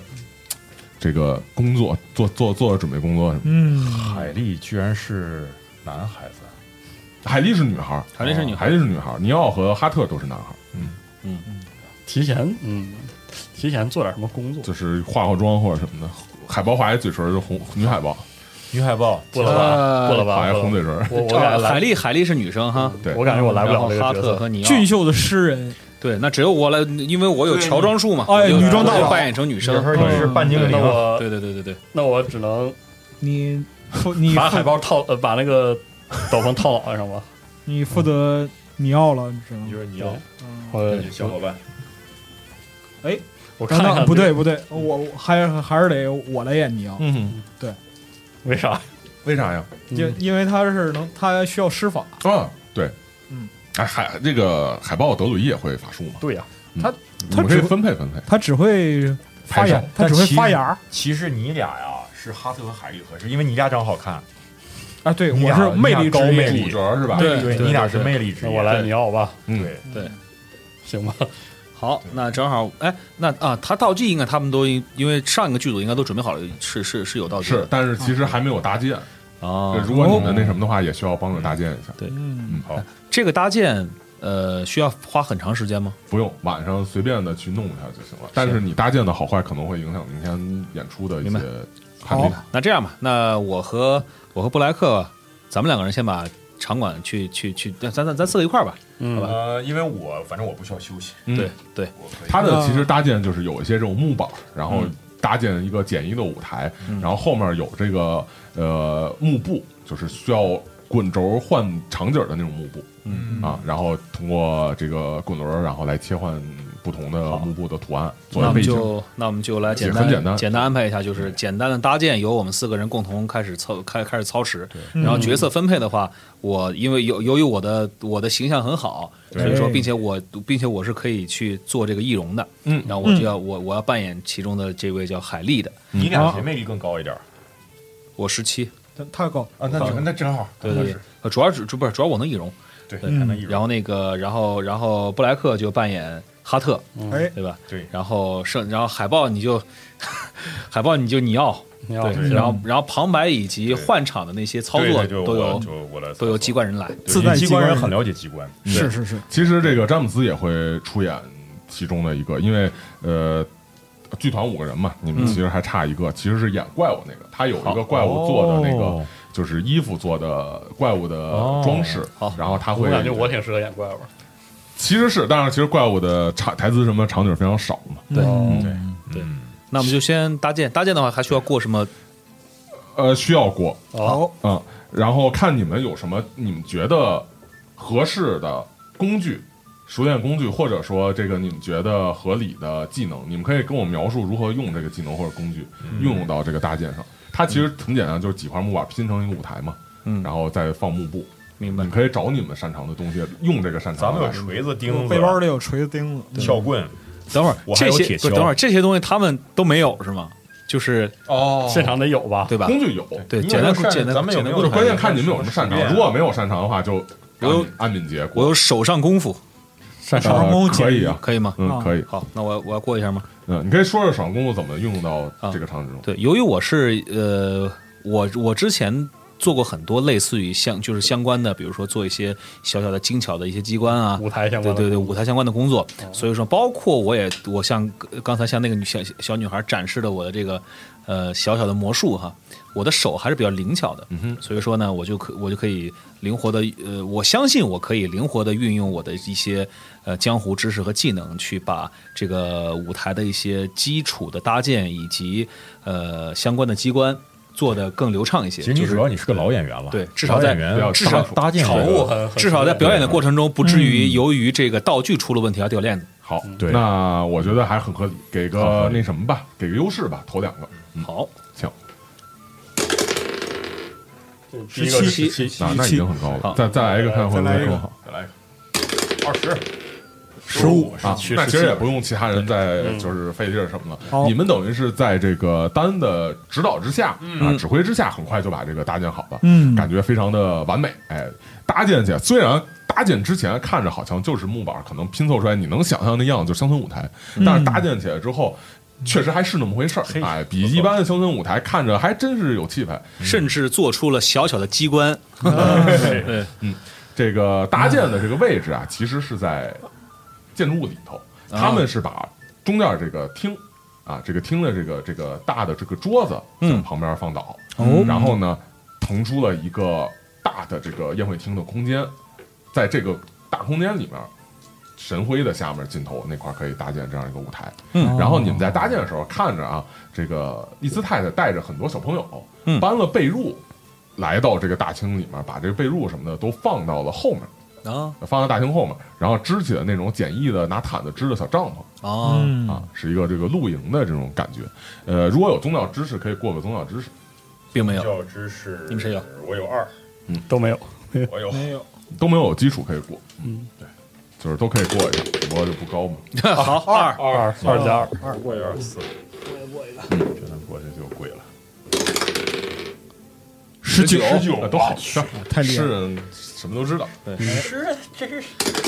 Speaker 7: 这个工作，做做做准备工作什么的。
Speaker 6: 嗯，
Speaker 9: 海丽居然是男孩子，啊
Speaker 7: 海利是女孩儿，
Speaker 8: 海莉是女孩
Speaker 7: 海利是女孩儿，尼奥和哈特都是男孩儿，
Speaker 5: 提前，嗯，提前做点什么工作？
Speaker 7: 就是化化妆或者什么的。海报画一嘴唇儿就红，女海报
Speaker 9: 女海报，
Speaker 5: 不
Speaker 7: 啊
Speaker 5: 了吧，不了吧，
Speaker 7: 画呃一
Speaker 5: 不了
Speaker 7: 红嘴唇儿。
Speaker 5: 我我感
Speaker 8: 啊
Speaker 5: 觉
Speaker 8: 海
Speaker 5: 来，
Speaker 8: 丽海丽是女生哈，
Speaker 7: 对
Speaker 5: 我感觉哎我来不
Speaker 8: 嗯
Speaker 5: 了
Speaker 8: 然后
Speaker 5: 这
Speaker 8: 哈
Speaker 5: 个角
Speaker 8: 特
Speaker 5: 色。
Speaker 8: 和尼奥
Speaker 6: 俊，秀的诗人，
Speaker 8: 对，那只有我来，因为我有乔装术嘛，
Speaker 6: 哎
Speaker 8: 我就
Speaker 6: 女装大佬
Speaker 8: 我就扮演成女生，
Speaker 9: 候也是半精
Speaker 5: 那我
Speaker 8: 对对对对对，
Speaker 5: 那我只能
Speaker 6: 你负你
Speaker 5: 把海
Speaker 6: 负
Speaker 5: 报套，呃把那个斗篷套脑袋上吧。
Speaker 6: 你负责尼奥了，你知道吗？
Speaker 9: 是你
Speaker 5: 要
Speaker 6: 嗯
Speaker 5: 我
Speaker 9: 小伙伴，
Speaker 5: 我看
Speaker 6: 等
Speaker 5: 一
Speaker 6: 等，
Speaker 5: 看，
Speaker 6: 不对，不对，我我还是还是得我来演尼啊奥，
Speaker 7: 嗯，
Speaker 5: 为啥？嗯
Speaker 7: 为啥呀？
Speaker 6: 就因为他是能，他需要施法，
Speaker 7: 啊，对，
Speaker 6: 嗯，
Speaker 7: 哎，海这个海豹德鲁伊也会法术嘛？
Speaker 5: 对呀，
Speaker 7: 你们可以分配分配。
Speaker 6: 他只会发芽
Speaker 9: 拍手，
Speaker 6: 他
Speaker 9: 但
Speaker 6: 只会
Speaker 9: 其实
Speaker 6: 发芽。
Speaker 9: 其实你俩呀是哈特和海丽合适，因为你俩长好看，
Speaker 6: 啊，对，
Speaker 9: 你
Speaker 6: 我
Speaker 9: 俩
Speaker 6: 是魅
Speaker 9: 你俩
Speaker 6: 力之
Speaker 9: 高魅
Speaker 6: 夜，
Speaker 9: 力
Speaker 7: 主角是吧？
Speaker 8: 对
Speaker 9: 对你俩是魅力之
Speaker 5: 那
Speaker 9: 一。
Speaker 5: 我来，你要吧，
Speaker 7: 嗯，
Speaker 9: 对，
Speaker 5: 行吧？
Speaker 8: 好，那正好，哎，那啊，他道具应该他们都因因为上一个剧组应该都准备好了，是是是有道具
Speaker 7: 是
Speaker 8: 的，
Speaker 7: 但是其实还没有搭建。
Speaker 8: 啊
Speaker 7: 如果你们那什么的话，也需要帮着搭建一下。
Speaker 6: 嗯，
Speaker 9: 好，
Speaker 8: 这个搭建，呃，需要花很长时间吗？
Speaker 7: 不用，晚上随便的去弄一下就行了。但是你搭建的好坏，可能会影响明天演出的一
Speaker 8: 明白
Speaker 7: 些看点。
Speaker 8: 那这样吧，那我和我和布莱克，咱们两个人先把场馆去去去，咱咱咱四个一块儿吧。
Speaker 5: 嗯，
Speaker 11: 呃，因为我反正我不需要休息，
Speaker 7: 嗯嗯
Speaker 8: 对对，
Speaker 11: 我可以。
Speaker 7: 它的其实搭建就是有一些这种木板，然后搭建一个简易的舞台，然后后面有这个呃幕布，就是需要滚轴换场景的那种幕布，嗯啊，然后通过这个滚轮儿，然后来切换不同的幕布的图案作为
Speaker 8: 那我
Speaker 7: 背
Speaker 8: 们
Speaker 7: 景。
Speaker 8: 就那我们就来简
Speaker 7: 也
Speaker 8: 单
Speaker 7: 很简单
Speaker 8: 安排一下，就是简单的搭建，由我们四个人共同开始操开开始操持。然后角色分配的话，我因为由由于我的我的形象很好，所以说，
Speaker 6: 哎
Speaker 8: 并且我并且我是可以去做这个易容的。
Speaker 7: 嗯
Speaker 8: 然后我就要我我要扮演其中的这位叫海丽的，
Speaker 9: 你俩谁魅力更高一点？
Speaker 8: 我十七，
Speaker 6: 他他高，
Speaker 11: 啊，那正那正好，
Speaker 8: 对对对，呃主要是主不是主要我能易容，
Speaker 9: 对
Speaker 8: 对
Speaker 9: 还能一人
Speaker 8: 然后那个，然后然后布莱克就扮演哈特，
Speaker 6: 哎，
Speaker 8: 对吧？
Speaker 9: 对
Speaker 8: 然后剩然后海报你就 *laughs* 海报你就你要，
Speaker 5: 你要
Speaker 8: 对，然后然后旁白以及换场的那些操
Speaker 9: 对
Speaker 8: 作
Speaker 9: 对就
Speaker 8: 都
Speaker 9: 我
Speaker 8: 有
Speaker 9: 就我来
Speaker 8: 都由机关人来，
Speaker 9: 对
Speaker 6: 自带
Speaker 9: 因为机关
Speaker 6: 机关
Speaker 9: 人
Speaker 6: 人
Speaker 9: 很了解机关，
Speaker 6: 是是是，
Speaker 7: 其实这个詹姆斯也会出演其中的一个，因为呃。剧团五个人嘛，你们其实还差一个，其实是演怪物那个，他有一个怪物做的那个，就是衣服做的怪物的
Speaker 5: 哦
Speaker 7: 装饰，然后他
Speaker 5: 我
Speaker 7: 会
Speaker 5: 感觉我挺适合演怪物，
Speaker 7: 其实是，但是其实怪物的场台词什么场景非常少嘛。
Speaker 8: 对
Speaker 7: 嗯
Speaker 8: 对对，那我们就先搭建，搭建的话还需要过什么？
Speaker 7: 呃，需要过
Speaker 8: 哦，
Speaker 7: 嗯，然后看你们有什么你们觉得合适的工具、熟练工具，或者说这个你们觉得合理的技能，你们可以跟我描述如何用这个技能或者工具，
Speaker 9: 嗯
Speaker 7: 运用到这个搭建上。它其实很简单，就是几块木板拼成一个舞台嘛，嗯，然后再放幕布。
Speaker 8: 明白，
Speaker 7: 你可以找你们擅长的东西，用这个擅长的来。
Speaker 11: 咱们有锤子
Speaker 6: 我背包里有锤子、钉子、嗯
Speaker 11: 撬棍，
Speaker 8: 等会儿
Speaker 11: 我还
Speaker 8: 这
Speaker 11: 有
Speaker 8: 些
Speaker 11: 铁
Speaker 8: 不是
Speaker 11: 锹
Speaker 8: 等会儿这些东西他们都没有是吗？就是
Speaker 7: 哦
Speaker 5: 现场得有吧？
Speaker 8: 对吧？
Speaker 7: 工具有，
Speaker 8: 对，
Speaker 7: 因为
Speaker 8: 简单
Speaker 7: 擅
Speaker 8: 简单，
Speaker 11: 咱们有
Speaker 8: 简
Speaker 11: 没
Speaker 8: 单
Speaker 11: 有
Speaker 8: 过
Speaker 7: 就
Speaker 8: 渡
Speaker 7: 是关键
Speaker 8: 还
Speaker 7: 看你们有什么擅
Speaker 11: 熟
Speaker 7: 长，
Speaker 11: 练
Speaker 7: 如果没有擅长的话，就
Speaker 8: 我有
Speaker 7: 安敏捷过。
Speaker 8: 我有手上功夫，
Speaker 6: 擅
Speaker 7: 长呃功夫可以啊
Speaker 8: 可以吗？哦
Speaker 7: 嗯，可以。
Speaker 8: 好，那我我要过一下吗？啊
Speaker 7: 嗯，你可以说说手上功夫怎么运用到这个场景中。
Speaker 8: 对，由于我是呃，我我之前做过很多类似于相就是相关的，比如说做一些小小的精巧的一些机关啊，
Speaker 5: 舞台相关的哦
Speaker 8: 对对对，舞台相关的工作。所以说，包括我也我像刚才像那个女小小女孩展示的我的这个呃小小的魔术哈，我的手还是比较灵巧的，
Speaker 9: 嗯
Speaker 8: 所以说呢，我就可我就可以灵活的呃，我相信我可以灵活的运用我的一些呃江湖知识和技能，去把这个舞台的一些基础的搭建以及呃相关的机关做得更流畅一些。
Speaker 9: 其实你
Speaker 8: 就
Speaker 9: 主
Speaker 8: 是
Speaker 9: 要你是个老演员了，
Speaker 8: 对，至少
Speaker 9: 老
Speaker 8: 在
Speaker 9: 演员
Speaker 8: 至少
Speaker 9: 搭搭建这个
Speaker 8: 至少在表演的过程中，不至
Speaker 9: 嗯
Speaker 8: 于由于这个道具出了问题而掉链子。
Speaker 7: 好，
Speaker 9: 对
Speaker 7: 那我觉得还很合理，给
Speaker 9: 很合
Speaker 7: 个
Speaker 9: 理
Speaker 7: 那什么吧，给个优势吧，投两个。嗯，
Speaker 8: 好，
Speaker 7: 行，
Speaker 5: 第一个
Speaker 7: 17那那
Speaker 9: 嗯
Speaker 7: 已经很高了，再再来一个看会不会更好。
Speaker 11: 再来一个，二十，
Speaker 7: 十五啊，
Speaker 11: 去
Speaker 7: 那其实
Speaker 11: 17
Speaker 7: 也不用其他人再
Speaker 11: 嗯
Speaker 7: 就是费劲儿什么
Speaker 6: 好
Speaker 7: 了。你们等于是在这个丹的指导之下啊
Speaker 8: 嗯，
Speaker 7: 指挥之下，很快就把这个搭建好了，
Speaker 6: 嗯
Speaker 7: 感觉非常的完美。哎，搭建起来虽然。搭建之前看着好像就是木板，可能拼凑出来你能想象那样就乡村舞台，
Speaker 6: 嗯
Speaker 7: 但是搭建起来之后，确实还是那么回事儿。哎，比一般的乡村舞台看着还真是有气派。
Speaker 8: 甚至做出了小小的机关。呃对，
Speaker 7: 嗯
Speaker 8: 嗯
Speaker 7: 这个搭建的这个位置啊，其实是在建筑物里头，
Speaker 8: 啊
Speaker 7: 他们是把中间这个厅啊，这个厅的这个这个大的这个桌子
Speaker 8: 嗯
Speaker 7: 在旁边放倒，
Speaker 6: 哦
Speaker 7: 嗯然后呢，腾出了一个大的这个宴会厅的空间，在这个大空间里面。神辉的下面尽头那块可以搭建这样一个舞台，
Speaker 8: 嗯
Speaker 7: 然后你们在搭建的时候看着啊，这个丽兹太太带着很多小朋友，
Speaker 8: 嗯
Speaker 7: 搬了被褥，来到这个大厅里面，把这个被褥什么的都放到了后面，
Speaker 8: 啊
Speaker 7: 放到大厅后面，然后支起了那种简易的拿毯子支的小帐篷，
Speaker 8: 啊，
Speaker 7: 啊，是一个这个露营的这种感觉。呃，如果有宗教知识，可以过个宗教知识，
Speaker 8: 并没有。
Speaker 11: 教知识，
Speaker 8: 你
Speaker 11: *laughs*
Speaker 8: 们谁有？
Speaker 11: 我有二，
Speaker 5: 都没有，
Speaker 11: 我有，
Speaker 6: 没有
Speaker 7: 都没有基础可以过，
Speaker 5: 嗯，
Speaker 7: 对，就是都可以过一下，只不过就不高嘛。
Speaker 8: 好，二
Speaker 5: 二二加二，
Speaker 11: 二过一二四，我也过一个，这能过去就贵了。
Speaker 6: 十九，
Speaker 7: 十九都好事儿，
Speaker 6: 太厉害
Speaker 7: 世
Speaker 6: 了，
Speaker 7: 人什么都知道，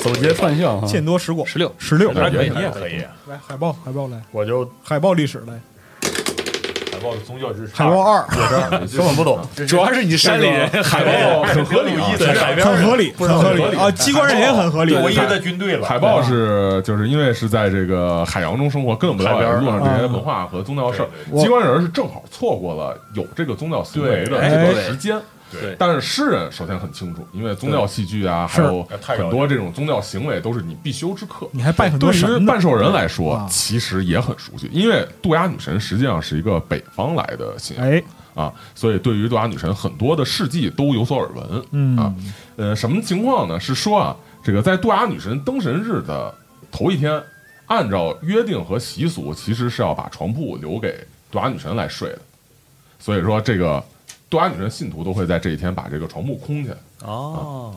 Speaker 5: 走街串巷哈，
Speaker 6: 见多识广，
Speaker 8: 十六，
Speaker 6: 十六，
Speaker 11: 还可以，
Speaker 7: 也
Speaker 11: 还可以。
Speaker 6: 来海报，海报来，
Speaker 5: 我就
Speaker 6: 海报历史来，
Speaker 11: 海报宗教知识，
Speaker 6: 海报二，
Speaker 5: 根本不 *laughs* 懂，
Speaker 8: 主要是你山里人，海
Speaker 7: 报很合理啊，
Speaker 11: 在海边
Speaker 6: 很合理，很合
Speaker 7: 很合
Speaker 6: 理
Speaker 7: 理
Speaker 6: 啊，机关人也很合理，
Speaker 11: 我一直在军队了，
Speaker 7: 海报是就是因为是在这个海洋中生活，根本不了
Speaker 11: 海边
Speaker 7: 解
Speaker 11: 儿
Speaker 7: 路上这些
Speaker 6: 啊
Speaker 7: 文化和宗教事儿。
Speaker 6: 对
Speaker 7: 机关人是正好错过了有这个宗教思维
Speaker 11: 对
Speaker 7: 的这个
Speaker 8: 哎
Speaker 7: 时间。
Speaker 8: 对
Speaker 7: 但是诗人首先很清楚，因为宗教戏剧啊，还
Speaker 6: 是
Speaker 7: 有
Speaker 11: 太
Speaker 7: 很多这种宗教行为都是你必修之课。
Speaker 6: 你还拜很多
Speaker 7: 对
Speaker 6: 神
Speaker 7: 于
Speaker 6: 呢
Speaker 7: 半兽人来说
Speaker 6: 啊，
Speaker 7: 其实也很熟悉，因为杜鸦女神实际上是一个北方来的信仰
Speaker 6: 哎，
Speaker 7: 啊，所以对于杜鸦女神很多的事迹都有所耳闻。
Speaker 6: 嗯
Speaker 7: 啊，呃，什么情况呢？是说啊，这个在杜鸦女神登神日的头一天，按照约定和习俗，其实是要把床铺留给杜鸦女神来睡的。所以说，这个杜鸦女神信徒都会在这一天把这个床铺空起来，
Speaker 8: 哦，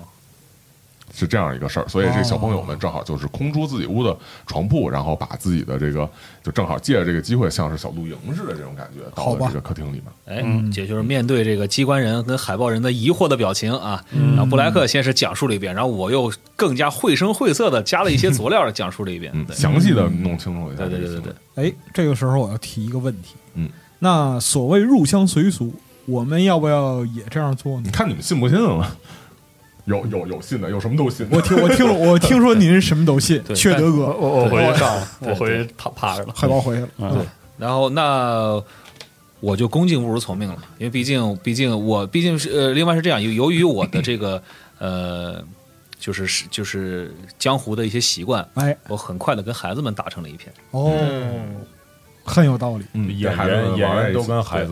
Speaker 7: 是这样一个事儿。所以这小朋友们正好就是空出自己屋的床铺，然后把自己的这个就正好借着这个机会，像是小露营似的这种感觉，到
Speaker 6: 好吧
Speaker 7: 了这个客厅里面。
Speaker 8: 哎，
Speaker 7: 嗯
Speaker 8: 也就是面对这个机关人跟海豹人的疑惑的表情啊，
Speaker 7: 嗯
Speaker 8: 然后布莱克先是讲述了一遍，然后我又更加绘声绘色的加了
Speaker 7: *laughs*
Speaker 8: 一些佐料的讲述了一遍。
Speaker 7: 嗯，
Speaker 8: 对
Speaker 7: 详细的弄清楚一下这个
Speaker 8: 对对对
Speaker 7: 行为。
Speaker 8: 对对，
Speaker 6: 哎，这个时候我要提一个问题，
Speaker 7: 嗯，
Speaker 6: 那所谓入乡随俗，我们要不要也这样做呢
Speaker 7: 你？看你们信不信了？有有有信的，有什么都信的。
Speaker 6: 我听我听了我听说您什么都信，
Speaker 8: 对
Speaker 6: 缺德哥，
Speaker 5: 我我回去上了，
Speaker 8: 对
Speaker 5: 我回去趴趴着了，
Speaker 6: 海报回去了，
Speaker 5: 嗯
Speaker 8: 然后那我就恭敬不如从命了，因为毕竟 *laughs* 毕竟我毕竟是呃，另外是这样，由由于我的这个 *coughs* 呃，就是是就是江湖的一些习惯，
Speaker 6: 哎，
Speaker 8: 我很快的跟孩子们打成了一片。
Speaker 6: 哦，
Speaker 7: 嗯
Speaker 6: 很有道理。
Speaker 8: 嗯
Speaker 7: *laughs* 这孩子们玩在一起对孩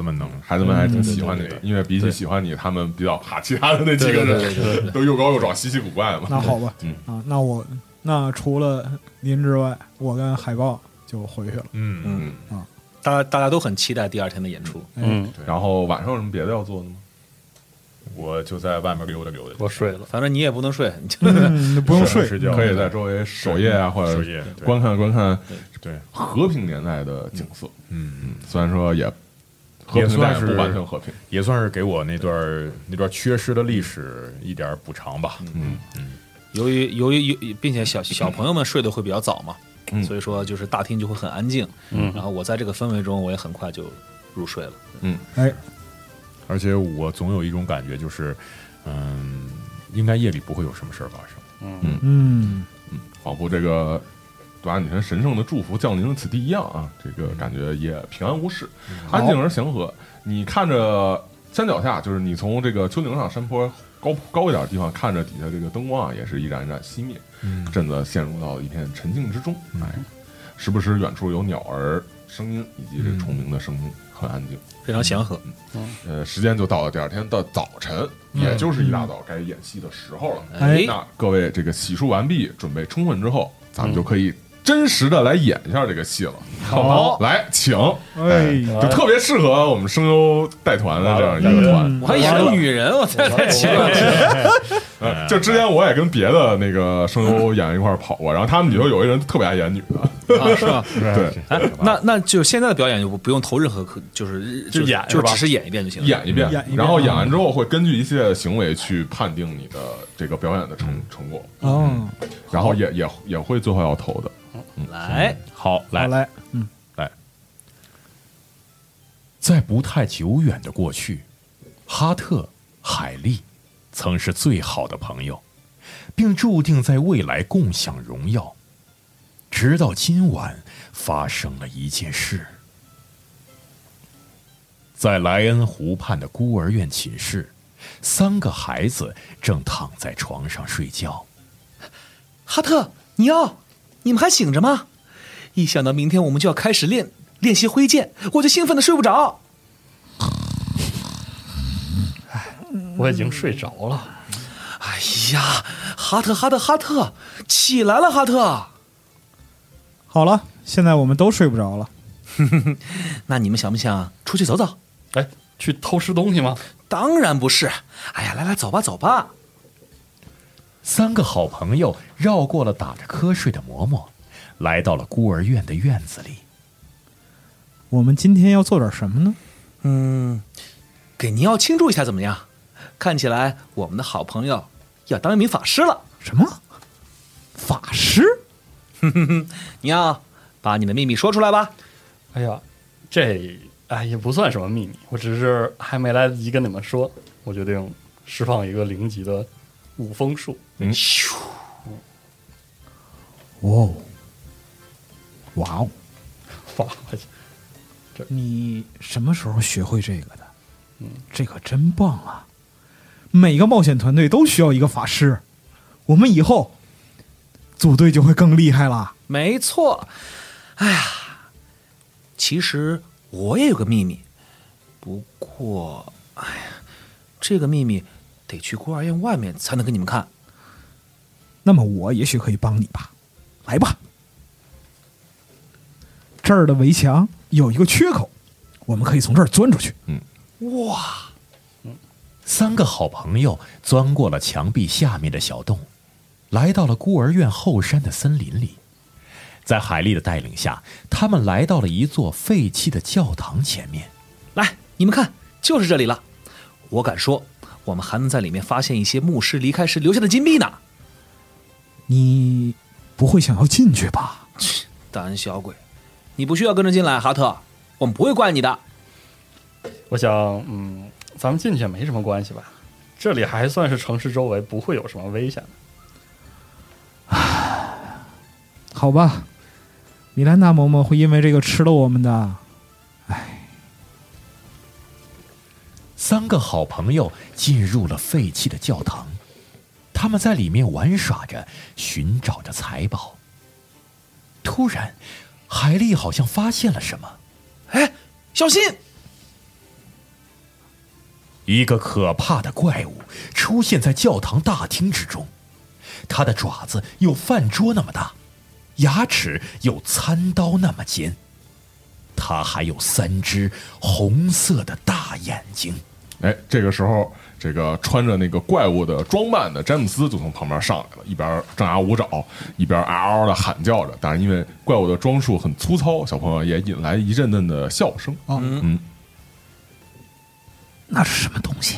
Speaker 7: 子们还挺喜欢
Speaker 8: 嗯
Speaker 7: 你的，因为比起喜欢你，他们比较怕其他的那几个
Speaker 8: 对对对对
Speaker 7: 人，都又高又壮、稀奇古怪嘛。
Speaker 6: 那好吧，
Speaker 7: 嗯，
Speaker 6: 啊，那我那除了您之外，我跟海豹就回去了。
Speaker 8: 嗯
Speaker 6: 嗯啊，
Speaker 8: 大家大家都很期待第二天的演出。
Speaker 6: 嗯，
Speaker 7: 然后晚上有什么别的要做的吗？
Speaker 9: 我就在外面溜达溜达。
Speaker 5: 我睡了，
Speaker 8: 反正你也不能睡，你就
Speaker 6: 嗯不用睡
Speaker 9: 睡觉
Speaker 7: 可以在周围守夜啊，或者
Speaker 9: 守夜对
Speaker 7: 观看观看
Speaker 9: 对
Speaker 7: 和平年代的景色。
Speaker 9: 嗯
Speaker 7: 嗯，虽然说也和
Speaker 9: 也
Speaker 7: 平
Speaker 9: 算
Speaker 7: 但也
Speaker 9: 是
Speaker 7: 不完全和平，
Speaker 9: 也算是给我那段儿那段缺失的历史一点儿补偿吧。
Speaker 7: 嗯
Speaker 8: *laughs* 由于由于由，并且小小朋友们睡得会比较早嘛，
Speaker 7: 嗯
Speaker 8: 所以说就是大厅就会很安静。
Speaker 9: 嗯
Speaker 8: 然后我在这个氛围中，我也很快就入睡了。
Speaker 7: 嗯，
Speaker 6: 哎，
Speaker 9: 而且我总有一种感觉，就是嗯，应该夜里不会有什么事儿发生。
Speaker 7: 嗯
Speaker 6: 嗯
Speaker 7: 嗯，仿佛这个对吧？女神神圣的祝福降临此地一样啊，这个
Speaker 6: 嗯
Speaker 7: 感觉也平安无事，安静而祥和。你看着山脚下，就是你从这个丘陵上山坡高高一点的地方看着底下这个灯光啊，也是一盏一盏熄灭，
Speaker 9: 嗯
Speaker 7: 镇子陷入到一片沉静之中。
Speaker 6: 嗯
Speaker 7: 哎，时不时远处有鸟儿声音以及
Speaker 6: 嗯
Speaker 7: 这虫鸣的声音，很安静，
Speaker 8: 非常祥和。
Speaker 7: 呃，时间就到了第二天的早晨，也就是一大早该演戏的时候了。
Speaker 8: 哎
Speaker 7: 那各位这个洗漱完毕，准备充分之后，咱们就可以真实的来演一下这个戏了。
Speaker 6: 好
Speaker 7: 来，请，
Speaker 6: 哎
Speaker 7: 就特别适合我们声优带团的这样一个
Speaker 6: 嗯
Speaker 7: 团。
Speaker 8: 我还以为是女人，我在在奇怪。
Speaker 7: 呃，就之前我也跟别的那个声优演员一块儿跑过，然后他们里头有一个人特别爱演女的，
Speaker 8: 啊是吧
Speaker 7: *laughs* 对，
Speaker 8: 哎，那那就现在的表演就不不用投任何可，就是
Speaker 7: 就演
Speaker 8: 就是
Speaker 7: 吧
Speaker 8: 只是演一遍就行了。
Speaker 7: 演一遍
Speaker 6: 演一，遍嗯
Speaker 7: 然后演完之后会根据一些行为去判定你的这个表演的成
Speaker 6: 嗯
Speaker 7: 成果，
Speaker 6: 哦，
Speaker 7: 然后也也也会最后要投的。嗯
Speaker 8: 来，
Speaker 9: 好，来
Speaker 6: 好来，嗯，
Speaker 9: 来，在不太久远的过去，哈特、海利曾是最好的朋友，并注定在未来共享荣耀。直到今晚，发生了一件事。在莱恩湖畔的孤儿院寝室，三个孩子正躺在床上睡觉。
Speaker 8: 哈特、尼奥，你们还醒着吗？一想到明天我们就要开始练练习挥剑，我就兴奋的睡不着。
Speaker 5: 我已经睡着了。
Speaker 8: 哎呀，哈特哈特哈特，起来了，哈特！
Speaker 6: 好了，现在我们都睡不着了。
Speaker 8: 那你们想不想出去走走？
Speaker 5: 哎，去偷吃东西吗？
Speaker 8: 当然不是。哎呀，来来，走吧走吧。
Speaker 9: 三个好朋友绕过了打着瞌睡的嬷嬷，来到了孤儿院的院子里。
Speaker 6: 我们今天要做点什么呢？
Speaker 8: 嗯，给尼奥庆祝一下怎么样？看起来我们的好朋友要当一名法师了。
Speaker 6: 什么法师？
Speaker 8: 尼奥，把你的秘密说出来吧。
Speaker 5: 哎呀，这哎也不算什么秘密，我只是还没来得及跟你们说，我决定释放一个零级的五峰术。
Speaker 6: 哇哦，哇哦！
Speaker 5: 哇，
Speaker 6: 你什么时候学会这个的？这可真棒啊！每个冒险团队都需要一个法师，我们以后组队就会更厉害啦。
Speaker 8: 没错，哎呀，其实我也有个秘密，不过，哎呀，这个秘密得去孤儿院外面才能给你们看。
Speaker 6: 那么我也许可以帮你吧，来吧。这儿的围墙有一个缺口，我们可以从这儿钻出去。
Speaker 8: 哇，
Speaker 9: 三个好朋友钻过了墙壁下面的小洞，来到了孤儿院后山的森林里。在海莉的带领下，他们来到了一座废弃的教堂前面。
Speaker 8: 来，你们看，就是这里了。我敢说，我们还能在里面发现一些牧师离开时留下的金币呢。
Speaker 6: 你不会想要进去吧？
Speaker 8: 胆小鬼，你不需要跟着进来，哈特，我们不会怪你的。
Speaker 5: *laughs* 我想，嗯，咱们进去也没什么关系吧？这里还算是城市周围，不会有什么危险。
Speaker 6: 好吧，米兰达嬷嬷会因为这个吃了我们的。唉，
Speaker 7: 三个好朋友进入了废弃的教堂，他们在里面玩耍着，寻找着财宝。突然，海莉好像发现了什么，哎，小心！一个可怕的怪物出现在教堂大厅之中，它的爪子有饭桌那么大，牙齿有餐刀那么尖，它还有三只红色的大眼睛。
Speaker 12: 哎，这个时候，这个穿着那个怪物的装扮的詹姆斯就从旁边上来了，一边张牙舞爪，一边嗷嗷的喊叫着。但是因为怪物的装束很粗糙，小朋友也引来一阵阵的笑声。
Speaker 6: 嗯
Speaker 12: 嗯，
Speaker 13: 那是什么东西？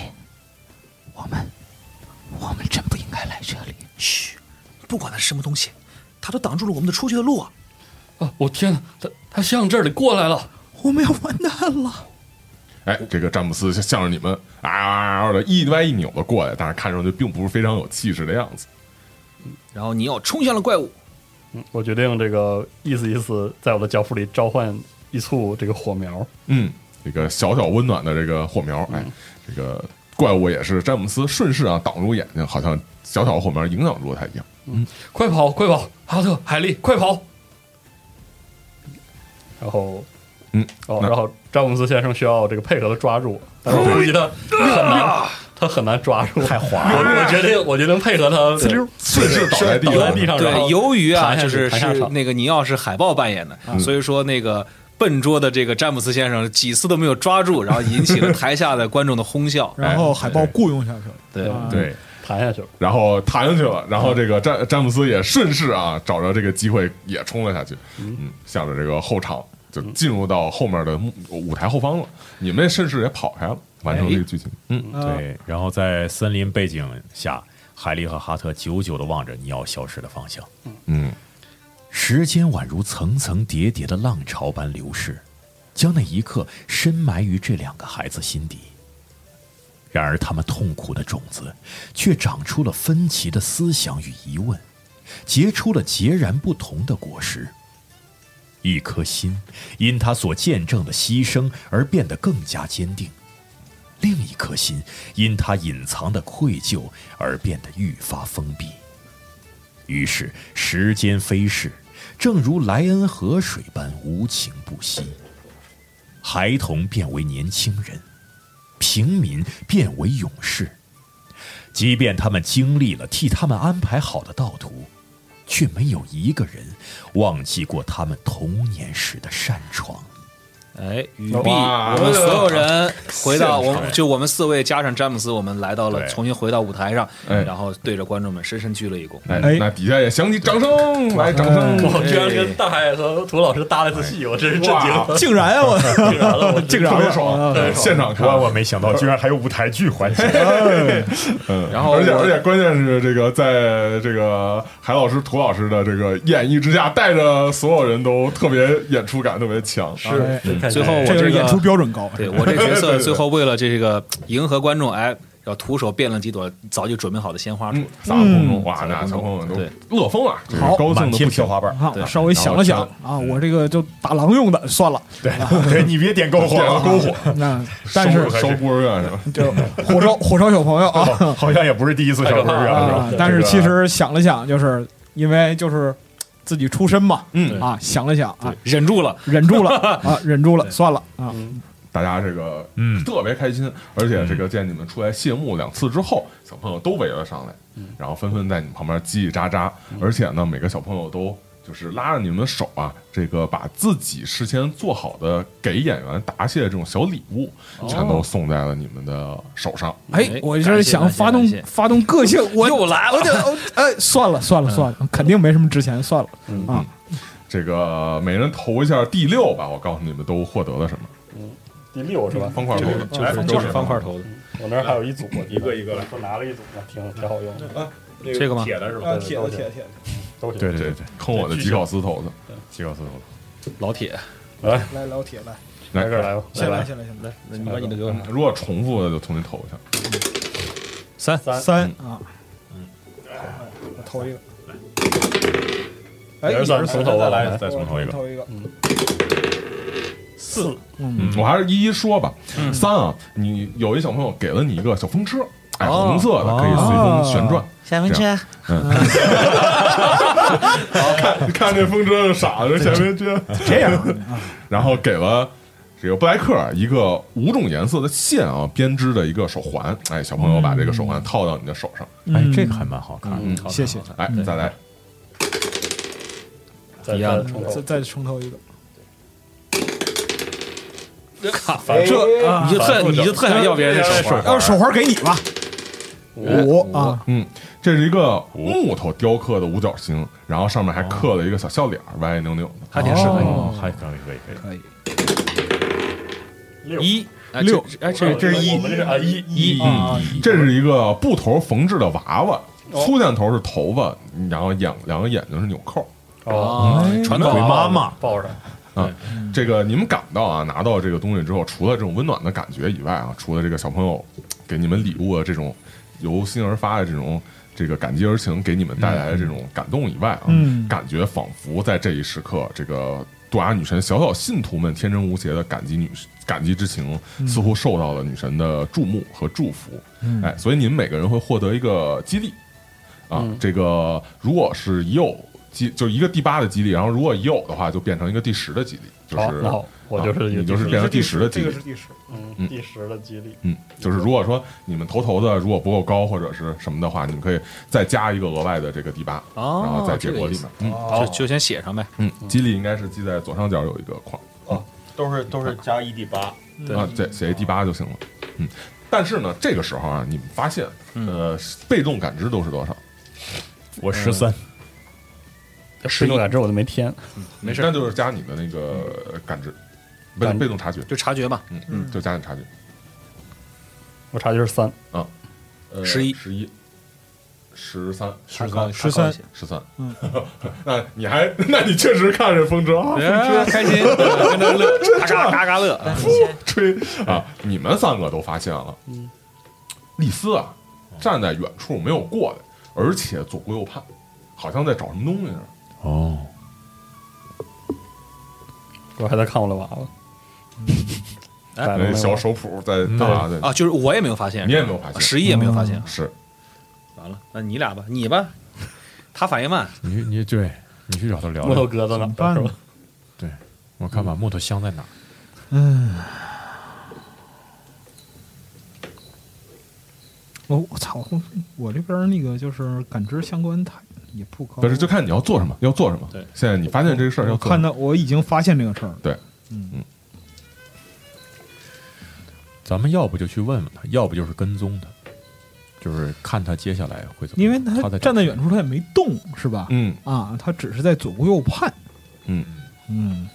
Speaker 13: 我们，我们真不应该来这里。嘘，
Speaker 8: 不管它是什么东西，它都挡住了我们的出去的路啊！
Speaker 14: 啊，我天哪，他他向这里过来了，
Speaker 13: 我们要完蛋了！
Speaker 12: 哎，这个詹姆斯向着你们啊啊啊的一歪一扭的过来，但是看上去并不是非常有气势的样子。
Speaker 8: 然后你要冲向了怪物，
Speaker 5: 嗯，我决定这个意思意思，在我的脚脯里召唤一簇这个火苗。
Speaker 12: 嗯，这个小小温暖的这个火苗，哎，这个怪物也是詹姆斯顺势啊挡住眼睛，好像小小的火苗影响住了他一样。
Speaker 14: 快跑，快跑，哈特、海莉，快跑！
Speaker 5: 然后，
Speaker 12: 嗯，
Speaker 5: 哦，
Speaker 14: 那
Speaker 5: 然后詹姆斯先生需要这个配合的抓住我，但是我估计他很难，他很难抓住，太滑
Speaker 14: 了
Speaker 5: 我我决定，我决定配合他，
Speaker 14: 呲溜
Speaker 12: 顺势倒在地上
Speaker 5: 倒在地上。
Speaker 8: 对
Speaker 5: 然，后
Speaker 8: 由于啊，
Speaker 5: 弹下
Speaker 8: 就
Speaker 5: 去
Speaker 8: 是
Speaker 5: 弹
Speaker 8: 是
Speaker 5: 下场
Speaker 8: 那个尼奥是海豹扮演的，
Speaker 5: 嗯
Speaker 8: 所以说那个笨拙的这个詹姆斯先生几次都没有抓住，然后引起了台下的观众的哄笑。
Speaker 6: 然后海豹雇佣下去了。
Speaker 8: 对
Speaker 6: 啊
Speaker 12: 对，嗯
Speaker 5: 弹下去了，
Speaker 12: 然后弹下去了，然后这个詹詹姆斯也顺势啊，找着这个机会也冲了下去，嗯，向着这个后场就进入到后面的幕舞台后方了。你们顺势也跑开了，完
Speaker 8: 哎
Speaker 12: 成了这个剧情。
Speaker 7: 嗯，
Speaker 6: 呃
Speaker 12: 啊
Speaker 7: 对。然后在森林背景下，海莉和哈特久久的望着你要消失的方向。
Speaker 12: 嗯，
Speaker 7: 时间宛如层层叠叠的浪潮般流逝，将那一刻深埋于这两个孩子心底。然而，他们痛苦的种子却长出了分歧的思想与疑问，结出了截然不同的果实。一颗心因他所见证的牺牲而变得更加坚定，另一颗心因他隐藏的愧疚而变得愈发封闭。于是，时间飞逝，正如莱恩河水般无情不息。孩童变为年轻人，平民变为勇士。即便他们经历了替他们安排好的道途，却没有一个人忘记过他们童年时的擅闯。
Speaker 8: 哎，语
Speaker 7: 哇
Speaker 8: 毕，我们所有人回到
Speaker 7: 现
Speaker 8: 我
Speaker 7: 场
Speaker 8: 们，就我们四位加上詹姆斯，我们来到了
Speaker 12: 对
Speaker 8: 重新回到舞台上，
Speaker 12: 哎
Speaker 8: 然后对着观众们深深鞠了一躬。
Speaker 12: 哎，那底下也响起掌声，来掌声！
Speaker 5: 我居然跟大海和涂老师搭了一次戏，我真是震惊
Speaker 12: 哇
Speaker 5: 了，
Speaker 6: 竟然啊我
Speaker 5: 竟然
Speaker 7: 哦
Speaker 12: *laughs*
Speaker 5: 了，我
Speaker 6: 竟然啊
Speaker 5: 特别爽，特别爽
Speaker 12: 现场看，
Speaker 7: 万万没想到，居然还有舞台剧环节。
Speaker 12: 嗯，
Speaker 8: 然后
Speaker 12: 而且
Speaker 8: 我
Speaker 12: 而且关键是这个，在这个海老师、涂老师的这个演绎之下，带着所有人都特别演出感特别强。
Speaker 8: 是哎嗯最后我这
Speaker 6: 这个
Speaker 8: 个
Speaker 6: 演出标准高。
Speaker 8: 对我这角
Speaker 12: 对对
Speaker 8: 色
Speaker 12: 对
Speaker 8: 最后为了这个迎合观众，哎，要徒手变了几朵早就准备好的鲜花出来，
Speaker 12: 撒空中，哇，那小朋友们都乐疯了，这个
Speaker 6: 好
Speaker 7: *laughs*
Speaker 12: 高兴的不行。
Speaker 7: 瓣
Speaker 6: 啊，稍微想了想啊，我这个就打狼用的算了。
Speaker 7: 对， *laughs* 对你别点篝火
Speaker 12: 哎
Speaker 7: 啊
Speaker 12: 点
Speaker 7: 了，
Speaker 12: 篝火，
Speaker 7: *laughs*
Speaker 6: 那但是
Speaker 12: 烧孤儿院是吧？
Speaker 6: 就火烧火烧小朋友
Speaker 7: *laughs*
Speaker 6: 啊，
Speaker 7: 哦好好像也不是第一次小朋友
Speaker 6: 啊，但是其实想了想，就是因为就是自己出身嘛，
Speaker 12: 嗯
Speaker 6: 啊，想了想啊，
Speaker 8: 忍住了。
Speaker 6: 忍住了啊，忍住了，算了啊，
Speaker 12: 大家这个
Speaker 7: 嗯
Speaker 12: 特别开心，而且这个见你们出来谢幕两次之后，小朋友都围了上来，然后纷纷在你们旁边叽叽喳喳，而且呢，每个小朋友都就是拉着你们的手啊，这个把自己事先做好的给演员答谢的这种小礼物，全都送在了你们的手上。
Speaker 6: 哎，我就是想发动
Speaker 8: 感谢感谢
Speaker 6: 发动个性，我
Speaker 8: 又来了
Speaker 6: 我就我哎，算了算了算了，肯定没什么值钱，算了啊，
Speaker 12: 这个每人投一下第六吧，我告诉你们都获得了什么。
Speaker 5: 第六是吧？
Speaker 12: 方块头的
Speaker 5: 来
Speaker 12: 就是
Speaker 5: 就是
Speaker 12: 方块
Speaker 8: 头的。
Speaker 5: 我那儿还有一组，
Speaker 7: 一个一个来
Speaker 5: 我拿了一组，那挺挺好用的，
Speaker 8: 这个吗
Speaker 7: 铁的是吧？
Speaker 5: 啊铁的铁的
Speaker 6: 铁的，
Speaker 5: 都行。
Speaker 7: 对对对对，
Speaker 12: 坑我的吉考斯头的，
Speaker 7: 吉奥斯头。
Speaker 8: 老铁，
Speaker 5: 来
Speaker 6: 来老铁来，
Speaker 5: 来这儿来吧，
Speaker 6: 先来
Speaker 5: 来
Speaker 6: 先来先来
Speaker 8: 那你把你的给我拿
Speaker 12: 如果重复的就重新投一下。
Speaker 8: 三
Speaker 5: 三
Speaker 6: 三啊，嗯，我投一个。哎，
Speaker 5: 也是三
Speaker 6: 也是
Speaker 5: 哎从头吧
Speaker 6: 再来
Speaker 7: 再从头一个
Speaker 6: 投一个，
Speaker 5: 四，
Speaker 7: 嗯，我还是一一说吧。三啊，你有一小朋友给了你一个小风车，哎，红色的可以随风旋转。
Speaker 15: 小风车
Speaker 7: 这样，嗯，看 *laughs* 看这风车是傻子，前面这
Speaker 6: 这样，
Speaker 7: *laughs* 然后给了这个布莱克一个五种颜色的线啊编织的一个手环，哎，小朋友把这个手环套到你的手上，
Speaker 6: 嗯
Speaker 9: 哎这个还蛮好看的
Speaker 7: 嗯
Speaker 9: 好，看
Speaker 6: 谢谢
Speaker 9: 好看
Speaker 7: 哎，再来，
Speaker 5: 再
Speaker 9: 一样
Speaker 5: 再
Speaker 9: 的
Speaker 5: 重
Speaker 6: 再
Speaker 5: 头，
Speaker 6: 再重头一个，
Speaker 8: 卡
Speaker 5: 反正
Speaker 8: 你就特
Speaker 5: 反正
Speaker 8: 你就特想要别人的手环，
Speaker 6: 要手环给你吧，五啊，
Speaker 7: 嗯，这是一个木头雕刻的五角星，然后上面还刻了一个小笑脸，歪歪扭扭的，
Speaker 9: 还挺适合你，还可以可以可以。
Speaker 6: 可以，
Speaker 5: 六
Speaker 8: 一哎
Speaker 7: 六
Speaker 8: 这哎这
Speaker 7: 这是一
Speaker 5: 我们这是啊一
Speaker 8: 一
Speaker 5: 啊一，
Speaker 7: 嗯这是一个布头缝制的娃娃，粗线头是头发，然后眼两个眼睛是纽扣。
Speaker 5: 哦，
Speaker 9: 传统妈妈，
Speaker 5: 抱上，
Speaker 7: 啊，这个你们感到啊，拿到这个东西之后，除了这种温暖的感觉以外啊，除了这个小朋友给你们礼物的这种由心而发的这种这个感激而情给你们带来的这种感动以外啊，
Speaker 6: 嗯
Speaker 7: 感觉仿佛在这一时刻，这个杜雅女神小小信徒们天真无邪的感激女感激之情，似乎受到了女神的注目和祝福。
Speaker 6: 嗯
Speaker 7: 哎，所以你们每个人会获得一个激励啊。这个如果是已有激，就是一个第八的激励，然后如果已有的话，就变成一个第十的激励，就
Speaker 5: 好
Speaker 7: 是
Speaker 5: 那好我就是
Speaker 7: 啊
Speaker 5: 一个第
Speaker 7: 你就是
Speaker 5: 十
Speaker 7: 变成
Speaker 5: 这
Speaker 7: 第十的激
Speaker 6: 这
Speaker 7: 励
Speaker 6: 个。是第十，
Speaker 5: 嗯，第十的激励，
Speaker 7: 嗯，就是如果说你们头头的如果不够高或者是什么的话，你们可以再加一个额外的这个第八，
Speaker 8: 哦
Speaker 7: 然后在结果里面，嗯
Speaker 8: 就就先写上呗。
Speaker 7: 嗯，激励应该是记在左上角有一个框，
Speaker 11: 都是都是加一 d 八，
Speaker 8: 对
Speaker 7: 啊，对，写一第八就行了。嗯，但是呢，这个时候啊，你们发现，
Speaker 8: 嗯
Speaker 7: 呃，被动感知都是多少？
Speaker 9: 我十三，
Speaker 7: 嗯
Speaker 8: 呃
Speaker 5: 十六感知我就没添，
Speaker 7: 没事，那就是加你的那个感知，被
Speaker 5: 感
Speaker 7: 被动察觉，
Speaker 8: 就察觉嘛，
Speaker 7: 嗯嗯，就加你察觉
Speaker 5: 我察觉是三，
Speaker 7: 啊，呃
Speaker 8: 11
Speaker 7: 十一。十三，
Speaker 8: 十三
Speaker 6: 十三，
Speaker 7: 十三，
Speaker 6: 嗯，
Speaker 7: *laughs* 那你还，那你确实看着风筝啊，
Speaker 8: *laughs* 哎
Speaker 7: *laughs*
Speaker 8: 开心，跟着乐，嘎嘎嘎嘎乐。
Speaker 7: 吹啊！你们三个都发现了，丽丝啊，站在远处没有过来，而且左顾右盼，好像在找什么东西似的。
Speaker 9: 哦，
Speaker 5: 我还在看我的娃娃，摆了
Speaker 7: 那
Speaker 5: 没
Speaker 7: 哎小
Speaker 5: 有
Speaker 7: 手谱在大的，
Speaker 8: 啊，就是我也没有发现，
Speaker 7: 你也没有发现，嗯
Speaker 8: 十一也没有发现。
Speaker 7: 是
Speaker 8: 完了，那你俩吧，你吧，他反应慢，
Speaker 9: 你你对你去找他聊
Speaker 5: 木头
Speaker 9: 聊，
Speaker 5: 疙瘩呢，
Speaker 6: 办
Speaker 5: 是
Speaker 6: 呢
Speaker 5: 吧？
Speaker 9: 对我看把木头镶在哪儿。
Speaker 6: 我哦我操，我我这边那个就是感知相关太也不高，
Speaker 7: 不是就看你要做什么，要做什么。
Speaker 8: 对，
Speaker 7: 现在你发现这个事儿要
Speaker 6: 我
Speaker 7: 做
Speaker 6: 看
Speaker 7: 什么，
Speaker 6: 到我已经发现这个事儿了，
Speaker 7: 对，
Speaker 9: 咱们要不就去问问他，要不就是跟踪他，就是看他接下来会怎么。
Speaker 6: 因为
Speaker 9: 他
Speaker 6: 他站在远
Speaker 9: 处，
Speaker 6: 处他也没动是吧？
Speaker 7: 嗯
Speaker 6: 啊，他只是在左顾右盼，
Speaker 7: 嗯，
Speaker 6: 嗯，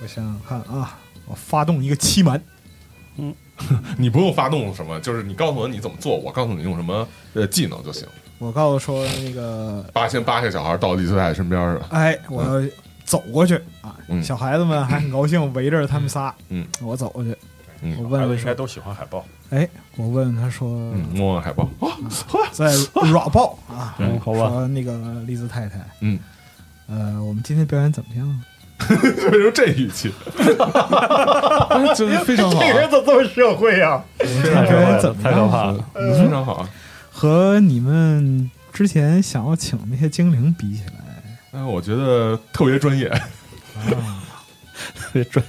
Speaker 6: 我想想看啊，我发动一个欺瞒，
Speaker 7: 你不用发动什么，就是你告诉我你怎么做，我告诉你用什么呃技能就行。
Speaker 6: 我告诉说那个，
Speaker 7: 八先扒下小孩到丽丝太太身边儿，
Speaker 6: 哎，我要走过去啊，
Speaker 7: 嗯
Speaker 6: 小孩子们还很高兴围着他们仨，
Speaker 7: 嗯，
Speaker 6: 我走过去，
Speaker 7: 嗯
Speaker 9: 孩
Speaker 6: 我问
Speaker 9: 子
Speaker 6: 问
Speaker 9: 应该
Speaker 6: 说，
Speaker 9: 都喜欢海报。
Speaker 6: 哎，我问问他说，
Speaker 7: 嗯，摸摸海报， *laughs* 啊，
Speaker 5: *laughs*
Speaker 6: 在软爆啊，
Speaker 5: 嗯，好吧，
Speaker 6: 说那个栗子太太，
Speaker 7: 嗯，
Speaker 6: 呃，我们今天表演怎么样啊？
Speaker 7: 为什么这语气？就是非常好啊，
Speaker 11: 怎么这么社会呀？
Speaker 6: 太可怕了
Speaker 5: 啊太可怕了，
Speaker 6: 嗯
Speaker 7: 非常好啊。
Speaker 6: 和你们之前想要请那些精灵比起来，
Speaker 7: 但哎是我觉得特别专业，
Speaker 5: 这这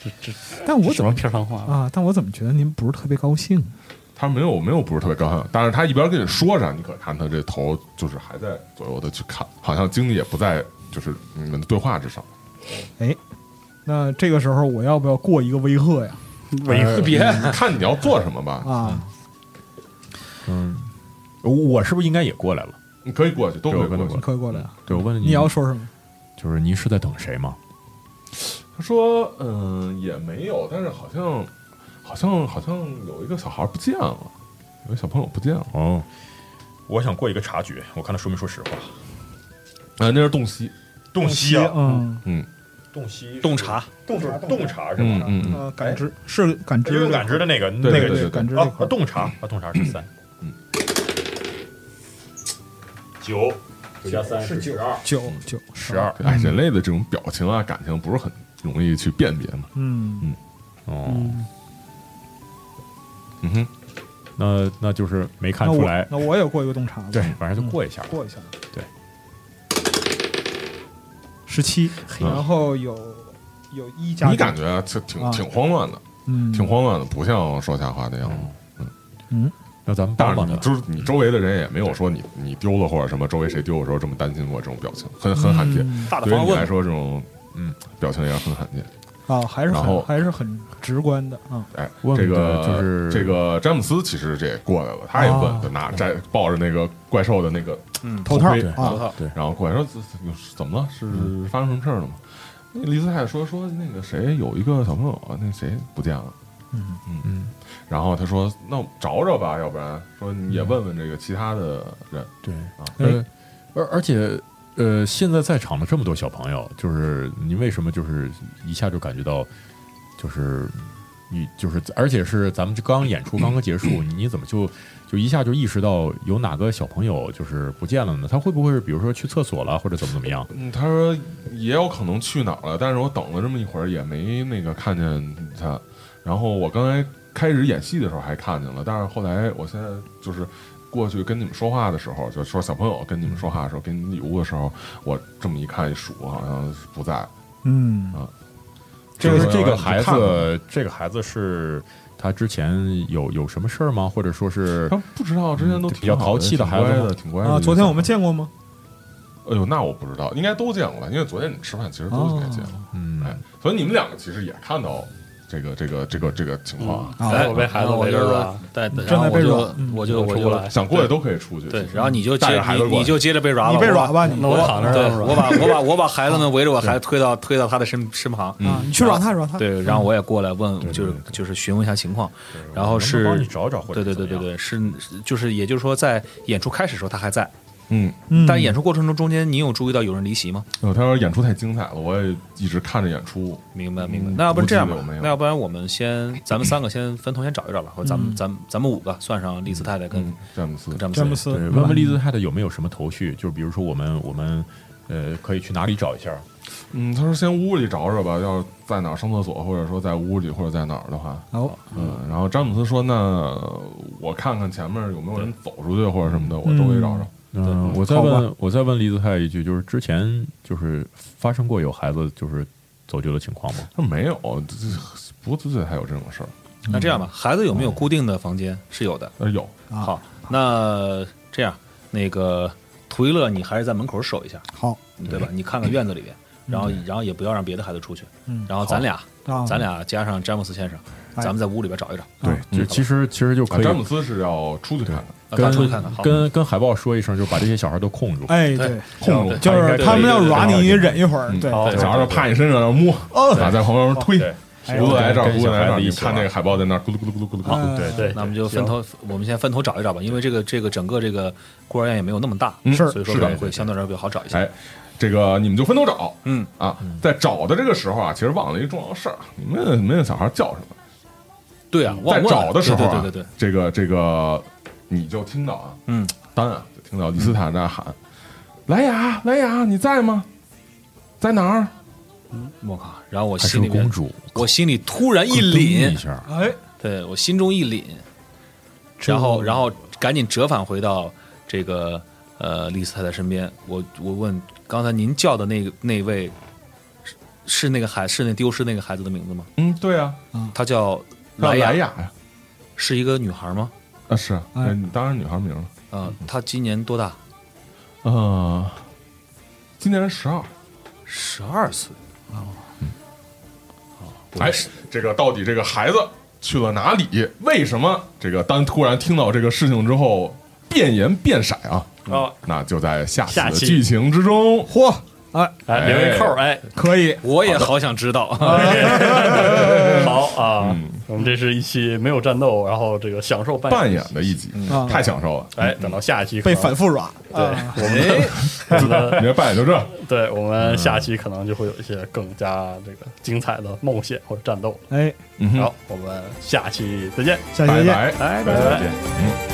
Speaker 5: 这这
Speaker 6: 但我
Speaker 5: 什
Speaker 6: 怎
Speaker 5: 么
Speaker 6: 么
Speaker 5: 片上话？
Speaker 6: 啊？但我怎么觉得您不是特别高兴？啊
Speaker 7: 他没有没有不是特别高兴，但是他一边跟你说着，你可看他这头就是还在左右的去看，好像精力也不在就是你们的对话之上。
Speaker 6: 那这个时候我要不要过一个威吓呀？
Speaker 5: 维
Speaker 8: 别
Speaker 7: 嗯看你要做什么吧，
Speaker 6: 啊，
Speaker 9: 嗯，我是不是应该也过来了？
Speaker 7: 你可以过去，都可以
Speaker 9: 这
Speaker 7: 过
Speaker 9: 我跟
Speaker 7: 去
Speaker 6: 你。快过来啊！
Speaker 9: 对，我问
Speaker 7: 嗯
Speaker 6: 你要说什么？
Speaker 9: 就是您是在等谁吗？
Speaker 7: 他说：“嗯，也没有，但是好像，好像，好像有一个小孩不见了，有一个小朋友不见了。
Speaker 9: 哦，我想过一个察觉，我看他说没说实话。
Speaker 7: 啊，那是洞悉。
Speaker 11: 洞悉啊，
Speaker 6: 嗯，
Speaker 7: 嗯
Speaker 11: 洞悉，
Speaker 8: 洞察，
Speaker 11: 洞察，洞察是
Speaker 7: 嗯
Speaker 11: 吧？
Speaker 7: 嗯嗯，
Speaker 6: 呃，感知是感知
Speaker 11: 就
Speaker 6: 这
Speaker 11: 用
Speaker 6: 块
Speaker 11: 感
Speaker 6: 儿，
Speaker 11: 知的那个
Speaker 7: 对
Speaker 11: 那
Speaker 7: 对
Speaker 11: 个
Speaker 7: 对
Speaker 6: 对
Speaker 7: 对
Speaker 6: 感知
Speaker 9: 哦
Speaker 6: 这
Speaker 11: 啊
Speaker 6: 块
Speaker 11: 啊，
Speaker 6: 儿，
Speaker 11: 洞察啊，洞察是三，
Speaker 7: 嗯，
Speaker 11: 九九加三是九十二，
Speaker 6: 九九
Speaker 7: 十二。哎，人类的这种表情啊、感情不是很容易去辨别嘛。
Speaker 6: 嗯
Speaker 7: 嗯，
Speaker 9: 哦，
Speaker 6: 嗯，
Speaker 7: 嗯哼，
Speaker 9: 那那就是没看
Speaker 6: 那
Speaker 9: 出
Speaker 6: 我
Speaker 9: 来，
Speaker 6: 那我也过一个洞察。嗯
Speaker 9: 对，反正就过一下吧，
Speaker 6: 过一下。
Speaker 9: 对，
Speaker 6: 十七，
Speaker 7: 嗯
Speaker 6: 然后有有一加九，
Speaker 7: 你感觉这挺
Speaker 6: 啊
Speaker 7: 挺慌乱的，
Speaker 6: 嗯
Speaker 7: 挺慌乱的，不像说瞎话那样。
Speaker 6: 嗯，
Speaker 9: 那咱们
Speaker 7: 但
Speaker 9: 帮
Speaker 7: 是
Speaker 9: 帮
Speaker 7: 你
Speaker 9: 他，
Speaker 7: 就是你周围的人也没有说你你丢了或者什么，周围谁丢的时候这么担心过这种表情，很很罕见
Speaker 6: 嗯。
Speaker 7: 对于你来说，这种嗯表情也很罕见。
Speaker 6: 啊，还是
Speaker 7: 然后
Speaker 6: 很还是很直观的啊。
Speaker 7: 哎，
Speaker 9: 问
Speaker 7: 这个
Speaker 9: 的就是嗯
Speaker 7: 这个詹姆斯其实这也过来了，他也问
Speaker 6: 啊，
Speaker 7: 就拿摘抱着那个怪兽的那个
Speaker 8: 嗯
Speaker 6: 头套
Speaker 7: 盔
Speaker 6: 对
Speaker 7: 啊
Speaker 6: 头套
Speaker 9: 对嗯
Speaker 7: 然后过来说怎怎怎么了？是发生什么事儿了吗？那个丽斯泰说说那个谁有一个小朋友，那谁不见了。
Speaker 6: 嗯
Speaker 7: 嗯嗯，然后他说：“那我找找吧，要不然说你也问问这个其他的人。”
Speaker 9: 嗯对
Speaker 7: 啊，
Speaker 9: 呃，而而且呃，现在在场的这么多小朋友，就是你为什么就是一下就感觉到，就是你就是，而且是咱们这刚演出刚刚结束，你你怎么就就一下就意识到有哪个小朋友就是不见了呢？他会不会是比如说去厕所了，或者怎么怎么样？
Speaker 7: 嗯，他说也有可能去哪儿了，但是我等了这么一会儿也没那个看见他。然后我刚才开始演戏的时候还看见了，但是后来我现在就是过去跟你们说话的时候，就说小朋友跟你们说话的时候，给你们礼物的时候，我这么一看一数，好像是不在。
Speaker 6: 嗯
Speaker 7: 啊，
Speaker 9: 就是这个孩
Speaker 7: 看了
Speaker 9: 子，这个孩子是他之前有有什么事儿吗？或者说是
Speaker 7: 他不知道，之前都
Speaker 9: 比
Speaker 7: 挺
Speaker 9: 较
Speaker 7: 好
Speaker 9: 淘气
Speaker 7: 的
Speaker 9: 孩子
Speaker 7: 挺乖
Speaker 9: 吗
Speaker 7: 的，挺乖的。
Speaker 6: 啊，昨天我们见过吗？
Speaker 7: 哎呦，那我不知道，应该都见过吧？因为昨天你吃饭其实都应该见了。
Speaker 9: 嗯，
Speaker 7: 哎，所以你们两个其实也看到这个这个这个这个情况啊。
Speaker 5: 嗯哎我被孩子围着软
Speaker 8: 对，
Speaker 6: 嗯
Speaker 8: 然后
Speaker 6: 正在
Speaker 8: 我
Speaker 6: 被
Speaker 8: 就
Speaker 6: 软嗯
Speaker 8: 我就
Speaker 5: 我
Speaker 8: 我
Speaker 5: 就来
Speaker 8: 就
Speaker 7: 想过去都可以出去。
Speaker 8: 对
Speaker 7: 其，实
Speaker 8: 然后你就
Speaker 7: 带
Speaker 8: 接
Speaker 7: 着孩子
Speaker 8: 你
Speaker 7: 过来
Speaker 8: 你就接着被软了，
Speaker 6: 哦你被
Speaker 8: 我把
Speaker 6: 软吧你啊
Speaker 5: 那我躺那儿
Speaker 8: 对
Speaker 5: 软
Speaker 8: 我把我把我把孩
Speaker 7: 啊
Speaker 8: 子们围着我孩子推到推到他的身身旁，
Speaker 6: 啊，
Speaker 7: 嗯
Speaker 6: 你去软
Speaker 9: *laughs*
Speaker 6: 他软他。
Speaker 8: 对，然后我也过来
Speaker 9: 嗯
Speaker 8: 问，就是就是询问一下情况，然后
Speaker 9: 能不能
Speaker 8: 是
Speaker 9: 帮你找找或者
Speaker 8: 对对对
Speaker 9: 怎
Speaker 8: 对
Speaker 9: 么
Speaker 8: 对，是是就是也就是说在演出开始的时候他还在，
Speaker 7: 嗯，
Speaker 6: 嗯
Speaker 8: 但演出过程中中间你有注意到有人离席吗？
Speaker 7: 呃，
Speaker 9: 哦
Speaker 7: 他说演出太精彩了，我也一直看着演出。
Speaker 8: 明白
Speaker 7: 嗯
Speaker 8: 明白，那要不然这样吧
Speaker 7: 估计有没，有
Speaker 8: 那要不然我们先咱们三个先分头先找一找吧，或者咱们咱们咱们五个算上利斯太太跟
Speaker 7: 詹姆
Speaker 9: 嗯
Speaker 7: 斯
Speaker 8: 跟，詹姆
Speaker 6: 嗯
Speaker 8: 斯，
Speaker 6: 詹姆斯，
Speaker 9: 对，问问利兹泰的有没有什么头绪？就比如说我们我们呃可以去哪里找一下？
Speaker 7: 嗯，他说先屋里找找吧，要是在哪儿上厕所，或者说在屋里，或者在哪儿的话，
Speaker 6: 好，
Speaker 7: 嗯，然后詹姆斯说，那我看看前面有没有人走出去或者什么的，我周围找找。
Speaker 9: 嗯，我再
Speaker 6: 好吧
Speaker 9: 问我再问利兹泰一句，就是之前就是发生过有孩子就是走丢的情况吗？
Speaker 7: 他说没有，这这不自还有这种事儿。
Speaker 8: 那这样
Speaker 9: 嗯
Speaker 8: 吧，孩子有没有固定的房间？是有的。
Speaker 7: 呃，有，
Speaker 6: 啊
Speaker 8: 好，那这样，那个图一乐，你还是在门口守一下，
Speaker 6: 好，
Speaker 8: 对吧？你看看院子里边，然后然后也不要让别的孩子出去，
Speaker 6: 嗯
Speaker 8: 然后咱俩
Speaker 6: 啊，
Speaker 8: 咱俩加上詹姆斯先生，
Speaker 6: 哎
Speaker 8: 咱们在屋里边找一找，
Speaker 9: 对，就其实其实就
Speaker 7: 啊
Speaker 9: 可以
Speaker 7: 詹姆斯是要出去看看，
Speaker 8: 啊咱
Speaker 9: 跟
Speaker 8: 出去看看。好，
Speaker 9: 跟跟海豹说一声，就把这些小孩都控住。
Speaker 6: 哎对，
Speaker 7: 控制
Speaker 6: 就是他们要软你，你忍一会儿。
Speaker 7: 嗯
Speaker 6: 对，
Speaker 7: 小孩儿趴你身上，然后摸，啊，在旁边推，
Speaker 6: 哎
Speaker 7: 轱辘来这儿，
Speaker 9: 跟
Speaker 7: 轱辘
Speaker 9: 小
Speaker 7: 来这
Speaker 9: 孩
Speaker 7: 儿，
Speaker 9: 子一
Speaker 7: 你
Speaker 9: 起
Speaker 7: 看那
Speaker 9: 玩
Speaker 7: 个海豹在那儿咕噜咕噜咕噜咕噜咕噜。
Speaker 6: 对
Speaker 5: 对，
Speaker 8: 那我们就分头，我们先分头找一找吧，因为这个这个整个这个孤儿院也没有那么大，
Speaker 7: 嗯是
Speaker 8: 所以说
Speaker 7: 是的
Speaker 8: 会会相对来说比较好找一些。
Speaker 7: 哎，这个你们就分头找，
Speaker 8: 嗯
Speaker 7: 啊，在找的这个时候啊，其实忘了一个重要的事儿，你们没问小孩叫什么？
Speaker 8: 对啊，忘
Speaker 7: 在
Speaker 8: 问了
Speaker 7: 找的时候
Speaker 8: 对
Speaker 7: 啊，
Speaker 8: 对对对，对
Speaker 7: 这个这个你就听到啊，
Speaker 8: 嗯，
Speaker 7: 丹啊就听到李斯坦在喊：“莱雅，莱雅，你在吗？在哪儿
Speaker 8: 我靠！然后我
Speaker 9: 还是
Speaker 8: 心
Speaker 9: 个
Speaker 8: 里边
Speaker 9: 公，主，
Speaker 8: 我心里突然一凛
Speaker 9: 噔一，下，
Speaker 6: 哎，
Speaker 8: 对我心中一凛，
Speaker 6: 这
Speaker 8: 然后然后赶紧折返回到这个呃丽斯太太身边。我我问刚才您叫的那个那位是是那个孩是那丢失那个孩子的名字吗？？”
Speaker 7: 嗯，对啊，
Speaker 8: 她叫
Speaker 7: 叫
Speaker 8: 莱
Speaker 7: 雅
Speaker 8: 雅，
Speaker 7: 呀，
Speaker 8: 是一个女孩吗？
Speaker 7: 啊是啊，
Speaker 6: 哎
Speaker 7: 哎你当然女孩名了，
Speaker 8: 啊、她今年多大？
Speaker 6: 啊
Speaker 7: 呃，今年十二。啊
Speaker 8: 十二岁。哦，
Speaker 7: 哎
Speaker 8: 哎，，
Speaker 7: 这个到底这个孩子去了哪里？为什么这个丹突然听到这个事情之后变颜变色啊？
Speaker 5: 哦，
Speaker 7: 那就在下期
Speaker 5: 下
Speaker 7: 的
Speaker 5: 期
Speaker 7: 剧情之中。
Speaker 6: 嚯，哎，
Speaker 5: 哎，留一扣儿，哎，
Speaker 6: 可以，
Speaker 8: 我也好想知道。
Speaker 5: *laughs* 好啊，我们这是一期没有战斗，然后这个享受
Speaker 7: 扮
Speaker 5: 扮
Speaker 7: 演的一集，
Speaker 8: 嗯
Speaker 6: 啊
Speaker 7: 太享受了。
Speaker 5: 哎，等到下一期可
Speaker 6: 被
Speaker 5: 能
Speaker 6: 反复软。啊
Speaker 5: 对我们我们
Speaker 7: *laughs*
Speaker 5: 的
Speaker 7: 你的扮演就这，
Speaker 5: 对我们下期可能就会有一些更加这个精彩的冒险或者战斗。
Speaker 6: 哎，
Speaker 7: 嗯哼
Speaker 5: 好，我们下期再见，
Speaker 6: 下期
Speaker 7: 拜
Speaker 5: 拜
Speaker 6: 再见。
Speaker 7: 拜，
Speaker 8: 哎
Speaker 7: 拜
Speaker 5: 拜
Speaker 7: 拜。嗯